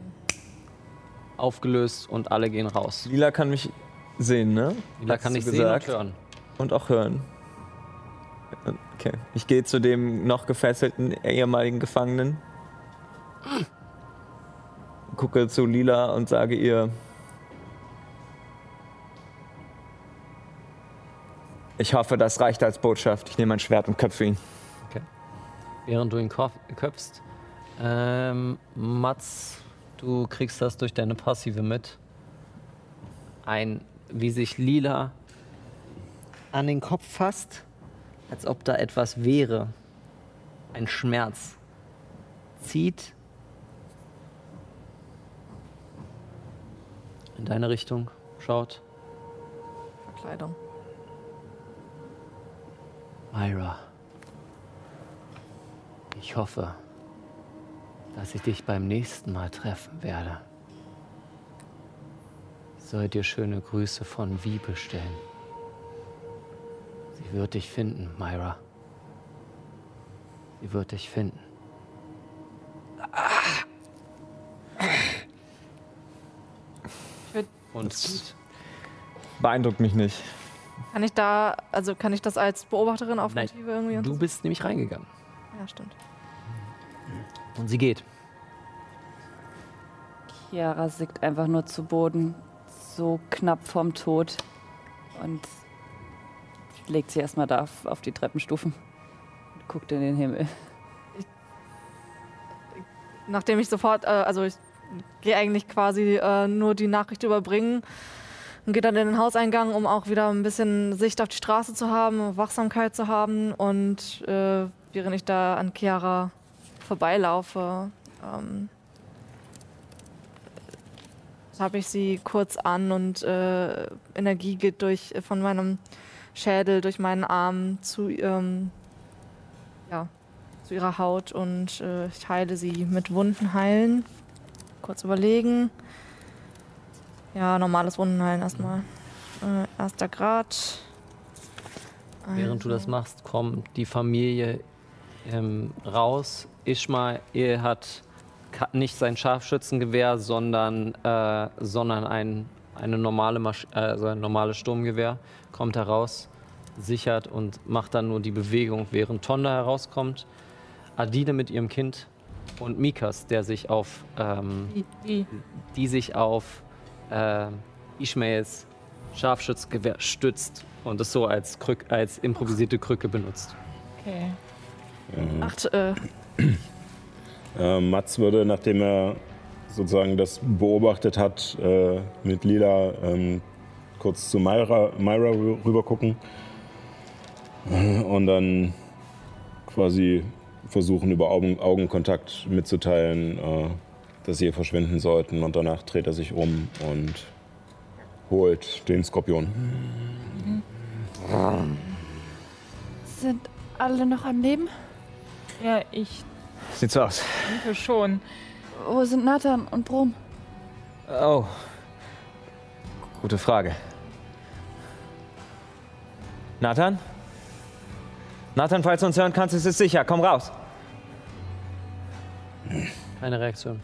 Speaker 1: Aufgelöst und alle gehen raus.
Speaker 8: Lila kann mich sehen, ne?
Speaker 1: Lila
Speaker 8: Hast
Speaker 1: kann
Speaker 8: du
Speaker 1: ich sehen und
Speaker 8: gesagt.
Speaker 1: hören.
Speaker 8: Und auch hören. Okay. Ich gehe zu dem noch gefesselten ehemaligen Gefangenen. Gucke zu Lila und sage ihr. Ich hoffe, das reicht als Botschaft. Ich nehme mein Schwert und köpfe ihn.
Speaker 1: während du ihn kof- köpfst. Ähm, Mats, du kriegst das durch deine Passive mit. Ein, wie sich Lila an den Kopf fasst, als ob da etwas wäre. Ein Schmerz. Zieht in deine Richtung, schaut.
Speaker 5: Verkleidung.
Speaker 1: Myra, ich hoffe, dass ich dich beim nächsten Mal treffen werde. Ich soll dir schöne Grüße von Vi bestellen. Sie wird dich finden, Myra. Sie wird dich finden.
Speaker 5: würd-
Speaker 1: Und zieht.
Speaker 8: Beeindruckt mich nicht.
Speaker 5: Kann ich da, also kann ich das als Beobachterin auf
Speaker 1: Nein,
Speaker 5: Motive irgendwie?
Speaker 1: du
Speaker 5: und
Speaker 1: bist nämlich reingegangen.
Speaker 5: so? Ja, stimmt.
Speaker 1: Und sie geht.
Speaker 9: Chiara sickt einfach nur zu Boden, so knapp vorm Tod. Und legt sie erstmal da auf, auf die Treppenstufen. Und guckt in den Himmel.
Speaker 5: nachdem ich sofort, äh, also ich gehe eigentlich quasi äh, nur die Nachricht überbringen und gehe dann in den Hauseingang, um auch wieder ein bisschen Sicht auf die Straße zu haben, um Wachsamkeit zu haben und äh, während ich da an Chiara vorbeilaufe, ähm, habe ich sie kurz an und äh, Energie geht durch äh, von meinem Schädel durch meinen Arm zu ähm, ja, zu ihrer Haut und äh, ich heile sie mit Wunden heilen. Kurz überlegen. Ja, normales Wunden heilen erstmal. Äh, erster Grad.
Speaker 1: Während du das machst, kommt die Familie ähm, raus. Ishmael hat ka- nicht sein Scharfschützengewehr, sondern, äh, sondern ein, eine normale Masch äh, also ein normales Sturmgewehr. Kommt heraus, sichert und macht dann nur die Bewegung, während Tonda herauskommt. Adine mit ihrem Kind und Mikas, der sich auf, ähm, die sich auf äh, Ishmaels Scharfschützgewehr stützt und es so als, Krück, als improvisierte Krücke benutzt.
Speaker 7: Okay.
Speaker 5: Acht, äh,
Speaker 4: Äh, Mats würde, nachdem er sozusagen das beobachtet hat, äh, mit Lila ähm, kurz zu Myra, Myra rü- rüber gucken und dann quasi versuchen, über Augen, Augenkontakt mitzuteilen, äh, dass sie hier verschwinden sollten. Und danach dreht er sich um und holt den Skorpion.
Speaker 9: Sind alle noch am Leben?
Speaker 7: Ja, ich
Speaker 8: Sieht so aus.
Speaker 7: denke schon.
Speaker 9: Wo sind Nathan und Brom?
Speaker 8: Oh. Gute Frage. Nathan? Nathan, falls du uns hören kannst, ist es sicher. Komm raus.
Speaker 1: Keine Reaktion.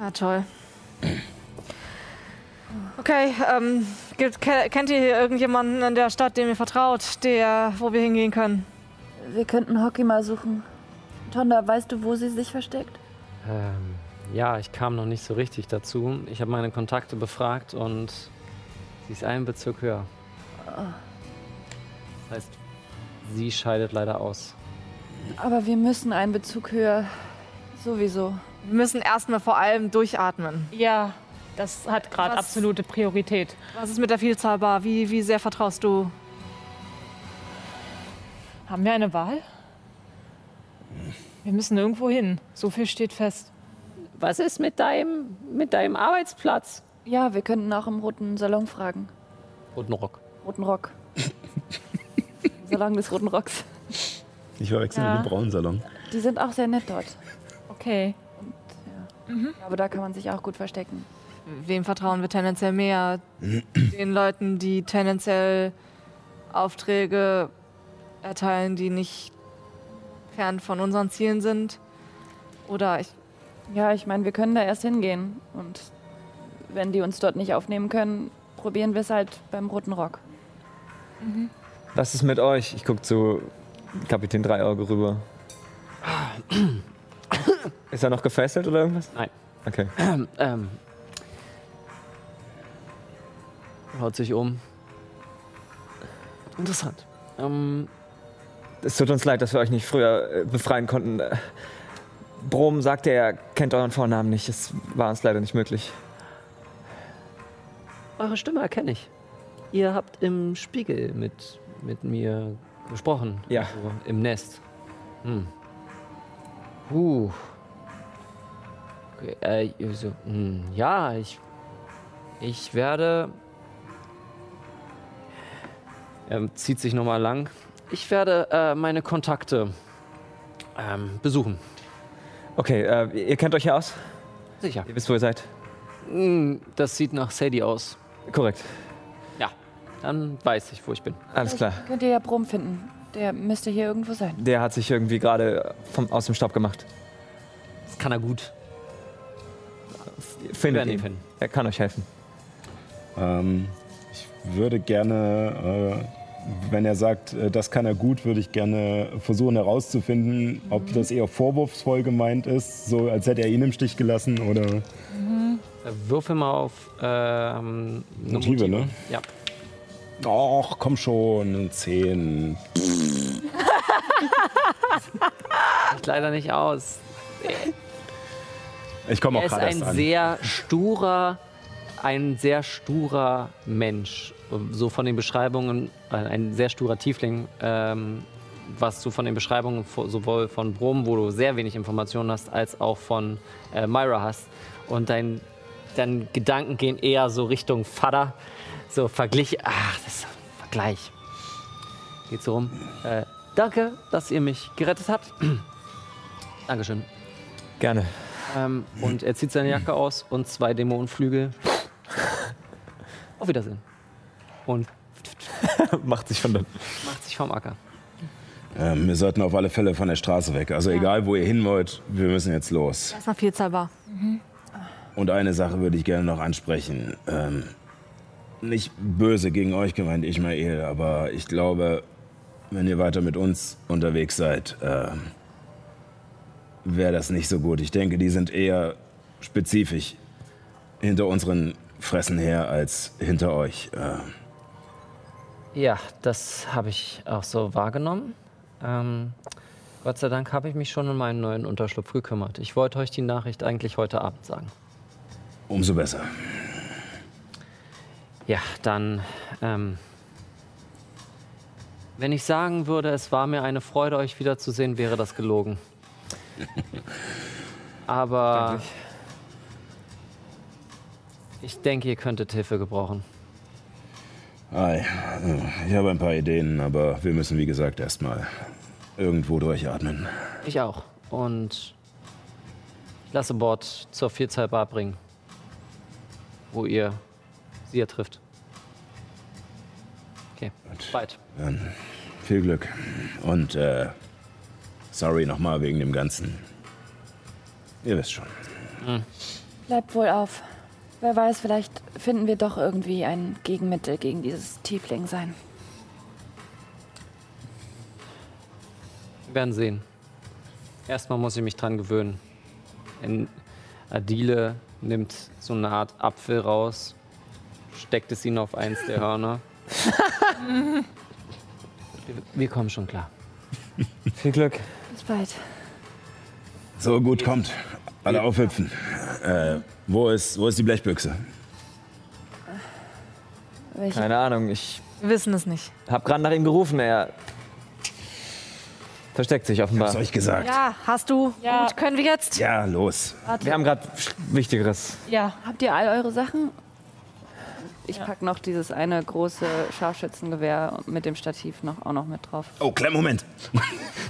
Speaker 5: Ah, toll. Okay, ähm, gibt, ke- kennt ihr hier irgendjemanden in der Stadt, dem ihr vertraut, der, wo wir hingehen können?
Speaker 9: Wir könnten Hockey mal suchen. Tonda, weißt du, wo sie sich versteckt?
Speaker 1: Ähm, ja, ich kam noch nicht so richtig dazu. Ich habe meine Kontakte befragt und sie ist einen Bezirk höher. Ah. Das heißt, sie scheidet leider aus.
Speaker 9: Aber wir müssen einen Bezug höher. Sowieso.
Speaker 5: Wir müssen erstmal vor allem durchatmen.
Speaker 7: Ja, das hat gerade
Speaker 5: Was-
Speaker 7: absolute Priorität.
Speaker 5: Was ist mit der Vielzahl bar? Wie, wie sehr vertraust du?
Speaker 7: Haben wir eine Wahl? Wir müssen irgendwo hin. So viel steht fest.
Speaker 11: Was ist mit deinem, mit deinem Arbeitsplatz?
Speaker 9: Ja, wir könnten auch im Roten Salon fragen.
Speaker 1: Roten Rock.
Speaker 9: Roten Rock. Salon des Roten Rocks.
Speaker 4: Ich verwechsel
Speaker 7: Ja.
Speaker 4: mit dem braunen Salon.
Speaker 9: Die sind auch sehr nett dort.
Speaker 7: Okay.
Speaker 9: Aber da kann man sich auch gut verstecken.
Speaker 5: Wem vertrauen wir tendenziell mehr? Den Leuten, die tendenziell Aufträge erteilen, die nicht fern von unseren Zielen sind? Oder ich
Speaker 9: Ja, ich meine, wir können da erst hingehen. Und wenn die uns dort nicht aufnehmen können, probieren wir es halt beim Roten Rock.
Speaker 8: Was ist mit euch? Ich guck zu Kapitän Dreiauge rüber. Ist er noch gefesselt oder irgendwas?
Speaker 1: Nein.
Speaker 8: Okay.
Speaker 1: Ähm. Haut sich um. Interessant. Ähm,
Speaker 8: Es tut uns leid, dass wir euch nicht früher äh, befreien konnten. Äh, Brom sagte, er kennt euren Vornamen nicht. Es war uns leider nicht möglich.
Speaker 1: eure Stimme erkenne ich. Ihr habt im Spiegel mit, mit mir gesprochen.
Speaker 8: Ja.
Speaker 1: Also Im Nest. Hm. Huh. Okay, äh, also, hm, ja, ich. Ich werde. Er ähm, zieht sich nochmal lang. Ich werde äh, meine Kontakte ähm, besuchen.
Speaker 8: Okay, äh, ihr kennt euch ja aus?
Speaker 1: Sicher.
Speaker 8: Ihr wisst, wo ihr seid?
Speaker 1: Hm, Das sieht nach Sadie aus.
Speaker 8: Korrekt.
Speaker 1: Ja. Dann weiß ich, wo ich bin.
Speaker 8: Alles klar.
Speaker 9: Könnt ihr ja Brom finden. Der müsste hier irgendwo sein.
Speaker 8: Der hat sich irgendwie gerade vom- aus dem Staub gemacht.
Speaker 1: Das kann er gut. Wir
Speaker 8: Findet
Speaker 1: werden ihn
Speaker 8: ihn.
Speaker 1: finden.
Speaker 8: Er kann euch helfen.
Speaker 4: Ähm, ich würde gerne, äh, wenn er sagt, äh, das kann er gut, würde ich gerne versuchen herauszufinden, ob das eher vorwurfsvoll gemeint ist, so als hätte er ihn im Stich gelassen oder.
Speaker 1: Äh, Würfel mal auf ähm, eine
Speaker 4: Motive, ne?
Speaker 1: Ja.
Speaker 4: Och, komm schon, zehn.
Speaker 1: Sieht leider nicht aus.
Speaker 4: Ich komme
Speaker 1: Er
Speaker 4: auch
Speaker 1: ist
Speaker 4: gerade
Speaker 1: ein
Speaker 4: erst an.
Speaker 1: sehr sturer, ein sehr sturer Mensch. Ähm, So von den Beschreibungen, äh, ein sehr sturer Tiefling, ähm, was du von den Beschreibungen vo- sowohl von Brom, wo du sehr wenig Informationen hast, als auch von äh, Myra hast. Und dein, dein Gedanken gehen eher so Richtung Vater. So Vergleich. Ach, das ist ein Vergleich. Geht so rum. Äh, danke, dass ihr mich gerettet habt. Dankeschön.
Speaker 8: Gerne.
Speaker 1: Ähm, und er zieht seine Jacke aus und zwei Dämonenflügel. Auf Wiedersehen. Und
Speaker 8: Macht sich von dann.
Speaker 1: macht sich vom Acker.
Speaker 4: Ähm, wir sollten auf alle Fälle von der Straße weg. Also egal, wo ihr hin wollt, wir müssen jetzt los.
Speaker 5: erstmal Vielzahl bar.
Speaker 4: Und eine Sache würde ich gerne noch ansprechen. Ähm, nicht böse gegen euch gemeint, Ismael, aber ich glaube, wenn ihr weiter mit uns unterwegs seid, ähm, wäre das nicht so gut. Ich denke, die sind eher spezifisch hinter unseren Fressen her als hinter euch. Ähm,
Speaker 1: Ja, das habe ich auch so wahrgenommen. Ähm, Gott sei Dank habe ich mich schon um meinen neuen Unterschlupf gekümmert. Ich wollte euch die Nachricht eigentlich heute Abend sagen.
Speaker 4: Umso besser.
Speaker 1: Ja, dann, ähm, wenn ich sagen würde, es war mir eine Freude, euch wiederzusehen, wäre das gelogen. Aber ich denke, ihr könntet Hilfe gebrauchen.
Speaker 4: Hi. Ich habe ein paar Ideen, aber wir müssen, wie gesagt, erstmal irgendwo durchatmen.
Speaker 1: Ich auch. Und ich lasse Bord zur Vielzahl Bar bringen, wo ihr sie ja trifft. Okay, bald.
Speaker 4: Dann viel Glück. Und äh, sorry nochmal wegen dem Ganzen. Ihr wisst schon.
Speaker 11: Bleibt wohl auf. Wer weiß, vielleicht finden wir doch irgendwie ein Gegenmittel gegen dieses Tiefling-Sein.
Speaker 1: Wir werden sehen. Erstmal muss ich mich dran gewöhnen. In Adile nimmt so eine Art Apfel raus, steckt es ihnen auf eins der Hörner. wir, wir kommen schon klar. Viel Glück.
Speaker 11: Bis bald.
Speaker 4: So gut kommt. Alle aufhüpfen. Äh, wo, ist, wo ist die Blechbüchse?
Speaker 11: Welche
Speaker 8: Keine Ahnung, ich
Speaker 5: Wir wissen es nicht.
Speaker 8: hab gerade nach ihm gerufen, er versteckt sich offenbar.
Speaker 4: Was euch gesagt?
Speaker 5: Ja, hast du.
Speaker 2: Ja.
Speaker 5: Gut, können wir jetzt?
Speaker 4: Ja, los.
Speaker 8: Wir haben gerade Wichtigeres.
Speaker 2: Ja,
Speaker 11: Habt ihr all eure Sachen? Ich pack noch dieses eine große Scharfschützengewehr mit dem Stativ noch, auch noch mit drauf.
Speaker 4: Oh, kleinen Moment.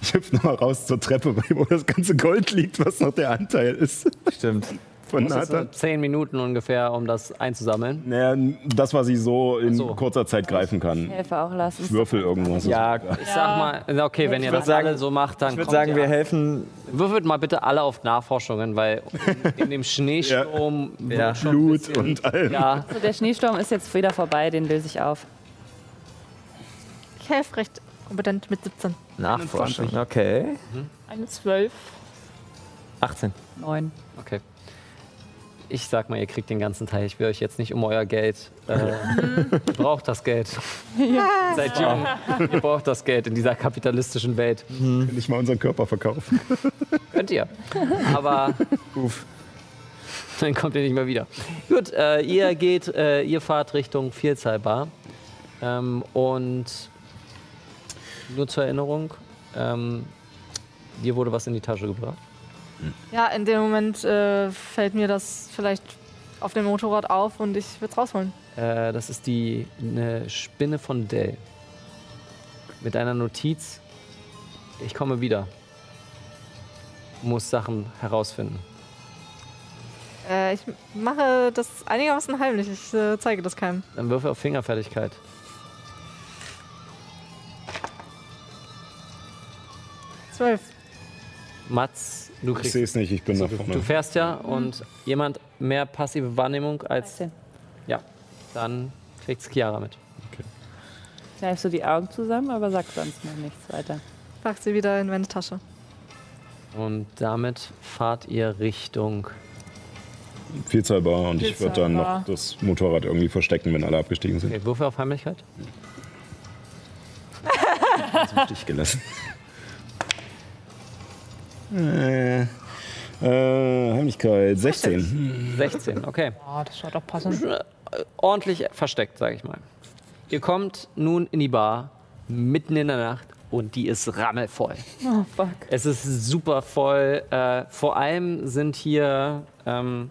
Speaker 4: Ich hüpfe nochmal raus zur Treppe, wo das ganze Gold liegt, was noch der Anteil ist
Speaker 8: Stimmt.
Speaker 4: von
Speaker 1: Das
Speaker 4: Nathan.
Speaker 1: sind zehn Minuten ungefähr, um das einzusammeln.
Speaker 4: Naja, das, was ich so in
Speaker 1: so.
Speaker 4: kurzer Zeit greifen kann.
Speaker 11: Helfer auch lassen.
Speaker 4: Würfel irgendwas.
Speaker 8: Ja,
Speaker 1: Ich sag mal, okay, wenn ihr
Speaker 8: würd
Speaker 1: das
Speaker 8: sagen-
Speaker 1: alle so macht, dann
Speaker 8: ich würde
Speaker 1: kommt
Speaker 8: sagen,
Speaker 1: ihr
Speaker 8: wir
Speaker 1: an.
Speaker 8: helfen.
Speaker 1: Würfelt mal bitte alle auf Nachforschungen, weil in, in dem Schneesturm wird
Speaker 8: Ja.
Speaker 1: schon ein
Speaker 4: Blut
Speaker 1: bisschen-
Speaker 4: und allem.
Speaker 1: Ja,
Speaker 11: So, Also der Schneesturm ist jetzt wieder vorbei, den löse ich auf.
Speaker 5: Ich helfe recht kompetent mit 17.
Speaker 8: Nachforschung. Okay.
Speaker 7: Eine 12.
Speaker 8: 18.
Speaker 11: Neun.
Speaker 1: okay. Ich sag mal, ihr kriegt den ganzen Teil. Ich will euch jetzt nicht um euer Geld. Äh, ihr braucht das Geld. Seid jung. Ihr braucht das Geld in dieser kapitalistischen Welt.
Speaker 4: Nicht mal unseren Körper verkaufen.
Speaker 1: Könnt ihr. Aber dann kommt ihr nicht mehr wieder. Gut, äh, ihr geht, äh, ihr fahrt Richtung Vielzahlbar. Ähm, und nur zur Erinnerung, ähm, dir wurde was in die Tasche gebracht.
Speaker 5: Ja, in dem Moment äh, fällt mir das vielleicht auf dem Motorrad auf und ich würde es rausholen.
Speaker 1: Äh, das ist die eine Spinne von Dell. Mit einer Notiz, ich komme wieder. Muss Sachen herausfinden.
Speaker 5: Äh, ich mache das einigermaßen heimlich. Ich äh, zeige das keinem.
Speaker 1: Dann würfel auf Fingerfertigkeit.
Speaker 5: Zwölf.
Speaker 1: Mats, du
Speaker 4: Ich
Speaker 1: kriegst
Speaker 4: sehe es nicht, ich bin nach
Speaker 1: Du
Speaker 4: vorne.
Speaker 1: fährst ja und jemand mehr passive Wahrnehmung als. Ja, dann kriegt's Chiara mit.
Speaker 11: Kneifst du die Augen zusammen, aber sag sonst noch nichts weiter.
Speaker 5: Pack sie wieder in meine Tasche.
Speaker 1: Und damit fahrt ihr Richtung.
Speaker 4: Vielzahlbar und ich würde dann
Speaker 7: Vielzahlbar.
Speaker 4: noch das Motorrad irgendwie verstecken, wenn alle abgestiegen sind.
Speaker 1: Okay, Würfel auf Heimlichkeit.
Speaker 4: Zum Stich gelassen. äh, äh, Heimlichkeit 16.
Speaker 1: 16, okay.
Speaker 7: Oh,
Speaker 2: Ah, das war doch passend.
Speaker 1: Ordentlich versteckt, sag ich mal. Ihr kommt nun in die Bar mitten in der Nacht und die ist rammelvoll.
Speaker 11: Oh, fuck.
Speaker 1: Es ist super voll. Äh, vor allem sind hier ähm,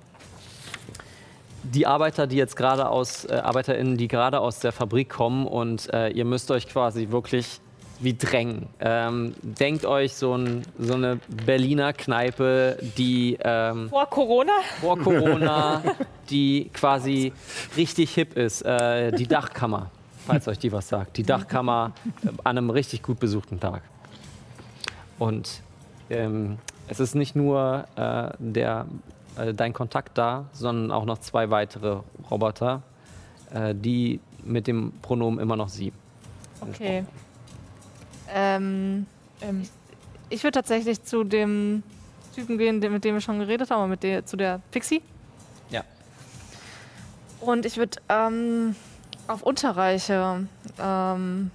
Speaker 1: die Arbeiter, die jetzt gerade aus, äh, ArbeiterInnen, die gerade aus der Fabrik kommen und äh, ihr müsst euch quasi wirklich wie drängen. Ähm, denkt euch so, ein, so eine Berliner Kneipe, die ähm,
Speaker 7: Vor Corona?
Speaker 1: vor Corona, die quasi richtig hip ist, äh, die Dachkammer, falls euch die was sagt. Die Dachkammer äh, an einem richtig gut besuchten Tag. Und ähm, es ist nicht nur äh, der, äh, dein Kontakt da, sondern auch noch zwei weitere Roboter, äh, die mit dem Pronomen immer noch sie.
Speaker 7: Okay.
Speaker 5: Ähm,
Speaker 7: Ähm,
Speaker 5: ich würde tatsächlich zu dem Typen gehen, dem- mit dem wir schon geredet haben, mit der, zu der Pixie.
Speaker 1: Ja.
Speaker 5: Und ich würde ähm, auf Unterreiche ähm,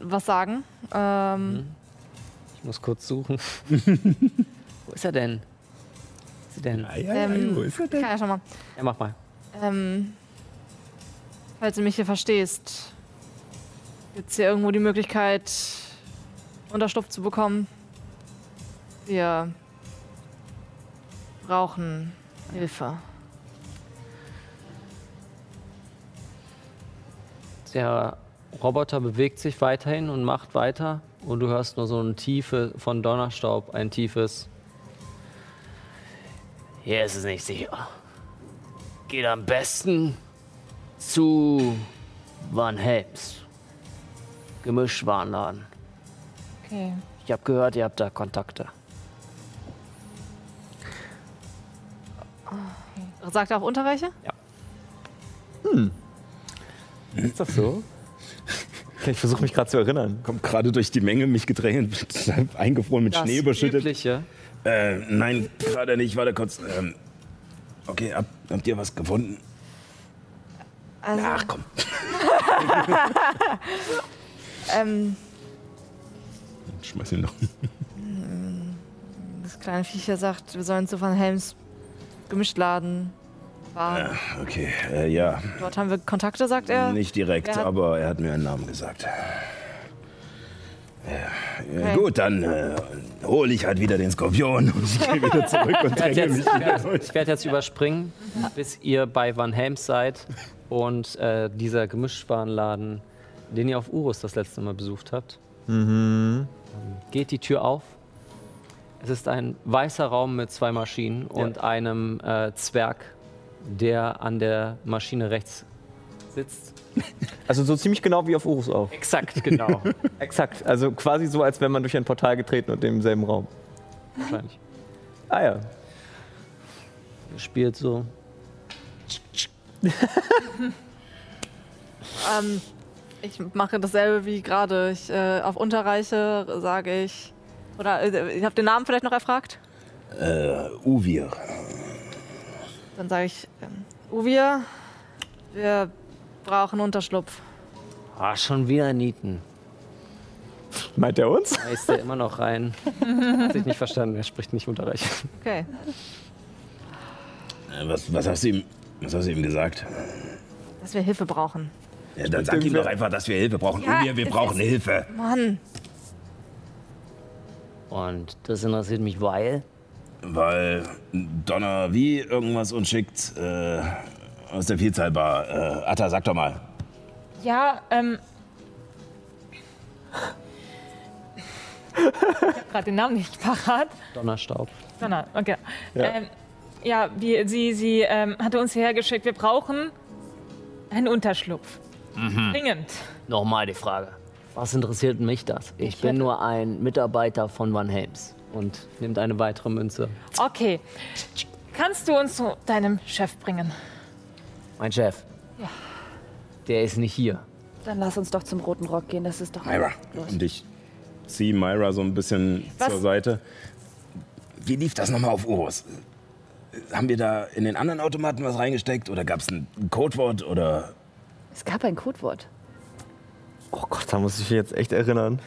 Speaker 5: was sagen. Ähm,
Speaker 1: Ich muss kurz suchen. Wo ist er denn? Wo ist er denn?
Speaker 4: Ei, ei, ei, wo ist er
Speaker 5: Kann
Speaker 4: denn?
Speaker 5: ja schon mal.
Speaker 1: Ja, mach mal.
Speaker 5: Ähm, falls du mich hier verstehst, gibt es hier irgendwo die Möglichkeit, Unterschlupf zu bekommen? Wir brauchen Hilfe.
Speaker 1: Der Roboter bewegt sich weiterhin und macht weiter. Und du hörst nur so ein tiefe von Donnerstaub, ein tiefes. Hier ist es nicht sicher. Geht am besten zu Van Helms. Gemischwarenladen.
Speaker 2: Okay.
Speaker 1: Ich habe gehört, ihr habt da Kontakte.
Speaker 5: Sagt er auch Unterreiche?
Speaker 8: Ist das so? Ich versuche mich gerade zu erinnern.
Speaker 4: Kommt gerade durch die Menge mich gedrängt, eingefroren, mit Schnee überschüttet.
Speaker 1: Übliche.
Speaker 4: Äh, nein, gerade nicht. Warte kurz. Ähm, okay, hab, habt ihr was gefunden?
Speaker 5: Also,
Speaker 4: Ach komm.
Speaker 5: ähm,
Speaker 4: Schmeiß ihn noch.
Speaker 5: das kleine Viech hier sagt, wir sollen zu Van Helms Gemischtladen fahren.
Speaker 4: Okay, äh, ja.
Speaker 5: Dort haben wir Kontakte, sagt er.
Speaker 4: nicht direkt,
Speaker 5: er hat-
Speaker 4: aber er hat mir einen Namen gesagt. Ja, ja,
Speaker 5: Okay.
Speaker 4: Gut, dann äh, hole ich halt wieder den Skorpion und ich gehe wieder zurück und dränge
Speaker 1: jetzt-
Speaker 4: mich wieder durch.
Speaker 1: Ich werde jetzt überspringen, bis ihr bei Van Helms seid und äh, dieser Gemischwarenladen, den ihr auf Urus das letzte Mal besucht habt. Ähm, Geht die Tür auf. Es ist ein weißer Raum mit zwei Maschinen und einem äh, Zwerg, der an der Maschine rechts sitzt.
Speaker 8: Also so ziemlich genau wie auf Urus auch.
Speaker 1: Exakt, genau.
Speaker 8: Exakt. Also quasi so, als wäre man durch ein Portal getreten und im selben Raum.
Speaker 1: Wahrscheinlich.
Speaker 8: Ah ja.
Speaker 1: Ihr Spielt so.
Speaker 5: Ähm, ich mache dasselbe wie gerade. Ich äh, auf Unterreiche sage ich. Oder äh, ich habe den Namen vielleicht noch erfragt.
Speaker 4: Uvir.
Speaker 5: Dann sage ich, ähm, Uvia, wir brauchen Unterschlupf.
Speaker 1: Ah, schon wieder Nieten.
Speaker 8: Meint er uns?
Speaker 1: Da ist er immer noch rein. Hat sich nicht verstanden, er spricht nicht unterreich.
Speaker 5: Okay.
Speaker 4: Äh, Was, was, hast du ihm, was hast du ihm gesagt?
Speaker 5: Dass wir Hilfe brauchen.
Speaker 4: Ja, dann sag ihm doch einfach, dass wir Hilfe brauchen.
Speaker 5: Ja,
Speaker 4: Uvir, wir
Speaker 5: es
Speaker 4: brauchen Hilfe.
Speaker 5: Mann,
Speaker 1: Und das interessiert mich, weil.
Speaker 4: weil Donner wie irgendwas uns schickt äh, aus der Vielzahlbar. Äh, Atta, sag doch mal.
Speaker 2: Ja, ähm. Ich habe gerade den Namen nicht parat.
Speaker 1: Donnerstaub.
Speaker 2: Sondern, okay. Ja, ähm, ja wie, sie, sie ähm, hatte uns hierher geschickt, wir brauchen einen Unterschlupf.
Speaker 1: Mhm.
Speaker 2: Dringend.
Speaker 1: Nochmal die Frage. Was interessiert mich das? Ich, bin nur ein Mitarbeiter von Van Helms. Und nimmt eine weitere Münze.
Speaker 2: Okay. Kannst du uns zu deinem Chef bringen?
Speaker 1: Mein Chef. Der ist nicht hier.
Speaker 11: Dann lass uns doch zum Roten Rock gehen, das ist doch
Speaker 4: Myra. Und ich ziehe Myra so ein bisschen zur Seite. Wie lief das nochmal auf Urus? Haben wir da in den anderen Automaten was reingesteckt oder gab es ein Codewort oder
Speaker 11: Es gab ein Codewort.
Speaker 8: Oh Gott, da muss ich mich jetzt echt erinnern.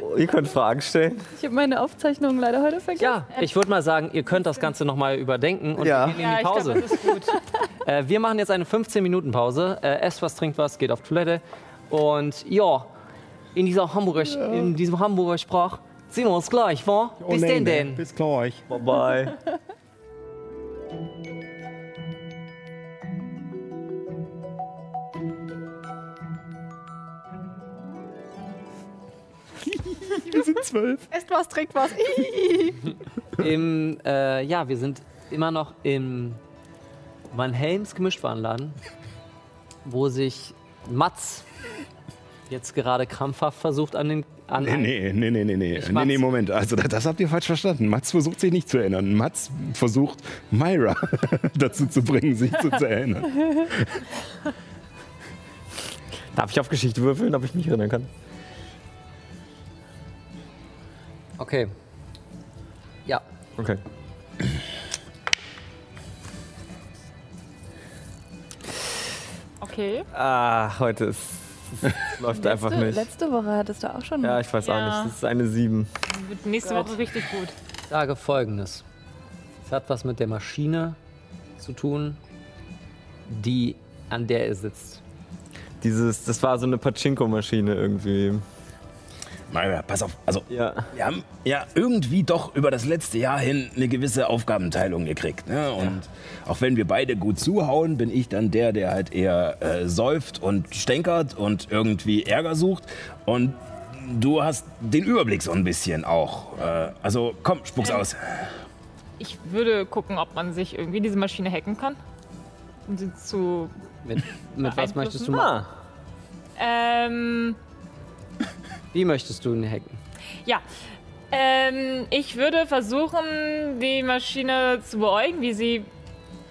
Speaker 8: Oh, Ihr könnt Fragen stellen.
Speaker 11: Ich habe meine Aufzeichnungen leider heute vergessen.
Speaker 1: Ja, ich würde mal sagen, ihr könnt das Ganze nochmal überdenken und
Speaker 8: Ja.
Speaker 1: wir gehen in die Pause.
Speaker 2: das ist gut.
Speaker 1: äh, wir machen jetzt eine 15-Minuten-Pause. Äh, esst was, trinkt was, geht auf Toilette. Und ja, in, dieser Hamburger, in diesem Hamburger Sprach sehen wir uns gleich, wa?
Speaker 4: Oh
Speaker 1: Oh, Bis denn denn.
Speaker 4: Bis gleich.
Speaker 8: Bye bye.
Speaker 5: esst was, trinkt was.
Speaker 1: Im, äh, ja, wir sind immer noch im Van Helms Gemischtwarenladen, wo sich Mats jetzt gerade krampfhaft versucht an den an
Speaker 4: Nee, nee, nee, nee, nee, nee. nee,
Speaker 1: mach's.
Speaker 4: nee Moment. Also das, das habt ihr falsch verstanden. Mats versucht sich nicht zu erinnern. Mats versucht Myra dazu zu bringen, sich zu zu erinnern.
Speaker 8: Darf ich auf Geschichte würfeln, ob ich mich erinnern kann?
Speaker 1: Okay. Ja.
Speaker 8: Okay.
Speaker 2: Okay.
Speaker 8: Ah, heute ist Das läuft einfach
Speaker 11: letzte,
Speaker 8: nicht.
Speaker 11: letzte Woche hattest du auch schon.
Speaker 8: Ja, ich weiß auch
Speaker 7: Ja.
Speaker 8: nicht. Das ist eine 7.
Speaker 7: Wird nächste Woche richtig gut.
Speaker 1: Ich sage folgendes. Es hat was mit der Maschine zu tun, die an der ihr sitzt.
Speaker 8: Dieses, das war so eine Pachinko-Maschine irgendwie.
Speaker 12: Maja, pass auf. Also,
Speaker 8: Ja.
Speaker 12: wir haben ja irgendwie doch über das letzte Jahr hin eine gewisse Aufgabenteilung gekriegt. Ne? Und auch wenn wir beide gut zuhauen, bin ich dann der, der halt eher äh, säuft und stänkert und irgendwie Ärger sucht. Und du hast den Überblick so ein bisschen auch. Äh, also, komm, spuck's aus.
Speaker 4: Äh.
Speaker 7: Ich würde gucken, ob man sich irgendwie diese Maschine hacken kann. Um sie zu.
Speaker 1: Mit, mit was möchtest du machen?
Speaker 8: Ah,
Speaker 7: Ähm.
Speaker 1: Wie möchtest du ihn hacken?
Speaker 7: Ja. Ähm, ich würde versuchen, die Maschine zu beäugen, wie sie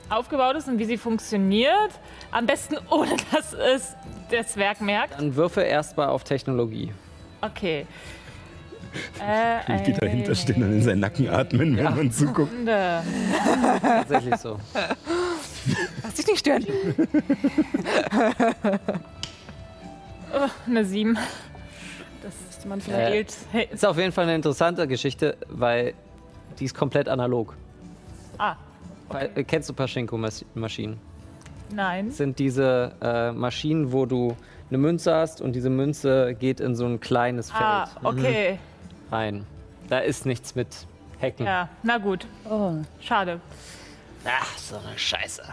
Speaker 7: aufgebaut ist und wie sie funktioniert. Am besten ohne, dass es das Werk merkt.
Speaker 1: Dann würfe erstmal auf Technologie.
Speaker 7: Okay. Äh,
Speaker 4: Die dahinter stehen und in seinen Nacken atmen, wenn man zuguckt.
Speaker 7: eine
Speaker 1: Tatsächlich so.
Speaker 5: Lass dich nicht stören.
Speaker 7: eine 7.
Speaker 11: Müsste man vielleicht-
Speaker 1: Äh,
Speaker 7: Fehlt. Hey,
Speaker 1: ist auf jeden Fall eine interessante Geschichte, weil die ist komplett analog.
Speaker 7: Ah,
Speaker 1: Weil, äh, Kennst du Paschenko-Maschinen?
Speaker 7: nein.
Speaker 1: sind diese äh, Maschinen, wo du eine Münze hast und diese Münze geht in so ein kleines Feld
Speaker 7: Ah, okay.
Speaker 1: rein. Da ist nichts mit Hacken.
Speaker 7: Ja, na gut.
Speaker 11: Oh.
Speaker 7: Schade.
Speaker 1: Ach, so eine Scheiße.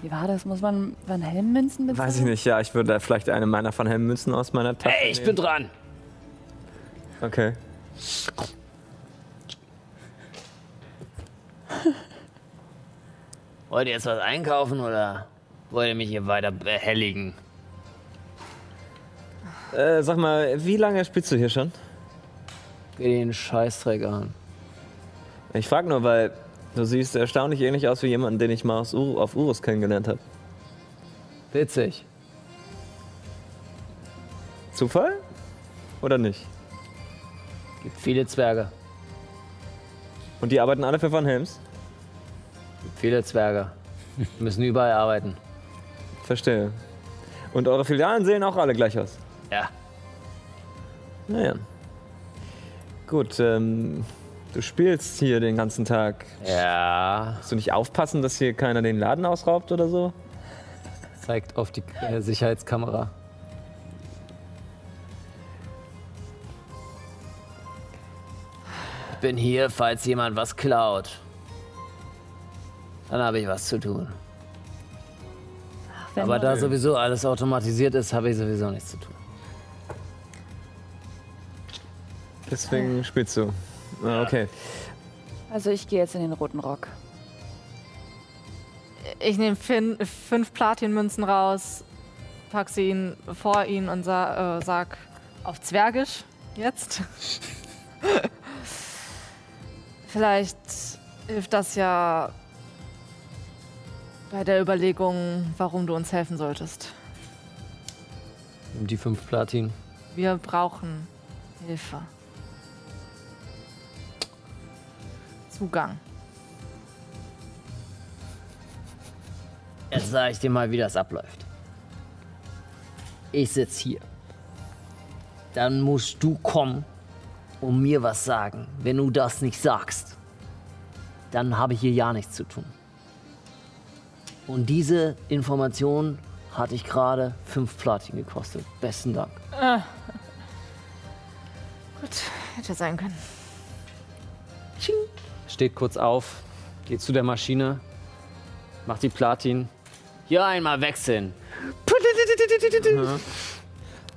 Speaker 11: Wie war das? Muss man Van Helm Münzen bezahlen?
Speaker 8: weiß ich nicht. Ja, ich würde da vielleicht eine meiner Van Helm Münzen aus meiner Tasche.
Speaker 1: Hey, ich bin dran.
Speaker 8: Okay.
Speaker 1: Wollt ihr jetzt was einkaufen oder wollt ihr mich hier weiter behelligen?
Speaker 8: Äh, sag mal, wie lange spielst du hier schon?
Speaker 1: Geh den Scheißdreck an.
Speaker 8: Ich frage nur, weil du siehst erstaunlich ähnlich aus wie jemanden, den ich mal aus Ur auf Urus kennengelernt habe.
Speaker 1: Witzig.
Speaker 8: Zufall? Oder nicht?
Speaker 1: Gibt viele Zwerge.
Speaker 8: Und die arbeiten alle für Van Helms?
Speaker 1: Gibt viele Zwerge. Die müssen überall arbeiten.
Speaker 8: Verstehe. Und eure Filialen sehen auch alle gleich aus.
Speaker 1: Ja.
Speaker 8: Naja. Gut, ähm, du spielst hier den ganzen Tag.
Speaker 1: Ja.
Speaker 8: Musst du nicht aufpassen, dass hier keiner den Laden ausraubt oder so?
Speaker 1: Zeigt auf die äh, Sicherheitskamera. Ich bin hier, falls jemand was klaut. Dann habe ich was zu tun.
Speaker 11: Wenn
Speaker 1: Aber
Speaker 11: man-
Speaker 1: da sowieso alles automatisiert ist, habe ich sowieso nichts zu tun.
Speaker 8: Deswegen spielst du. Ah, okay.
Speaker 11: Also ich gehe jetzt in den roten Rock.
Speaker 5: Ich nehme fin- fünf Platinmünzen raus, pack sie ihn vor ihn und sa äh, sag auf Zwergisch jetzt. Vielleicht hilft das ja bei der Überlegung, warum du uns helfen solltest.
Speaker 1: Die fünf Platin.
Speaker 5: Wir brauchen Hilfe. Zugang.
Speaker 1: Jetzt sage ich dir mal, wie das abläuft. Ich sitze hier. Dann musst du kommen und mir was sagen. Wenn du das nicht sagst, dann habe ich hier ja nichts zu tun. Und diese Information hatte ich gerade fünf Platin gekostet. Besten Dank.
Speaker 5: Gut, hätte sein können.
Speaker 1: Steht kurz auf, geht zu der Maschine, macht die Platin. Hier einmal wechseln.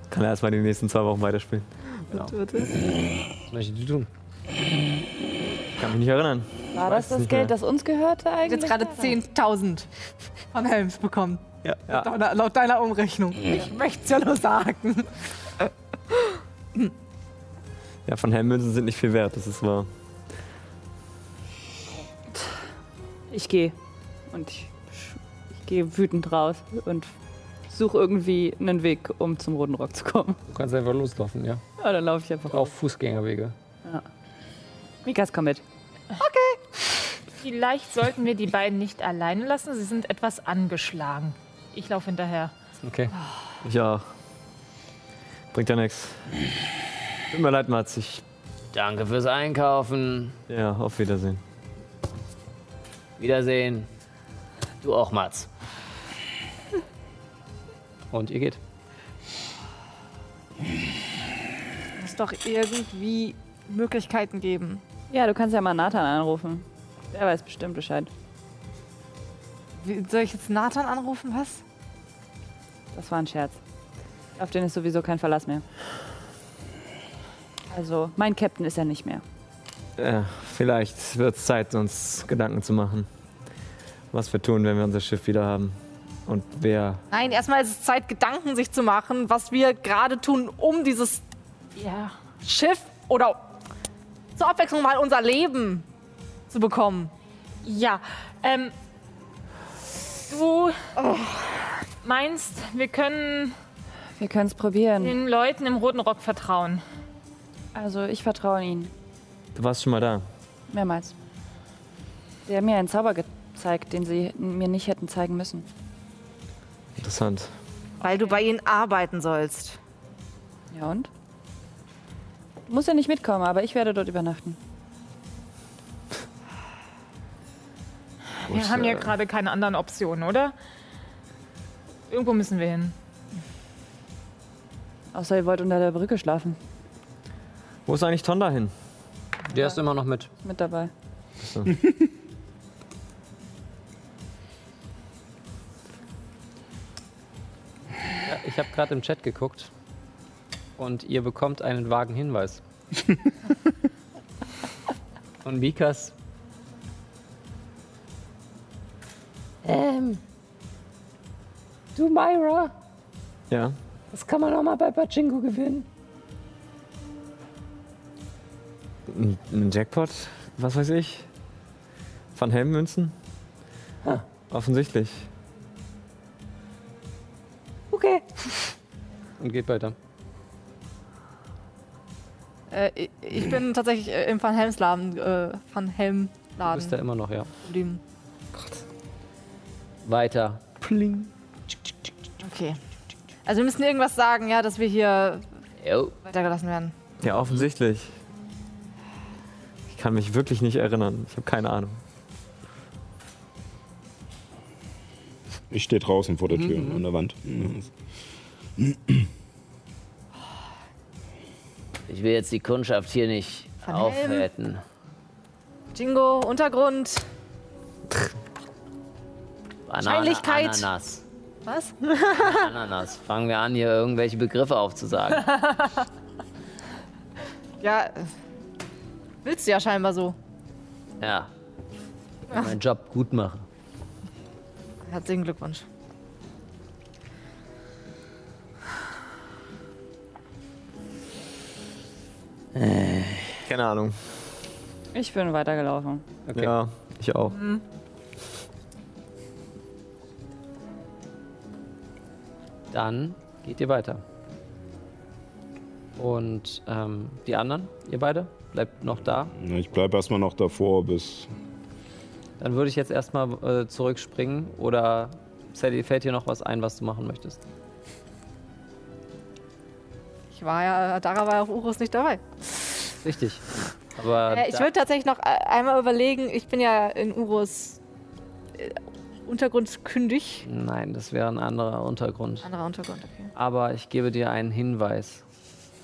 Speaker 8: Kann er erstmal die nächsten zwei Wochen weiterspielen.
Speaker 1: Was möchtest du tun?
Speaker 8: Kann mich nicht erinnern.
Speaker 11: War das das Geld, das uns gehörte
Speaker 5: Ich
Speaker 11: eigentlich?
Speaker 5: jetzt gerade 10.000 von Helms bekommen.
Speaker 8: Ja, ja.
Speaker 5: Deiner, laut deiner Umrechnung. Ich möchte es ja nur sagen.
Speaker 8: ja Van Helm Münzen sind nicht viel wert, das ist wahr.
Speaker 11: Ich gehe. Und ich, sch- ich gehe wütend raus und suche irgendwie einen Weg, um zum Roten Rock zu kommen.
Speaker 1: Du kannst einfach loslaufen, ja.
Speaker 11: Ja, dann laufe ich einfach raus.
Speaker 1: Auf Fußgängerwege.
Speaker 11: Mikas, komm mit.
Speaker 7: Vielleicht sollten wir die beiden nicht alleine lassen. Sie sind etwas angeschlagen. Ich laufe hinterher.
Speaker 1: Okay.
Speaker 8: Ja. Bringt ja nichts. Tut mir leid, Mats. Ich,
Speaker 13: Danke fürs Einkaufen.
Speaker 8: ja, auf Wiedersehen.
Speaker 13: Wiedersehen. Du auch, Mats.
Speaker 1: Und ihr geht.
Speaker 5: muss doch irgendwie Möglichkeiten geben.
Speaker 9: Ja, du kannst ja mal Nathan anrufen. Der weiß bestimmt Bescheid.
Speaker 5: Wie, soll ich jetzt Nathan anrufen? Was?
Speaker 9: Das war ein Scherz. Auf den ist sowieso kein Verlass mehr. Also, mein Captain ist er nicht mehr.
Speaker 8: Ja, Äh, vielleicht wird es Zeit, uns Gedanken zu machen, was wir tun, wenn wir unser Schiff wieder haben. Und wer.
Speaker 5: Nein, erstmal ist es Zeit, Gedanken sich zu machen, was wir gerade tun, um dieses
Speaker 7: Ja.
Speaker 5: Schiff oder zur Abwechslung mal unser Leben zu bekommen.
Speaker 7: Ja, ähm, du meinst, wir können
Speaker 9: Wir können es probieren.
Speaker 7: den Leuten im roten Rock vertrauen.
Speaker 9: Also, ich vertraue ihnen.
Speaker 8: Du warst schon mal da.
Speaker 9: Mehrmals. Sie haben mir einen Zauber gezeigt, den sie mir nicht hätten zeigen müssen.
Speaker 8: Interessant.
Speaker 5: Weil du bei ihnen arbeiten sollst.
Speaker 9: Ja und? Du musst ja nicht mitkommen, aber ich werde dort übernachten.
Speaker 7: Wir haben ja gerade keine anderen Optionen, oder? Irgendwo müssen wir hin.
Speaker 9: Außer ihr wollt unter der Brücke schlafen.
Speaker 8: Wo ist eigentlich Tonda hin?
Speaker 13: Der ist immer noch mit.
Speaker 9: Ist Mit dabei.
Speaker 8: Achso.
Speaker 1: Ja, ich habe gerade im Chat geguckt. Und ihr bekommt einen vagen Hinweis. Von Mikas.
Speaker 13: Ähm. Du, Myra,
Speaker 8: ja.
Speaker 13: das kann man auch mal bei Pachinko gewinnen.
Speaker 8: Ein ein Jackpot? Was weiß ich? Van Helm-Münzen?
Speaker 13: Ha.
Speaker 8: Offensichtlich.
Speaker 13: Okay.
Speaker 1: Und geht weiter.
Speaker 5: Äh, ich- ich bin tatsächlich äh, im Van Helms Laden, äh, Van Helm
Speaker 1: Ist da
Speaker 5: Laden
Speaker 1: immer noch, ja.
Speaker 5: geblieben.
Speaker 1: Weiter.
Speaker 5: Okay. Also wir müssen irgendwas sagen, ja, dass wir hier
Speaker 13: Jo.
Speaker 5: weitergelassen werden.
Speaker 8: Ja, offensichtlich. Ich kann mich wirklich nicht erinnern. Ich habe keine Ahnung.
Speaker 4: Ich stehe draußen vor der Tür an der Wand.
Speaker 13: Ich will jetzt die Kundschaft hier nicht
Speaker 5: Van Helm.
Speaker 13: aufhalten.
Speaker 5: Jingo, Untergrund.
Speaker 13: Banane,
Speaker 5: Wahrscheinlichkeit.
Speaker 13: Ananas.
Speaker 5: Was?
Speaker 13: Ananas. Fangen wir an, hier irgendwelche Begriffe aufzusagen.
Speaker 5: Ja. äh, Willst du ja scheinbar so.
Speaker 13: Ja. Ich will meinen Job gut machen.
Speaker 5: Herzlichen Glückwunsch.
Speaker 8: Keine Ahnung.
Speaker 9: Ich bin weitergelaufen.
Speaker 1: Okay.
Speaker 8: Ja, ich auch.
Speaker 1: Dann geht ihr weiter. Und ähm, die anderen, ihr beide, bleibt noch da.
Speaker 4: Ich bleibe erstmal noch davor, bis.
Speaker 1: Dann würde ich jetzt erstmal äh, zurückspringen. Oder Sally, fällt dir noch was ein, was du machen möchtest?
Speaker 5: Ich war ja, Dara war ja auf Urus nicht dabei.
Speaker 1: Richtig. Aber
Speaker 5: Äh, ich
Speaker 1: da-
Speaker 5: würde tatsächlich noch äh, einmal überlegen, ich bin ja in Urus äh, untergrundskündig.
Speaker 1: Nein, das wäre ein anderer Untergrund.
Speaker 5: Anderer Untergrund, okay.
Speaker 1: Aber ich gebe dir einen Hinweis.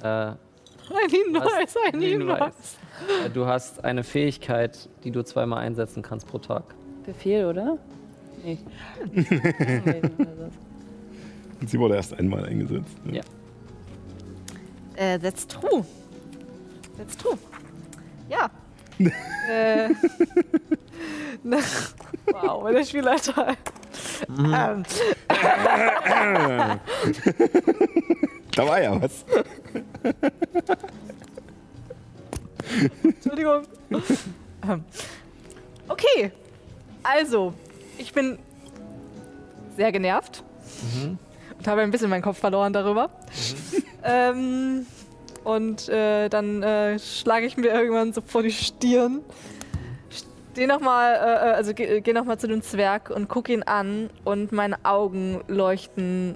Speaker 1: Äh,
Speaker 5: Ein Hinweis, ein Hinweis.
Speaker 1: Hinweis. Äh, Du hast eine Fähigkeit, die du zweimal einsetzen kannst pro Tag.
Speaker 9: Befehl, oder? Nee.
Speaker 4: Sie wurde erst einmal eingesetzt.
Speaker 1: Ja.
Speaker 5: Äh, that's true. That's true. Ja. äh, na, wow, der Spielleiter. ähm,
Speaker 4: Da war ja was.
Speaker 5: Entschuldigung. Ähm, okay. Also, ich bin sehr genervt und habe ein bisschen meinen Kopf verloren darüber. Ähm, und äh, dann äh, schlage ich mir irgendwann so vor die Stirn. Steh noch mal, äh, äh, also ge geh noch mal zu dem Zwerg und guck ihn an und meine Augen leuchten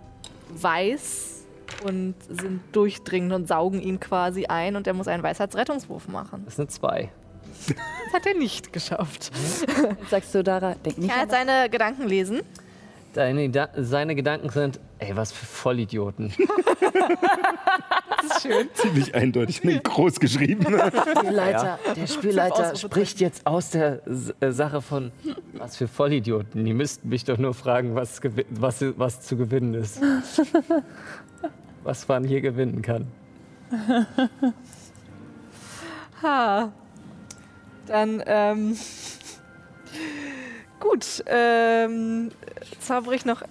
Speaker 5: weiß und sind durchdringend und saugen ihn quasi ein und er muss einen Weisheitsrettungswurf machen.
Speaker 1: Das sind zwei.
Speaker 5: Das hat er nicht geschafft.
Speaker 9: Jetzt sagst du, Dara,
Speaker 5: Ich
Speaker 9: denk nicht
Speaker 5: kann
Speaker 9: an
Speaker 5: jetzt seine Gedanken lesen.
Speaker 1: Deine, Ida- seine Gedanken sind, ey, was für Vollidioten.
Speaker 5: Das ist schön.
Speaker 4: Ziemlich eindeutig, ne, groß geschrieben.
Speaker 1: Leiter,
Speaker 5: Ja.
Speaker 1: Der Spielleiter
Speaker 5: Fünf
Speaker 1: spricht jetzt aus der S- äh, Sache von, was für Vollidioten. Die müssten mich doch nur fragen, was, gewin- was, was zu gewinnen ist. Was man hier gewinnen kann.
Speaker 5: Ha. Dann, ähm. Gut, ähm. Zaubere ich noch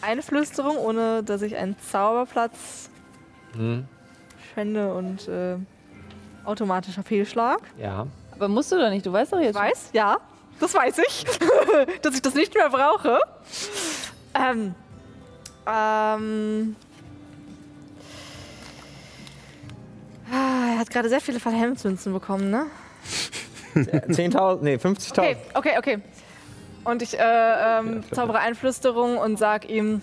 Speaker 5: eine Flüsterung, ohne dass ich einen Zauberplatz
Speaker 1: Hm,
Speaker 5: schände und äh, automatischer Fehlschlag.
Speaker 1: ja.
Speaker 5: Aber musst du doch nicht, du weißt doch jetzt. Ich weiß, ja. Das weiß ich. dass ich das nicht mehr brauche. Ähm. Ähm. Ah, Er hat gerade sehr viele Verhelmzünzen bekommen, ne?
Speaker 8: 10.000, Äh, nee, 50.000.
Speaker 5: Okay, okay, okay. Und ich äh, ähm, zaubere Einflüsterung und sag ihm: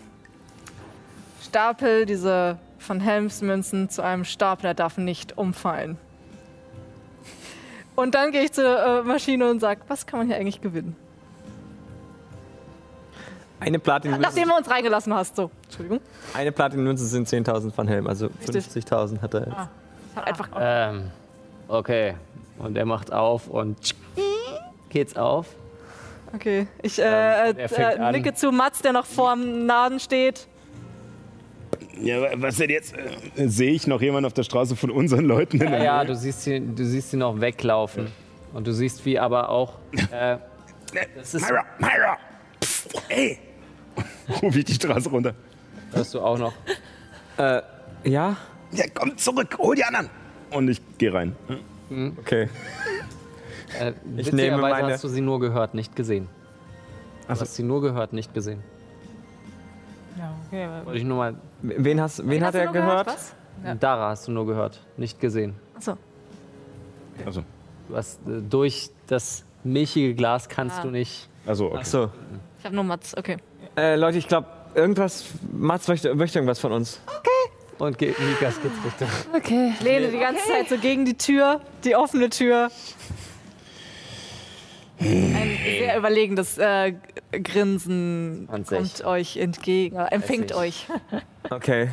Speaker 5: Stapel diese von Helmsmünzen zu einem Stapler darf nicht umfallen. Und dann gehe ich zur äh, Maschine und sag: Was kann man hier eigentlich gewinnen?
Speaker 8: Eine Platinmünze,
Speaker 5: Nachdem du uns reingelassen hast, so. Entschuldigung.
Speaker 8: eine Platinmünze sind 10.000 von Helm, also 50.000 hat er jetzt.
Speaker 5: Ich hab einfach.
Speaker 1: Ähm, okay. Und er macht auf und tschick, geht's auf.
Speaker 5: Okay, ich äh,
Speaker 1: Ähm, er fängt
Speaker 5: äh,
Speaker 1: an.
Speaker 5: nicke zu Mats, der noch vorm Laden steht.
Speaker 4: Ja, wa- was denn jetzt? Äh, Sehe ich noch jemanden auf der Straße von unseren Leuten? in
Speaker 1: Ja,
Speaker 4: der
Speaker 1: ja,
Speaker 4: Nähe?
Speaker 1: du siehst ihn, du siehst ihn auch weglaufen. Und du siehst, wie aber auch. Äh, das ist,
Speaker 4: Myra, Myra! Psst, ey! Ruf ich die Straße runter.
Speaker 1: hörst du auch noch.
Speaker 8: Äh, ja?
Speaker 4: Ja, komm zurück, hol die anderen! Und ich gehe rein.
Speaker 8: Okay.
Speaker 1: Äh,
Speaker 8: Ich nehme
Speaker 1: witzigerweise
Speaker 8: meine-
Speaker 1: hast du sie nur gehört, nicht gesehen. Du hast sie nur gehört, nicht gesehen.
Speaker 7: Ja, okay.
Speaker 1: Wollte ich nur mal.
Speaker 8: Wen, hast, wen, hat
Speaker 5: hast du
Speaker 8: er
Speaker 5: noch
Speaker 8: gehört?
Speaker 5: Was? Ja.
Speaker 1: Dara hast du nur gehört, nicht gesehen.
Speaker 5: Achso.
Speaker 4: Also,
Speaker 1: Du hast äh, durch das milchige Glas kannst
Speaker 5: Ah.
Speaker 1: du nicht.
Speaker 4: also okay.
Speaker 8: Achso.
Speaker 5: Ich habe nur Mats, okay.
Speaker 8: Äh, Leute, ich glaube, irgendwas. Mats möchte, möchte irgendwas von uns. Okay. Und geht Mikas geht's Richtung.
Speaker 9: Okay.
Speaker 5: Ich lehne die ganze Zeit so gegen die Tür, die offene Tür. Ein sehr überlegendes äh, Grinsen
Speaker 1: Und sich.
Speaker 5: kommt euch entgegen, äh, empfängt
Speaker 1: Weiß
Speaker 5: euch.
Speaker 8: Okay.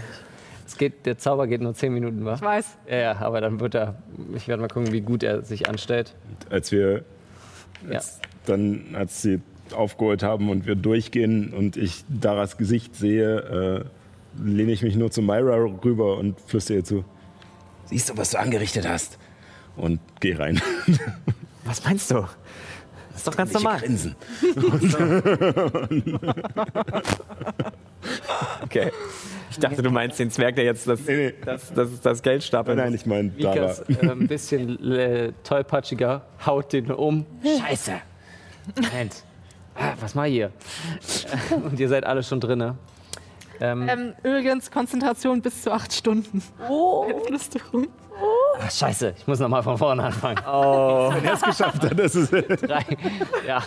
Speaker 1: Es geht, der Zauber geht nur 10 Minuten, wa?
Speaker 5: Ich weiß.
Speaker 1: Ja, ja, aber dann wird er. Ich werde mal gucken, wie gut er sich anstellt.
Speaker 4: als wir
Speaker 1: Ja.
Speaker 4: dann, als sie aufgeholt haben und wir durchgehen und ich Daras Gesicht sehe, äh, lehne ich mich nur zu Myra rüber und flüstere ihr zu. Siehst du, was du angerichtet hast? Und geh rein.
Speaker 8: Was meinst du? Das ist doch ganz
Speaker 4: Ich
Speaker 8: normal.
Speaker 4: Grinsen.
Speaker 8: Okay. Ich dachte, du meinst den Zwerg, der jetzt das,
Speaker 4: Nee, nee.
Speaker 8: das, das, das Geld
Speaker 4: Nein,
Speaker 8: stapelt.
Speaker 4: nein, ich meine Dara.
Speaker 1: Mikas, äh, ein bisschen äh, tollpatschiger, haut den um.
Speaker 5: Hm.
Speaker 1: Scheiße! Moment. Ah, was mal hier? Und ihr seid alle schon drinne. Ähm,
Speaker 5: Ähm, übrigens, Konzentration bis zu acht Stunden. Oh. Flüsterung.
Speaker 1: ah, scheiße, ich muss nochmal von vorne anfangen.
Speaker 4: Wenn er es geschafft hat, das ist.
Speaker 1: Drei. Ja.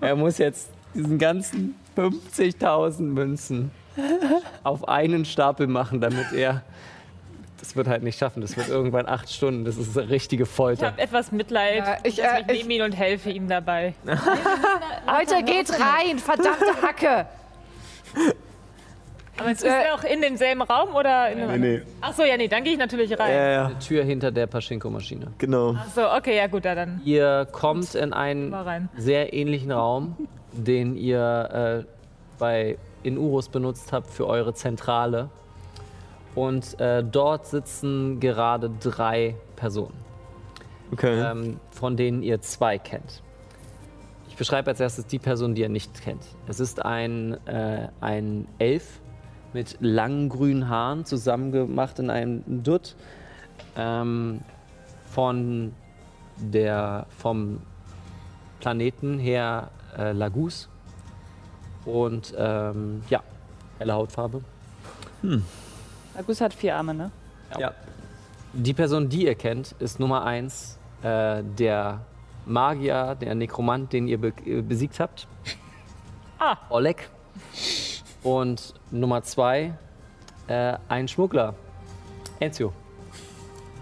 Speaker 1: Er muss jetzt diesen ganzen 50.000 Münzen auf einen Stapel machen, damit er. Das wird halt nicht schaffen. Das wird irgendwann acht Stunden. Das ist eine richtige
Speaker 7: Ich
Speaker 1: Folter.
Speaker 7: habe etwas Mitleid.
Speaker 5: Ja, ich,
Speaker 7: ich
Speaker 5: äh,
Speaker 7: ich nehme ihn und helfe ihm dabei.
Speaker 14: Leute, geht rein, verdammte Hacke.
Speaker 7: Aber
Speaker 5: Äh,
Speaker 7: jetzt ist er auch in demselben Raum oder in
Speaker 4: Nee,
Speaker 7: einem
Speaker 4: nee.
Speaker 7: Ach so, ja, nee, dann gehe ich natürlich rein.
Speaker 8: Ja, ja,
Speaker 1: Die Tür hinter der Paschinko-Maschine.
Speaker 8: genau.
Speaker 7: Ach so, okay, ja gut, da dann.
Speaker 1: Ihr kommt in einen
Speaker 7: Mal rein.
Speaker 1: sehr ähnlichen Raum, den ihr äh, bei in Urus benutzt habt für eure Zentrale. Und äh, dort sitzen gerade drei Personen.
Speaker 8: Okay.
Speaker 1: ähm, von denen ihr zwei kennt. Ich beschreibe als erstes die Person, die ihr nicht kennt. Es ist ein, äh, ein Elf mit langen grünen Haaren, zusammengemacht in einem Dutt. Ähm, von der, vom Planeten her äh, Lagus. Und ähm, ja, helle Hautfarbe.
Speaker 9: Agus hat vier Arme, ne?
Speaker 8: ja.
Speaker 1: Die Person, die ihr kennt, ist Nummer 1 äh, der Magier, der Nekromant, den ihr be äh, besiegt habt.
Speaker 7: Ah.
Speaker 1: Oleg. Und Nummer zwei, äh, ein Schmuggler, Enzio,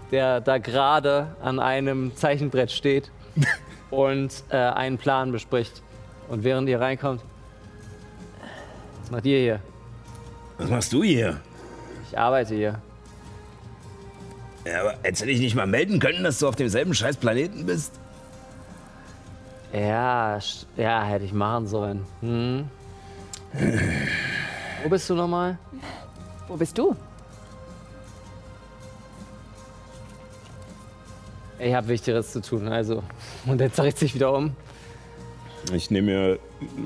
Speaker 1: der da gerade an einem Zeichenbrett steht und äh, einen Plan bespricht. Und während ihr reinkommt, was macht ihr hier?
Speaker 4: Was machst du hier?
Speaker 1: Ich arbeite hier.
Speaker 4: Ja, aber hättest du dich nicht mal melden können, dass du auf demselben scheiß Planeten bist?
Speaker 1: Ja, sch- ja, hätte ich machen sollen. Hm. Wo bist du nochmal?
Speaker 9: Wo bist du?
Speaker 1: Ich habe Wichtigeres zu tun, also. Und er dreht sich wieder um.
Speaker 15: Ich nehme mir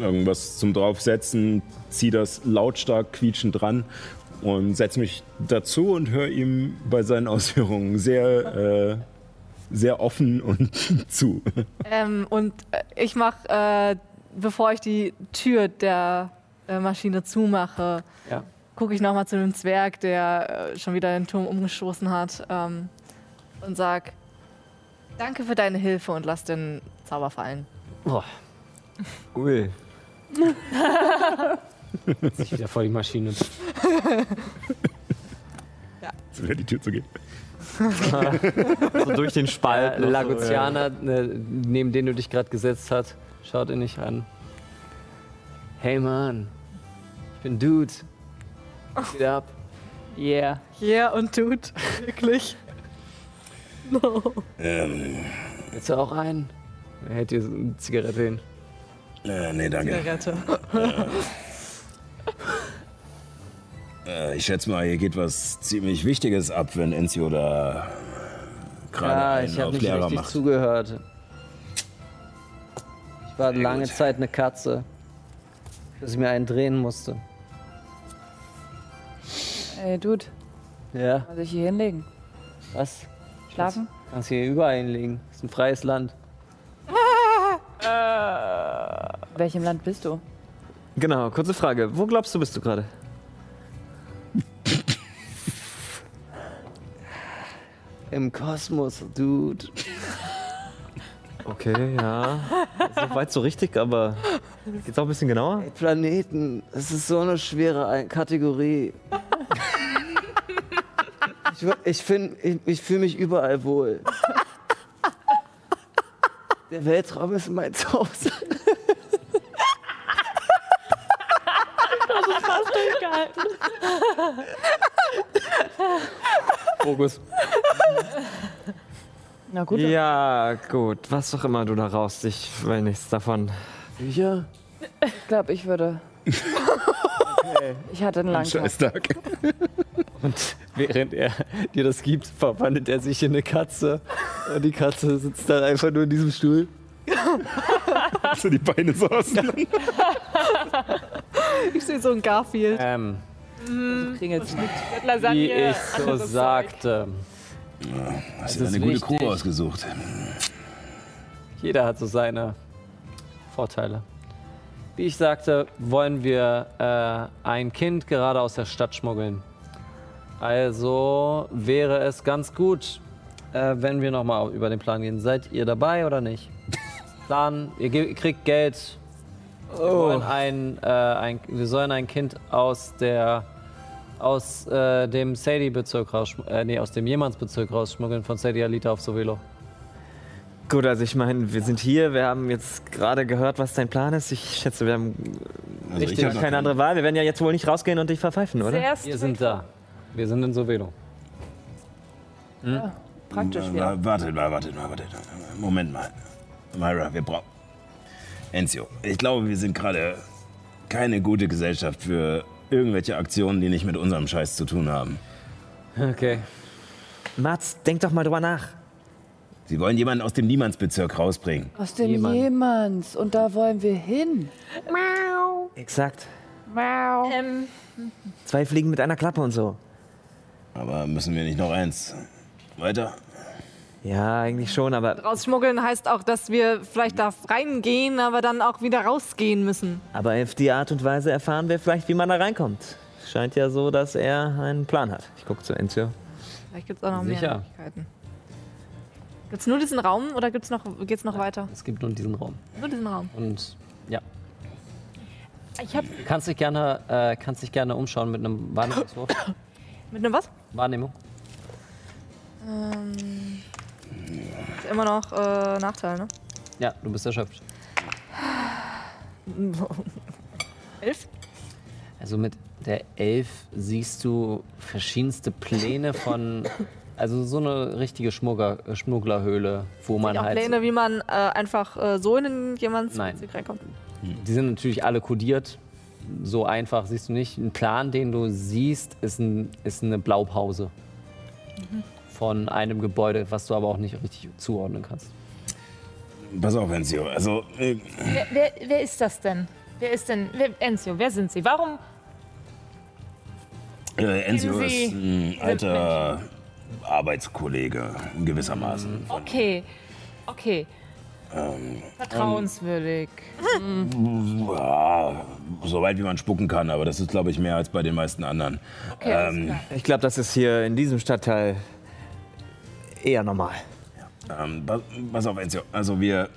Speaker 15: irgendwas zum Draufsetzen, ziehe das lautstark quietschend dran und setze mich dazu und höre ihm bei seinen Ausführungen sehr, äh, sehr offen und zu.
Speaker 5: Ähm, und äh, ich mache, äh, bevor ich die Tür der äh, Maschine zumache,
Speaker 1: Ja.
Speaker 5: gucke ich nochmal zu dem Zwerg, der äh, schon wieder den Turm umgestoßen hat, ähm, und sag: Danke für deine Hilfe und lass den Zauber fallen.
Speaker 8: Ui.
Speaker 1: Sich wieder vor die Maschine.
Speaker 15: Jetzt wieder die Tür zu gehen.
Speaker 8: so durch den Spalt.
Speaker 1: Der Lagozianer, ne, neben den du dich gerade gesetzt hast, schaut ihn nicht an. Hey Mann, ich bin Dude. Geht ab.
Speaker 9: Yeah.
Speaker 5: Oh. Yeah, und tut. Wirklich. No.
Speaker 4: Ähm,
Speaker 1: Willst du auch einen? Er hält dir so eine Zigarette hin.
Speaker 4: äh, nee, danke.
Speaker 5: Zigarette.
Speaker 4: Äh, ich schätze mal, hier geht was ziemlich Wichtiges ab, wenn Enzio da gerade
Speaker 1: Ja,
Speaker 4: einen
Speaker 1: ich habe
Speaker 4: auf
Speaker 1: nicht
Speaker 4: Lehrer
Speaker 1: richtig
Speaker 4: macht.
Speaker 1: zugehört. Ich war lange Zeit eine Katze, dass ich mir einen drehen musste.
Speaker 9: Ey, Dude,
Speaker 1: Ja,
Speaker 9: soll ich hier hinlegen?
Speaker 1: was?
Speaker 9: Schlafen?
Speaker 1: Kannst hier überall hinlegen. Ist ein freies Land.
Speaker 9: In welchem Land bist du?
Speaker 8: Genau, kurze Frage. Wo glaubst du, bist du gerade?
Speaker 1: Im Kosmos, Dude.
Speaker 8: Okay, ja. So weit so richtig, aber geht's auch ein bisschen genauer?
Speaker 1: Planeten, es ist so eine schwere Ein- Kategorie. ich wür- ich, find- ich, ich fühle mich überall wohl. Der Weltraum ist mein Zuhause.
Speaker 8: Fokus.
Speaker 9: Na gut. dann-
Speaker 8: Ja, gut. Was auch immer du da raus, ich will nichts davon.
Speaker 1: Sicher?
Speaker 9: Ich glaube, ich würde. Ich hatte einen langen Tag.
Speaker 15: Scheißtag.
Speaker 1: Und während er dir das gibt, verwandelt er sich in eine Katze. Und die Katze sitzt dann einfach nur in diesem Stuhl.
Speaker 15: So die Beine so auseinander.
Speaker 5: Ich sehe so ein Garfield.
Speaker 1: Ähm,
Speaker 9: Kringelt's mal.
Speaker 7: Mit Lasagne.
Speaker 1: wie ich so
Speaker 7: anderes Zeug.
Speaker 1: sagte,
Speaker 4: Hast
Speaker 1: Es
Speaker 4: du dir
Speaker 1: ist
Speaker 4: eine gute
Speaker 1: wichtig.
Speaker 4: Crew ausgesucht? Also
Speaker 1: jeder hat so seine Vorteile. Wie ich sagte, wollen wir äh, ein Kind gerade aus der Stadt schmuggeln. Also wäre es ganz gut, äh, wenn wir nochmal über den Plan gehen. Seid ihr dabei oder nicht? Plan, ihr ge- kriegt Geld. Wir, wollen ein, äh, ein, wir sollen ein Kind aus der aus äh, dem Sadie-Bezirk rausschmuggeln, äh, nee, aus dem Jemands-Bezirk rausschmuggeln von Sadie Alita auf Sovelo.
Speaker 8: Gut, also ich meine, wir sind hier, wir haben jetzt gerade gehört, was dein Plan ist. Ich schätze, wir haben
Speaker 4: Also
Speaker 8: keine andere Wahl. Wir werden ja jetzt wohl nicht rausgehen und dich verpfeifen, oder?
Speaker 7: Sehr
Speaker 1: Wir sind da. Wir sind in Sovelo.
Speaker 9: Praktisch
Speaker 4: Äh,
Speaker 9: wieder.
Speaker 4: wa- Wartet mal, wartet mal, wartet mal. Moment mal. Myra, wir brauchen. Enzio, ich glaube, wir sind gerade keine gute Gesellschaft für irgendwelche Aktionen, die nicht mit unserem Scheiß zu tun haben.
Speaker 1: Okay.
Speaker 8: Mats, denk doch mal drüber nach.
Speaker 4: Sie wollen jemanden aus dem Niemandsbezirk rausbringen.
Speaker 9: Aus dem Jemands. Und da wollen wir hin.
Speaker 8: Exakt.
Speaker 7: Ähm,
Speaker 8: Zwei Fliegen mit einer Klappe und so.
Speaker 4: Aber müssen wir nicht noch eins? Weiter?
Speaker 8: Ja, eigentlich schon, aber,
Speaker 5: Rausschmuggeln heißt auch, dass wir vielleicht da reingehen, aber dann auch wieder rausgehen müssen.
Speaker 8: aber auf die Art und Weise erfahren wir vielleicht, wie man da reinkommt. Scheint ja so, dass er einen Plan hat. Ich gucke zu Enzio.
Speaker 5: Vielleicht gibt es auch noch
Speaker 1: Sicher.
Speaker 5: mehr Möglichkeiten. Gibt es nur diesen Raum oder gibt's noch, geht's noch weiter?
Speaker 1: Es gibt nur diesen Raum.
Speaker 5: Nur diesen Raum.
Speaker 1: Und ja.
Speaker 7: Ich hab.
Speaker 1: Kannst dich gerne, äh, kannst dich gerne umschauen mit einem Wahrnehmungswurf.
Speaker 5: Mit einem was?
Speaker 1: Wahrnehmung.
Speaker 5: Ähm, ist immer noch äh, Nachteil, ne?
Speaker 1: Ja, du bist erschöpft.
Speaker 5: Elf?
Speaker 1: Also mit der Elf siehst du verschiedenste Pläne von, also so eine richtige Schmuggler, Schmugglerhöhle, wo man
Speaker 5: Auch
Speaker 1: halt.
Speaker 5: Pläne, wie man äh, einfach äh, so in jemanden
Speaker 1: Nein.
Speaker 5: reinkommt.
Speaker 1: Die sind natürlich alle kodiert. So einfach siehst du nicht. Ein Plan, den du siehst, ist, ein, ist eine Blaupause
Speaker 5: Mhm.
Speaker 1: von einem Gebäude, was du aber auch nicht richtig zuordnen kannst.
Speaker 4: Pass auf, Enzio. Also, äh,
Speaker 7: Wer, wer, wer ist das denn? Wer ist denn. Wer, Enzio, wer sind Sie? Warum?
Speaker 4: äh, Enzio
Speaker 7: Sie
Speaker 4: ist ein alter Arbeitskollege, in gewissermaßen.
Speaker 7: Okay. Okay.
Speaker 4: Ähm,
Speaker 7: Vertrauenswürdig.
Speaker 4: ähm, ja, so weit wie man spucken kann, aber das ist, glaube ich, mehr als bei den meisten anderen.
Speaker 7: Okay, alles
Speaker 4: Ähm,
Speaker 8: Ich glaube, das ist hier in diesem Stadtteil eher normal.
Speaker 4: Ähm, pa- pass auf, Enzio. Also wir.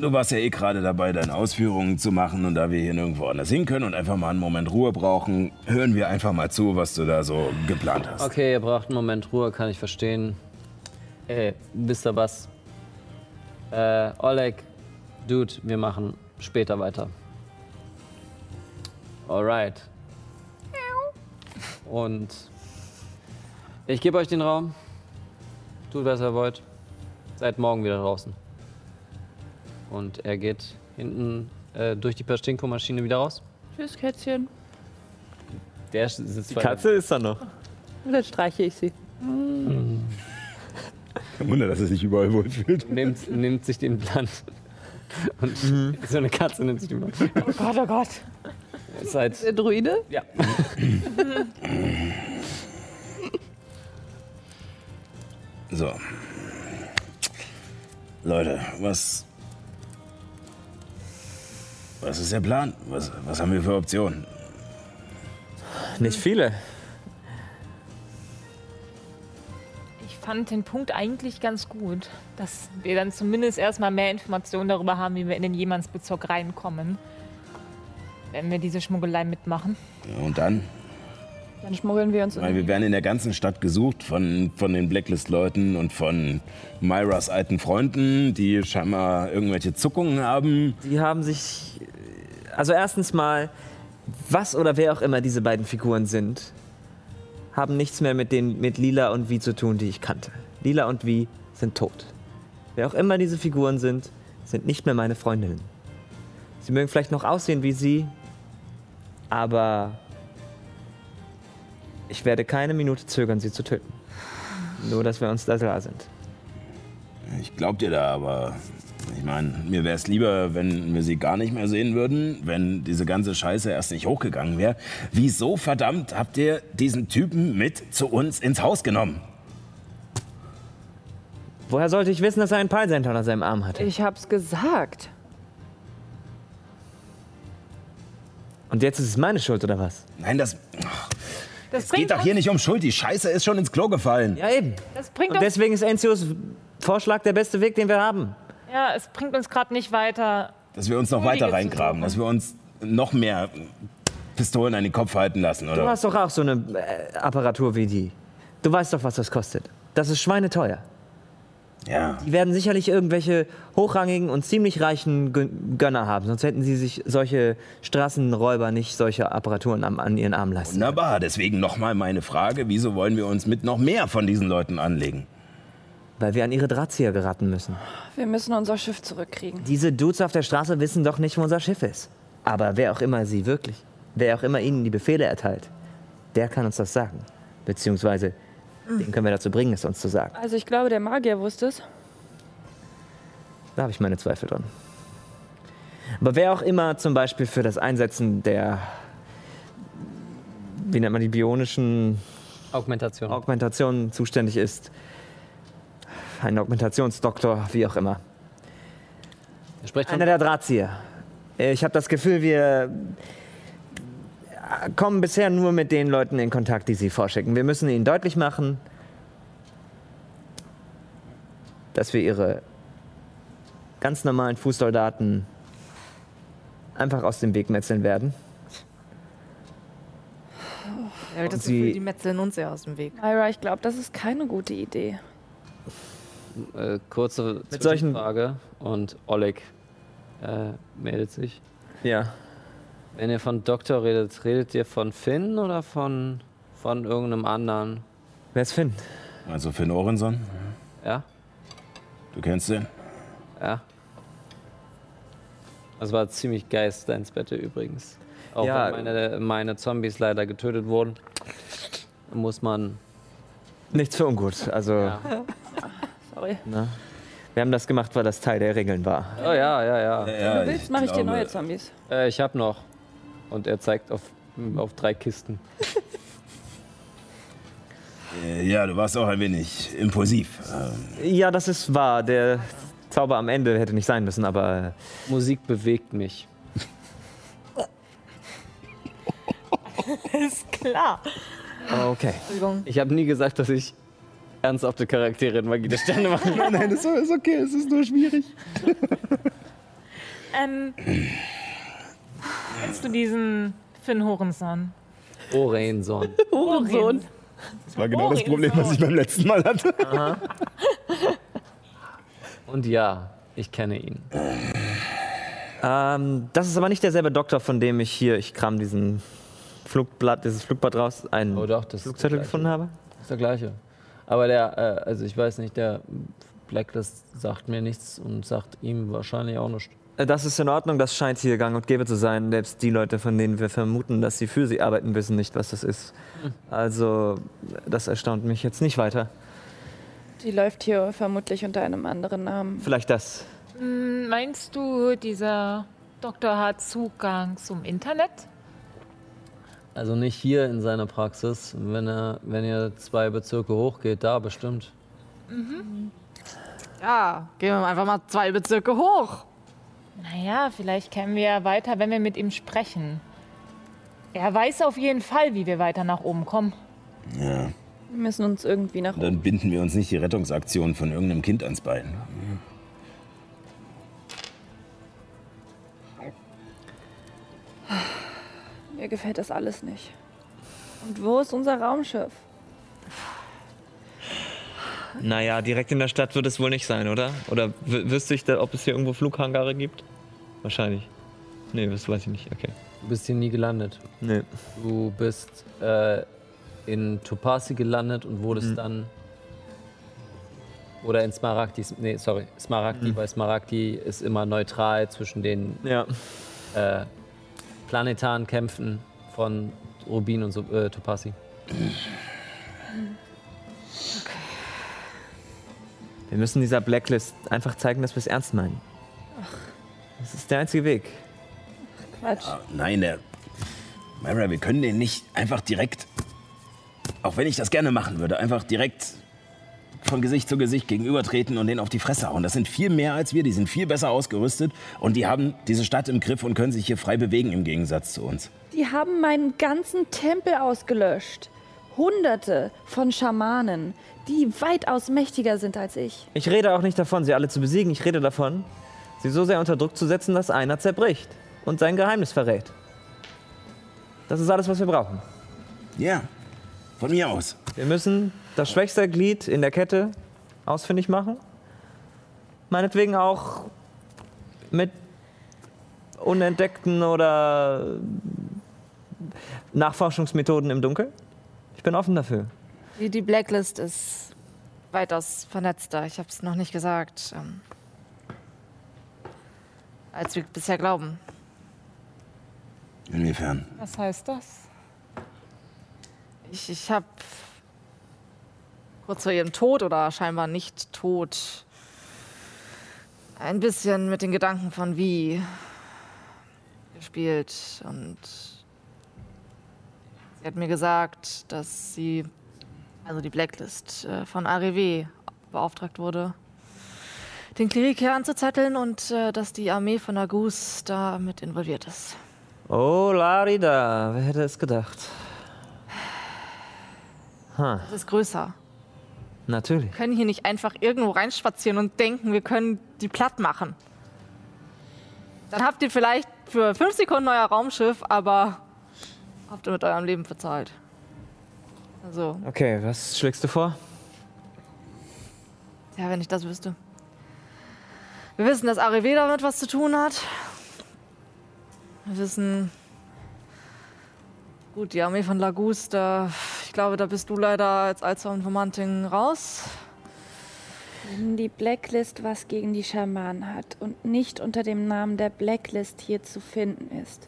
Speaker 4: Du warst ja eh gerade dabei, deine Ausführungen zu machen und da wir hier nirgendwo anders hin können und einfach mal einen Moment Ruhe brauchen, hören wir einfach mal zu, was du da so geplant hast.
Speaker 1: Okay, ihr braucht einen Moment Ruhe, kann ich verstehen. Ey, wisst ihr was? Äh, Oleg, Dude, wir machen später weiter. Alright. Und ich gebe euch den Raum. Tut, was ihr wollt. Seid morgen wieder draußen. Und er geht hinten äh, durch die Pachinko-Maschine wieder raus.
Speaker 9: Tschüss, Kätzchen.
Speaker 1: Der sitzt
Speaker 8: Die Katze ist da noch.
Speaker 9: Und dann streiche ich sie.
Speaker 16: Kein Wunder, dass er sich überall wohlfühlt.
Speaker 1: nimmt, nimmt sich den Plan. Und so eine Katze nimmt sich den Plan.
Speaker 7: Oh Gott, oh Gott.
Speaker 1: Ist halt,
Speaker 9: Der Druide?
Speaker 1: ja.
Speaker 4: So. Leute, was. Was ist der Plan? Was, was haben wir für Optionen?
Speaker 8: Nicht viele.
Speaker 7: Ich fand den Punkt eigentlich ganz gut, dass wir dann zumindest erstmal mehr Informationen darüber haben, wie wir in den Jemansbezirk reinkommen. Wenn wir diese Schmuggelei mitmachen.
Speaker 4: Und dann?
Speaker 9: Dann schmuggeln wir uns
Speaker 4: Weil
Speaker 9: in.
Speaker 4: wir werden in der ganzen Stadt gesucht von, von den Blacklist-Leuten und von Myras alten Freunden, die scheinbar irgendwelche Zuckungen haben.
Speaker 8: Die haben sich. Also, erstens mal, was oder wer auch immer diese beiden Figuren sind, haben nichts mehr mit, den, mit Lila und Wie zu tun, die ich kannte. Lila und Wie sind tot. Wer auch immer diese Figuren sind, sind nicht mehr meine Freundinnen. Sie mögen vielleicht noch aussehen wie sie, aber ich werde keine Minute zögern, sie zu töten. Nur, dass wir uns da klar sind.
Speaker 4: Ich glaub dir da, aber ich meine, mir wäre es lieber, wenn wir sie gar nicht mehr sehen würden, wenn diese ganze Scheiße erst nicht hochgegangen wäre. Wieso verdammt habt ihr diesen Typen mit zu uns ins Haus genommen?
Speaker 8: Woher sollte ich wissen, dass er einen Peilsender unter seinem Arm hatte?
Speaker 9: Ich hab's gesagt.
Speaker 8: Und jetzt ist es meine Schuld, oder was?
Speaker 4: Nein, das,
Speaker 7: Das
Speaker 4: es geht doch hier nicht um Schuld. Die Scheiße ist schon ins Klo gefallen.
Speaker 8: Ja, eben.
Speaker 7: Das bringt
Speaker 8: Und
Speaker 7: uns
Speaker 8: deswegen ist Enzios Vorschlag der beste Weg, den wir haben.
Speaker 7: Ja, es bringt uns gerade nicht weiter.
Speaker 4: Dass wir uns noch weiter reingraben, dass wir uns noch mehr Pistolen an den Kopf halten lassen,
Speaker 8: Du
Speaker 4: oder?
Speaker 8: hast doch auch so eine äh, Apparatur wie die. Du weißt doch, was das kostet. Das ist schweineteuer.
Speaker 4: Ja.
Speaker 8: Die werden sicherlich irgendwelche hochrangigen und ziemlich reichen Gön- Gönner haben. Sonst hätten sie sich solche Straßenräuber nicht solche Apparaturen am, an ihren Arm lassen.
Speaker 4: Wunderbar, deswegen nochmal meine Frage, wieso wollen wir uns mit noch mehr von diesen Leuten anlegen?
Speaker 8: Weil wir an ihre Drahtzieher geraten müssen.
Speaker 9: Wir müssen unser Schiff zurückkriegen.
Speaker 8: Diese Dudes auf der Straße wissen doch nicht, wo unser Schiff ist. Aber wer auch immer sie wirklich, wer auch immer ihnen die Befehle erteilt, der kann uns das sagen. Beziehungsweise, den können wir dazu bringen, es uns zu sagen.
Speaker 9: Also ich glaube, der Magier wusste es.
Speaker 8: Da habe ich meine Zweifel dran. Aber wer auch immer zum Beispiel für das Einsetzen der, wie nennt man die bionischen
Speaker 1: Augmentation.
Speaker 8: Augmentationen zuständig ist, ein Augmentationsdoktor, wie auch immer,
Speaker 1: Er spricht von
Speaker 8: Einer der Drahtzieher. Äh, Ich habe das Gefühl, wir äh, kommen bisher nur mit den Leuten in Kontakt, die sie vorschicken. Wir müssen ihnen deutlich machen, dass wir ihre ganz normalen Fußsoldaten einfach aus dem Weg metzeln werden.
Speaker 5: Ja, ich
Speaker 8: Und
Speaker 5: das
Speaker 8: sie-
Speaker 5: Gefühl, die metzeln uns ja aus dem Weg.
Speaker 9: Myra, ich glaube, das ist keine gute Idee.
Speaker 1: Äh, kurze
Speaker 8: Mit solchen-
Speaker 1: Zwischenfrage und Oleg äh, meldet sich.
Speaker 8: Ja.
Speaker 1: Wenn ihr von Doktor redet, redet ihr von Finn oder von, von irgendeinem anderen?
Speaker 8: Wer ist Finn?
Speaker 4: Also Finn Orenson,
Speaker 1: Ja?
Speaker 4: du kennst den?
Speaker 1: Ja. Das war ziemlich geist, deins Bette übrigens. Auch
Speaker 8: Ja.
Speaker 1: wenn meine, meine Zombies leider getötet wurden, muss man.
Speaker 8: Nichts für ungut. Also,
Speaker 9: Sorry.
Speaker 8: ne? Wir haben das gemacht, weil das Teil der Regeln war.
Speaker 1: Oh ja, ja, ja.
Speaker 9: Wenn du willst, mache ich dir neue Zombies.
Speaker 1: Äh, ich hab noch. Und er zeigt auf, auf drei Kisten.
Speaker 4: Äh, Ja, du warst auch ein wenig impulsiv. Ähm,
Speaker 8: Ja, das ist wahr. Der Zauber am Ende hätte nicht sein müssen, aber
Speaker 1: Musik bewegt mich.
Speaker 17: Ist klar.
Speaker 8: okay.
Speaker 5: Entschuldigung.
Speaker 1: Ich habe nie gesagt, dass ich ernsthafte Charaktere in Magie der Sterne mache.
Speaker 18: Nein, nein, das ist okay, es ist nur schwierig.
Speaker 7: Ähm, kennst du diesen Finn Horenson?
Speaker 1: Oh, Orenson.
Speaker 7: Horenson?
Speaker 18: Das war genau das Problem, was ich beim letzten Mal hatte.
Speaker 1: Und ja, ich kenne ihn.
Speaker 8: Ähm, das ist aber nicht derselbe Doktor, von dem ich hier, ich kram diesen Flugblatt, dieses Flugblatt raus, einen
Speaker 1: Oh doch, das ist
Speaker 8: Flugzettel
Speaker 1: der gleiche.
Speaker 8: gefunden habe.
Speaker 1: Ist der gleiche. Aber der, äh, also ich weiß nicht, der Blacklist sagt mir nichts und sagt ihm wahrscheinlich auch nichts.
Speaker 8: Äh, Das ist in Ordnung, das scheint hier gang und gäbe zu sein. Selbst die Leute, von denen wir vermuten, dass sie für sie arbeiten, wissen nicht, was das ist.
Speaker 1: Hm.
Speaker 8: Also, das erstaunt mich jetzt nicht weiter.
Speaker 9: Die läuft hier vermutlich unter einem anderen Namen.
Speaker 8: Vielleicht das.
Speaker 7: Hm, Meinst du, dieser Doktor hat Zugang zum Internet?
Speaker 1: Also nicht hier in seiner Praxis. Wenn, er, wenn ihr zwei Bezirke hochgeht, da bestimmt.
Speaker 5: Ja, gehen wir einfach mal zwei Bezirke hoch.
Speaker 7: Naja, vielleicht kämen wir ja weiter, wenn wir mit ihm sprechen. Er weiß auf jeden Fall, wie wir weiter nach oben kommen.
Speaker 4: Ja.
Speaker 9: Wir müssen uns irgendwie nach
Speaker 4: Und dann binden wir uns nicht die Rettungsaktion von irgendeinem Kind ans Bein.
Speaker 9: Mir gefällt das alles nicht. Und wo ist unser Raumschiff?
Speaker 8: Naja, direkt in der Stadt wird es wohl nicht sein, oder? Oder w- wüsste ich, da, ob es hier irgendwo Flughangare gibt? Wahrscheinlich. Nee, das weiß ich nicht. Okay.
Speaker 1: Du bist hier nie gelandet.
Speaker 8: Nee.
Speaker 1: Du bist äh, in Topasi gelandet und wurdest dann. Oder in Smaragdi. Nee, sorry. Smaragdi, weil Smaragdi ist immer neutral zwischen den
Speaker 8: Ja.
Speaker 1: äh, planetaren Kämpfen von Rubin und so, äh, Topasi.
Speaker 8: Wir müssen dieser Blacklist einfach zeigen, dass wir es ernst meinen. Das ist der einzige Weg.
Speaker 9: Quatsch.
Speaker 4: Ah, Nein, der. Myra, wir können den nicht einfach direkt. Auch wenn ich das gerne machen würde, einfach direkt von Gesicht zu Gesicht gegenübertreten und den auf die Fresse hauen. Das sind viel mehr als wir, die sind viel besser ausgerüstet und die haben diese Stadt im Griff und können sich hier frei bewegen im Gegensatz zu uns.
Speaker 9: Die haben meinen ganzen Tempel ausgelöscht. Hunderte von Schamanen, die weitaus mächtiger sind als ich.
Speaker 8: Ich rede auch nicht davon, sie alle zu besiegen. Ich rede davon, sie so sehr unter Druck zu setzen, dass einer zerbricht und sein Geheimnis verrät. Das ist alles, was wir brauchen.
Speaker 4: Ja, von mir aus.
Speaker 8: Wir müssen das schwächste Glied in der Kette ausfindig machen. Meinetwegen auch mit unentdeckten oder Nachforschungsmethoden im Dunkeln. Ich bin offen dafür.
Speaker 5: Die, die Blacklist ist weitaus vernetzter. Ich habe es noch nicht gesagt. Ähm, als wir bisher glauben.
Speaker 4: Inwiefern?
Speaker 7: Was heißt das?
Speaker 5: Ich, ich habe kurz vor ihrem Tod oder scheinbar nicht tot ein bisschen mit den Gedanken von wie gespielt und sie hat mir gesagt, dass sie, also die Blacklist äh, von AREW beauftragt wurde, den Klerik hier anzuzetteln und äh, dass die Armee von Agus da mit involviert ist.
Speaker 8: Oh, Larida, wer hätte es gedacht? Ha,
Speaker 5: Das ist größer.
Speaker 8: natürlich.
Speaker 5: können hier nicht einfach irgendwo reinspazieren und denken, wir können die platt machen. Dann habt ihr vielleicht für fünf Sekunden euer Raumschiff, aber habt ihr mit eurem Leben verzahlt. Also,
Speaker 19: Okay, was schlägst du vor?
Speaker 5: ja, wenn ich das wüsste. Wir wissen, dass Arive damit was zu tun hat. Wir wissen. Gut, die Armee von Lagus, da. Ich glaube, da bist du leider als Alpha-Informantin raus.
Speaker 9: Wenn die Blacklist was gegen die Schamanen hat und nicht unter dem Namen der Blacklist hier zu finden ist.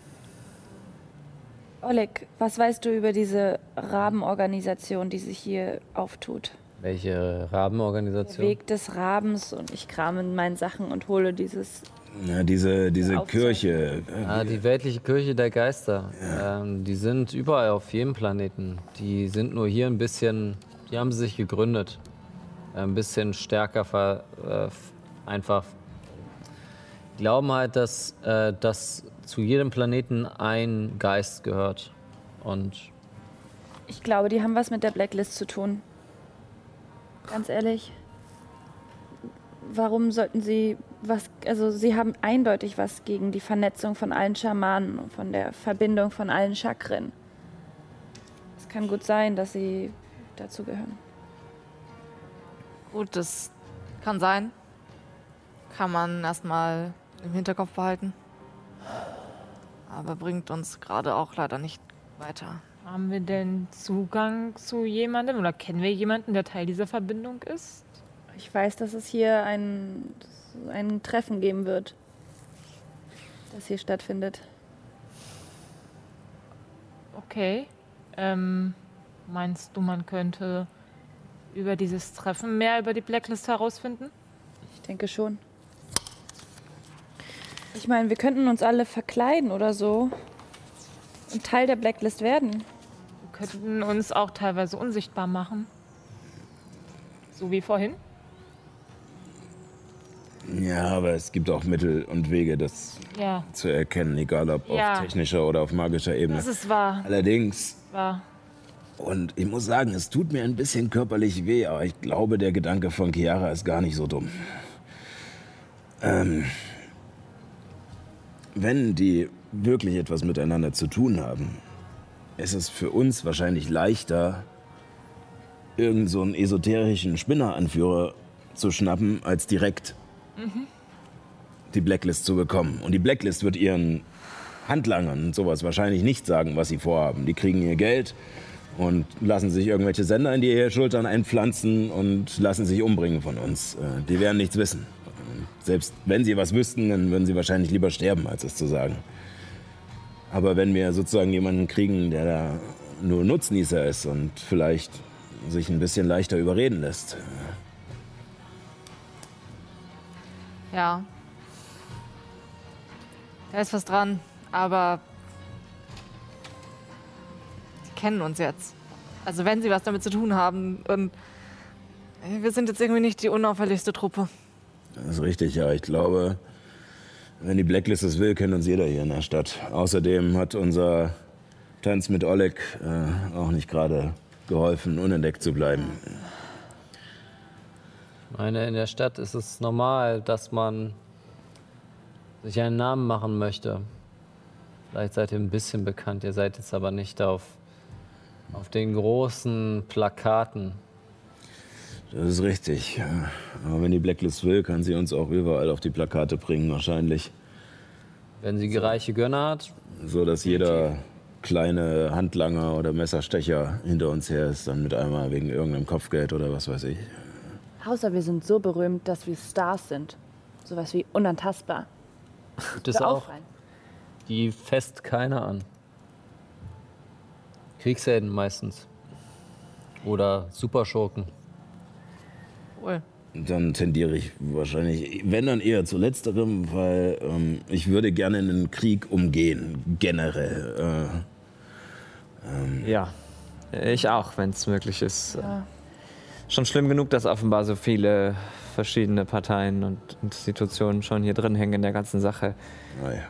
Speaker 9: Oleg, was weißt du über diese Rabenorganisation, die sich hier auftut?
Speaker 1: Welche
Speaker 9: Der
Speaker 1: Rabenorganisation?
Speaker 9: Weg des Rabens und ich krame in meinen Sachen und hole dieses.
Speaker 4: Na, diese diese
Speaker 9: Aufzeichnung.
Speaker 4: Kirche. äh,
Speaker 1: Ah, die weltliche Kirche der Geister. Ähm, die sind überall auf jedem Planeten. Die sind nur hier ein bisschen, die haben sich gegründet. Äh, Ein bisschen stärker ver, äh, f- einfach. Glauben halt, dass, äh, dass zu jedem Planeten ein Geist gehört. Und
Speaker 9: Ich glaube, die haben was mit der Blacklist zu tun. Ganz ehrlich. Warum sollten sie was. Also, sie haben eindeutig was gegen die Vernetzung von allen Schamanen und von der Verbindung von allen Chakren. Es kann gut sein, dass sie dazu gehören.
Speaker 5: Gut, das kann sein. Kann man erstmal im Hinterkopf behalten. Aber bringt uns gerade auch leider nicht weiter.
Speaker 7: Haben wir denn Zugang zu jemandem oder kennen wir jemanden, der Teil dieser Verbindung ist?
Speaker 9: Ich weiß, dass es hier ein, ein Treffen geben wird, das hier stattfindet.
Speaker 7: Okay. Ähm, meinst du, man könnte über dieses Treffen mehr über die Blacklist herausfinden?
Speaker 9: Ich denke schon. Ich meine, wir könnten uns alle verkleiden oder so und Teil der Blacklist werden.
Speaker 7: Wir könnten uns auch teilweise unsichtbar machen. So wie vorhin.
Speaker 4: Ja, aber es gibt auch Mittel und Wege, das
Speaker 7: Ja.
Speaker 4: zu erkennen, egal ob
Speaker 7: Ja.
Speaker 4: auf technischer oder auf magischer Ebene.
Speaker 7: Das ist wahr.
Speaker 4: Allerdings
Speaker 7: War.
Speaker 4: Und ich muss sagen, es tut mir ein bisschen körperlich weh, aber ich glaube, der Gedanke von Chiara ist gar nicht so dumm. Ähm, wenn die wirklich etwas miteinander zu tun haben, ist es für uns wahrscheinlich leichter, irgend so einen esoterischen Spinneranführer zu schnappen, als direkt die Blacklist zu bekommen. Und die Blacklist wird ihren Handlangern und sowas wahrscheinlich nicht sagen, was sie vorhaben. Die kriegen ihr Geld und lassen sich irgendwelche Sender in die Schultern einpflanzen und lassen sich umbringen von uns. Äh, Die werden nichts wissen. Selbst wenn sie was wüssten, dann würden sie wahrscheinlich lieber sterben, als es zu sagen. Aber wenn wir sozusagen jemanden kriegen, der da nur Nutznießer ist und vielleicht sich ein bisschen leichter überreden lässt,
Speaker 5: Ja. Da ist was dran, aber die kennen uns jetzt. Also wenn sie was damit zu tun haben und wir sind jetzt irgendwie nicht die unauffälligste Truppe.
Speaker 4: Das ist richtig, ja. Ich glaube, wenn die Blacklist es will, kennt uns jeder hier in der Stadt. Außerdem hat unser Tanz mit Oleg äh, auch nicht gerade geholfen, unentdeckt zu bleiben.
Speaker 1: meine, in der Stadt ist es normal, dass man sich einen Namen machen möchte. Vielleicht seid ihr ein bisschen bekannt, ihr seid jetzt aber nicht auf, auf den großen Plakaten.
Speaker 4: Das ist richtig. ja. Aber wenn die Blacklist will, kann sie uns auch überall auf die Plakate bringen, wahrscheinlich.
Speaker 1: Wenn sie reiche Gönner hat,
Speaker 4: So dass jeder kleine Handlanger oder Messerstecher hinter uns her ist, dann mit einmal wegen irgendeinem Kopfgeld oder was weiß ich.
Speaker 9: Außer wir sind so berühmt, dass wir Stars sind. Sowas wie unantastbar.
Speaker 1: gibt es
Speaker 9: Würde
Speaker 1: auch
Speaker 9: auffallen.
Speaker 1: Die fest keiner an. Kriegshelden meistens. Oder Superschurken.
Speaker 4: Dann tendiere ich wahrscheinlich, wenn dann eher zu letzterem, weil ähm, ich würde gerne einen Krieg umgehen, generell. Äh, ähm,
Speaker 8: Ja, ich auch, wenn es möglich ist.
Speaker 9: Ja.
Speaker 8: Schon schlimm genug, dass offenbar so viele verschiedene Parteien und Institutionen schon hier drin hängen in der ganzen Sache.
Speaker 4: Naja.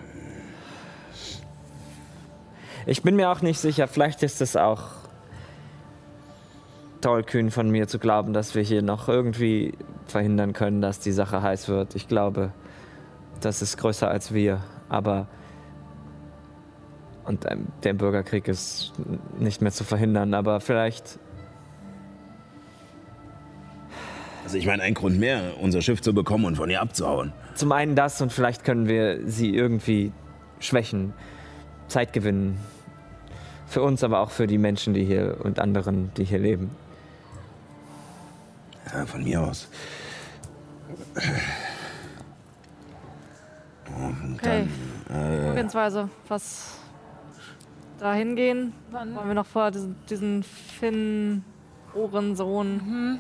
Speaker 8: Ich bin mir auch nicht sicher, vielleicht ist es auch tollkühn von mir zu glauben, dass wir hier noch irgendwie verhindern können, dass die Sache heiß wird. Ich glaube, das ist größer als wir. Aber Und ähm, der Bürgerkrieg ist n- nicht mehr zu verhindern, aber vielleicht.
Speaker 4: Also ich meine, ein Grund mehr, unser Schiff zu bekommen und von ihr abzuhauen.
Speaker 8: Zum einen das und vielleicht können wir sie irgendwie schwächen, Zeit gewinnen. Für uns, aber auch für die Menschen, die hier und anderen, die hier leben.
Speaker 4: Ja, von mir aus. Und
Speaker 5: Okay.
Speaker 4: dann, äh,
Speaker 5: Vorgehensweise, was da hingehen.
Speaker 20: Wann-
Speaker 5: Wollen wir noch vor diesen, diesen Finn Ohrensohn.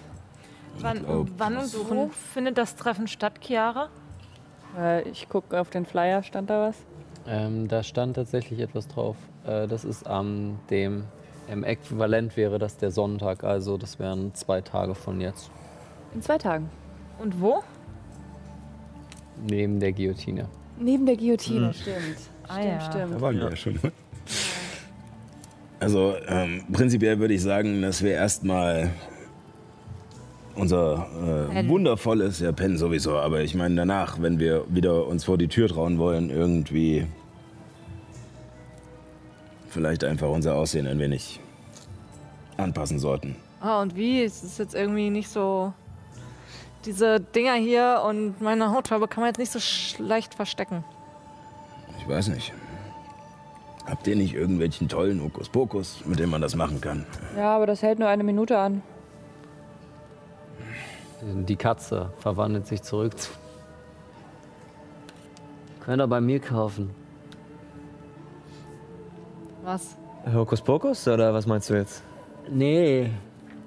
Speaker 7: Wann,
Speaker 5: glaub,
Speaker 7: wann und
Speaker 5: das-
Speaker 7: wo findet das Treffen statt, Chiara?
Speaker 21: Äh, ich gucke auf den Flyer, stand da was?
Speaker 1: Ähm, da stand tatsächlich etwas drauf. Äh, das ist am dem im Äquivalent wäre das der Sonntag, also das wären zwei Tage von jetzt
Speaker 21: In zwei Tagen.
Speaker 7: Und wo?
Speaker 1: neben der Guillotine.
Speaker 21: Neben der Guillotine,
Speaker 4: Hm.
Speaker 21: stimmt.
Speaker 7: Ah,
Speaker 21: stimmt,
Speaker 7: ja.
Speaker 21: stimmt.
Speaker 4: da waren wir ja schon. Also ähm, prinzipiell würde ich sagen, dass wir erstmal unser äh,
Speaker 5: Pennen.
Speaker 4: wundervolles, ja, pennen sowieso, aber ich meine danach, wenn wir wieder uns vor die Tür trauen wollen, irgendwie vielleicht einfach unser Aussehen ein wenig anpassen sollten.
Speaker 5: Ah, und wie? Es ist jetzt irgendwie nicht so. Diese Dinger hier und meine Hautfarbe kann man jetzt nicht so sch- leicht verstecken.
Speaker 4: Ich weiß nicht. Habt ihr nicht irgendwelchen tollen Hokuspokus, mit dem man das machen kann?
Speaker 1: Hm.
Speaker 21: Ja, aber das hält nur eine Minute an.
Speaker 1: Die Katze verwandelt sich zurück. zu- Könnt ihr bei mir kaufen.
Speaker 5: Was?
Speaker 8: Hokus Pokus oder was meinst du jetzt?
Speaker 1: Nee,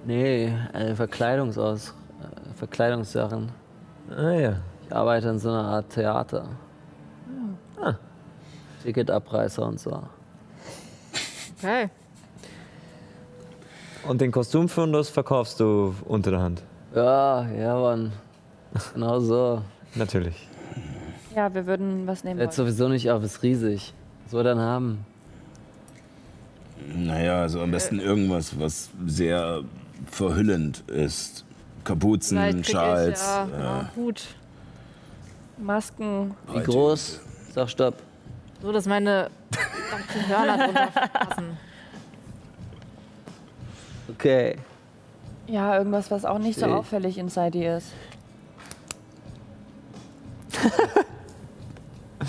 Speaker 1: nee, äh, Verkleidungsaus äh, Verkleidungssachen.
Speaker 8: Ah ja.
Speaker 1: Ich arbeite in so einer Art Theater. Ah. Ticketabreißer und so.
Speaker 5: Okay.
Speaker 8: Und den Kostümfundus verkaufst du unter der Hand?
Speaker 1: Ja, ja, Mann. Genau so.
Speaker 8: Natürlich.
Speaker 9: Ja, wir würden was nehmen
Speaker 1: Jetzt
Speaker 9: wollen.
Speaker 1: sowieso nicht auf, ist riesig. Was soll er dann haben?
Speaker 4: Naja, also am
Speaker 5: Äh.
Speaker 4: besten irgendwas, was sehr verhüllend ist. Kapuzen,
Speaker 5: Vielleicht krieg
Speaker 4: Schals.
Speaker 5: ich ja,
Speaker 4: äh,
Speaker 5: ja. Hut.
Speaker 9: Masken.
Speaker 1: Wie groß? Sag stopp.
Speaker 5: So, dass meine ganzen Hörner drunter passen.
Speaker 1: Okay.
Speaker 9: Ja, irgendwas, was auch nicht so
Speaker 1: Verstehe ich.
Speaker 9: auffällig inside ihr ist.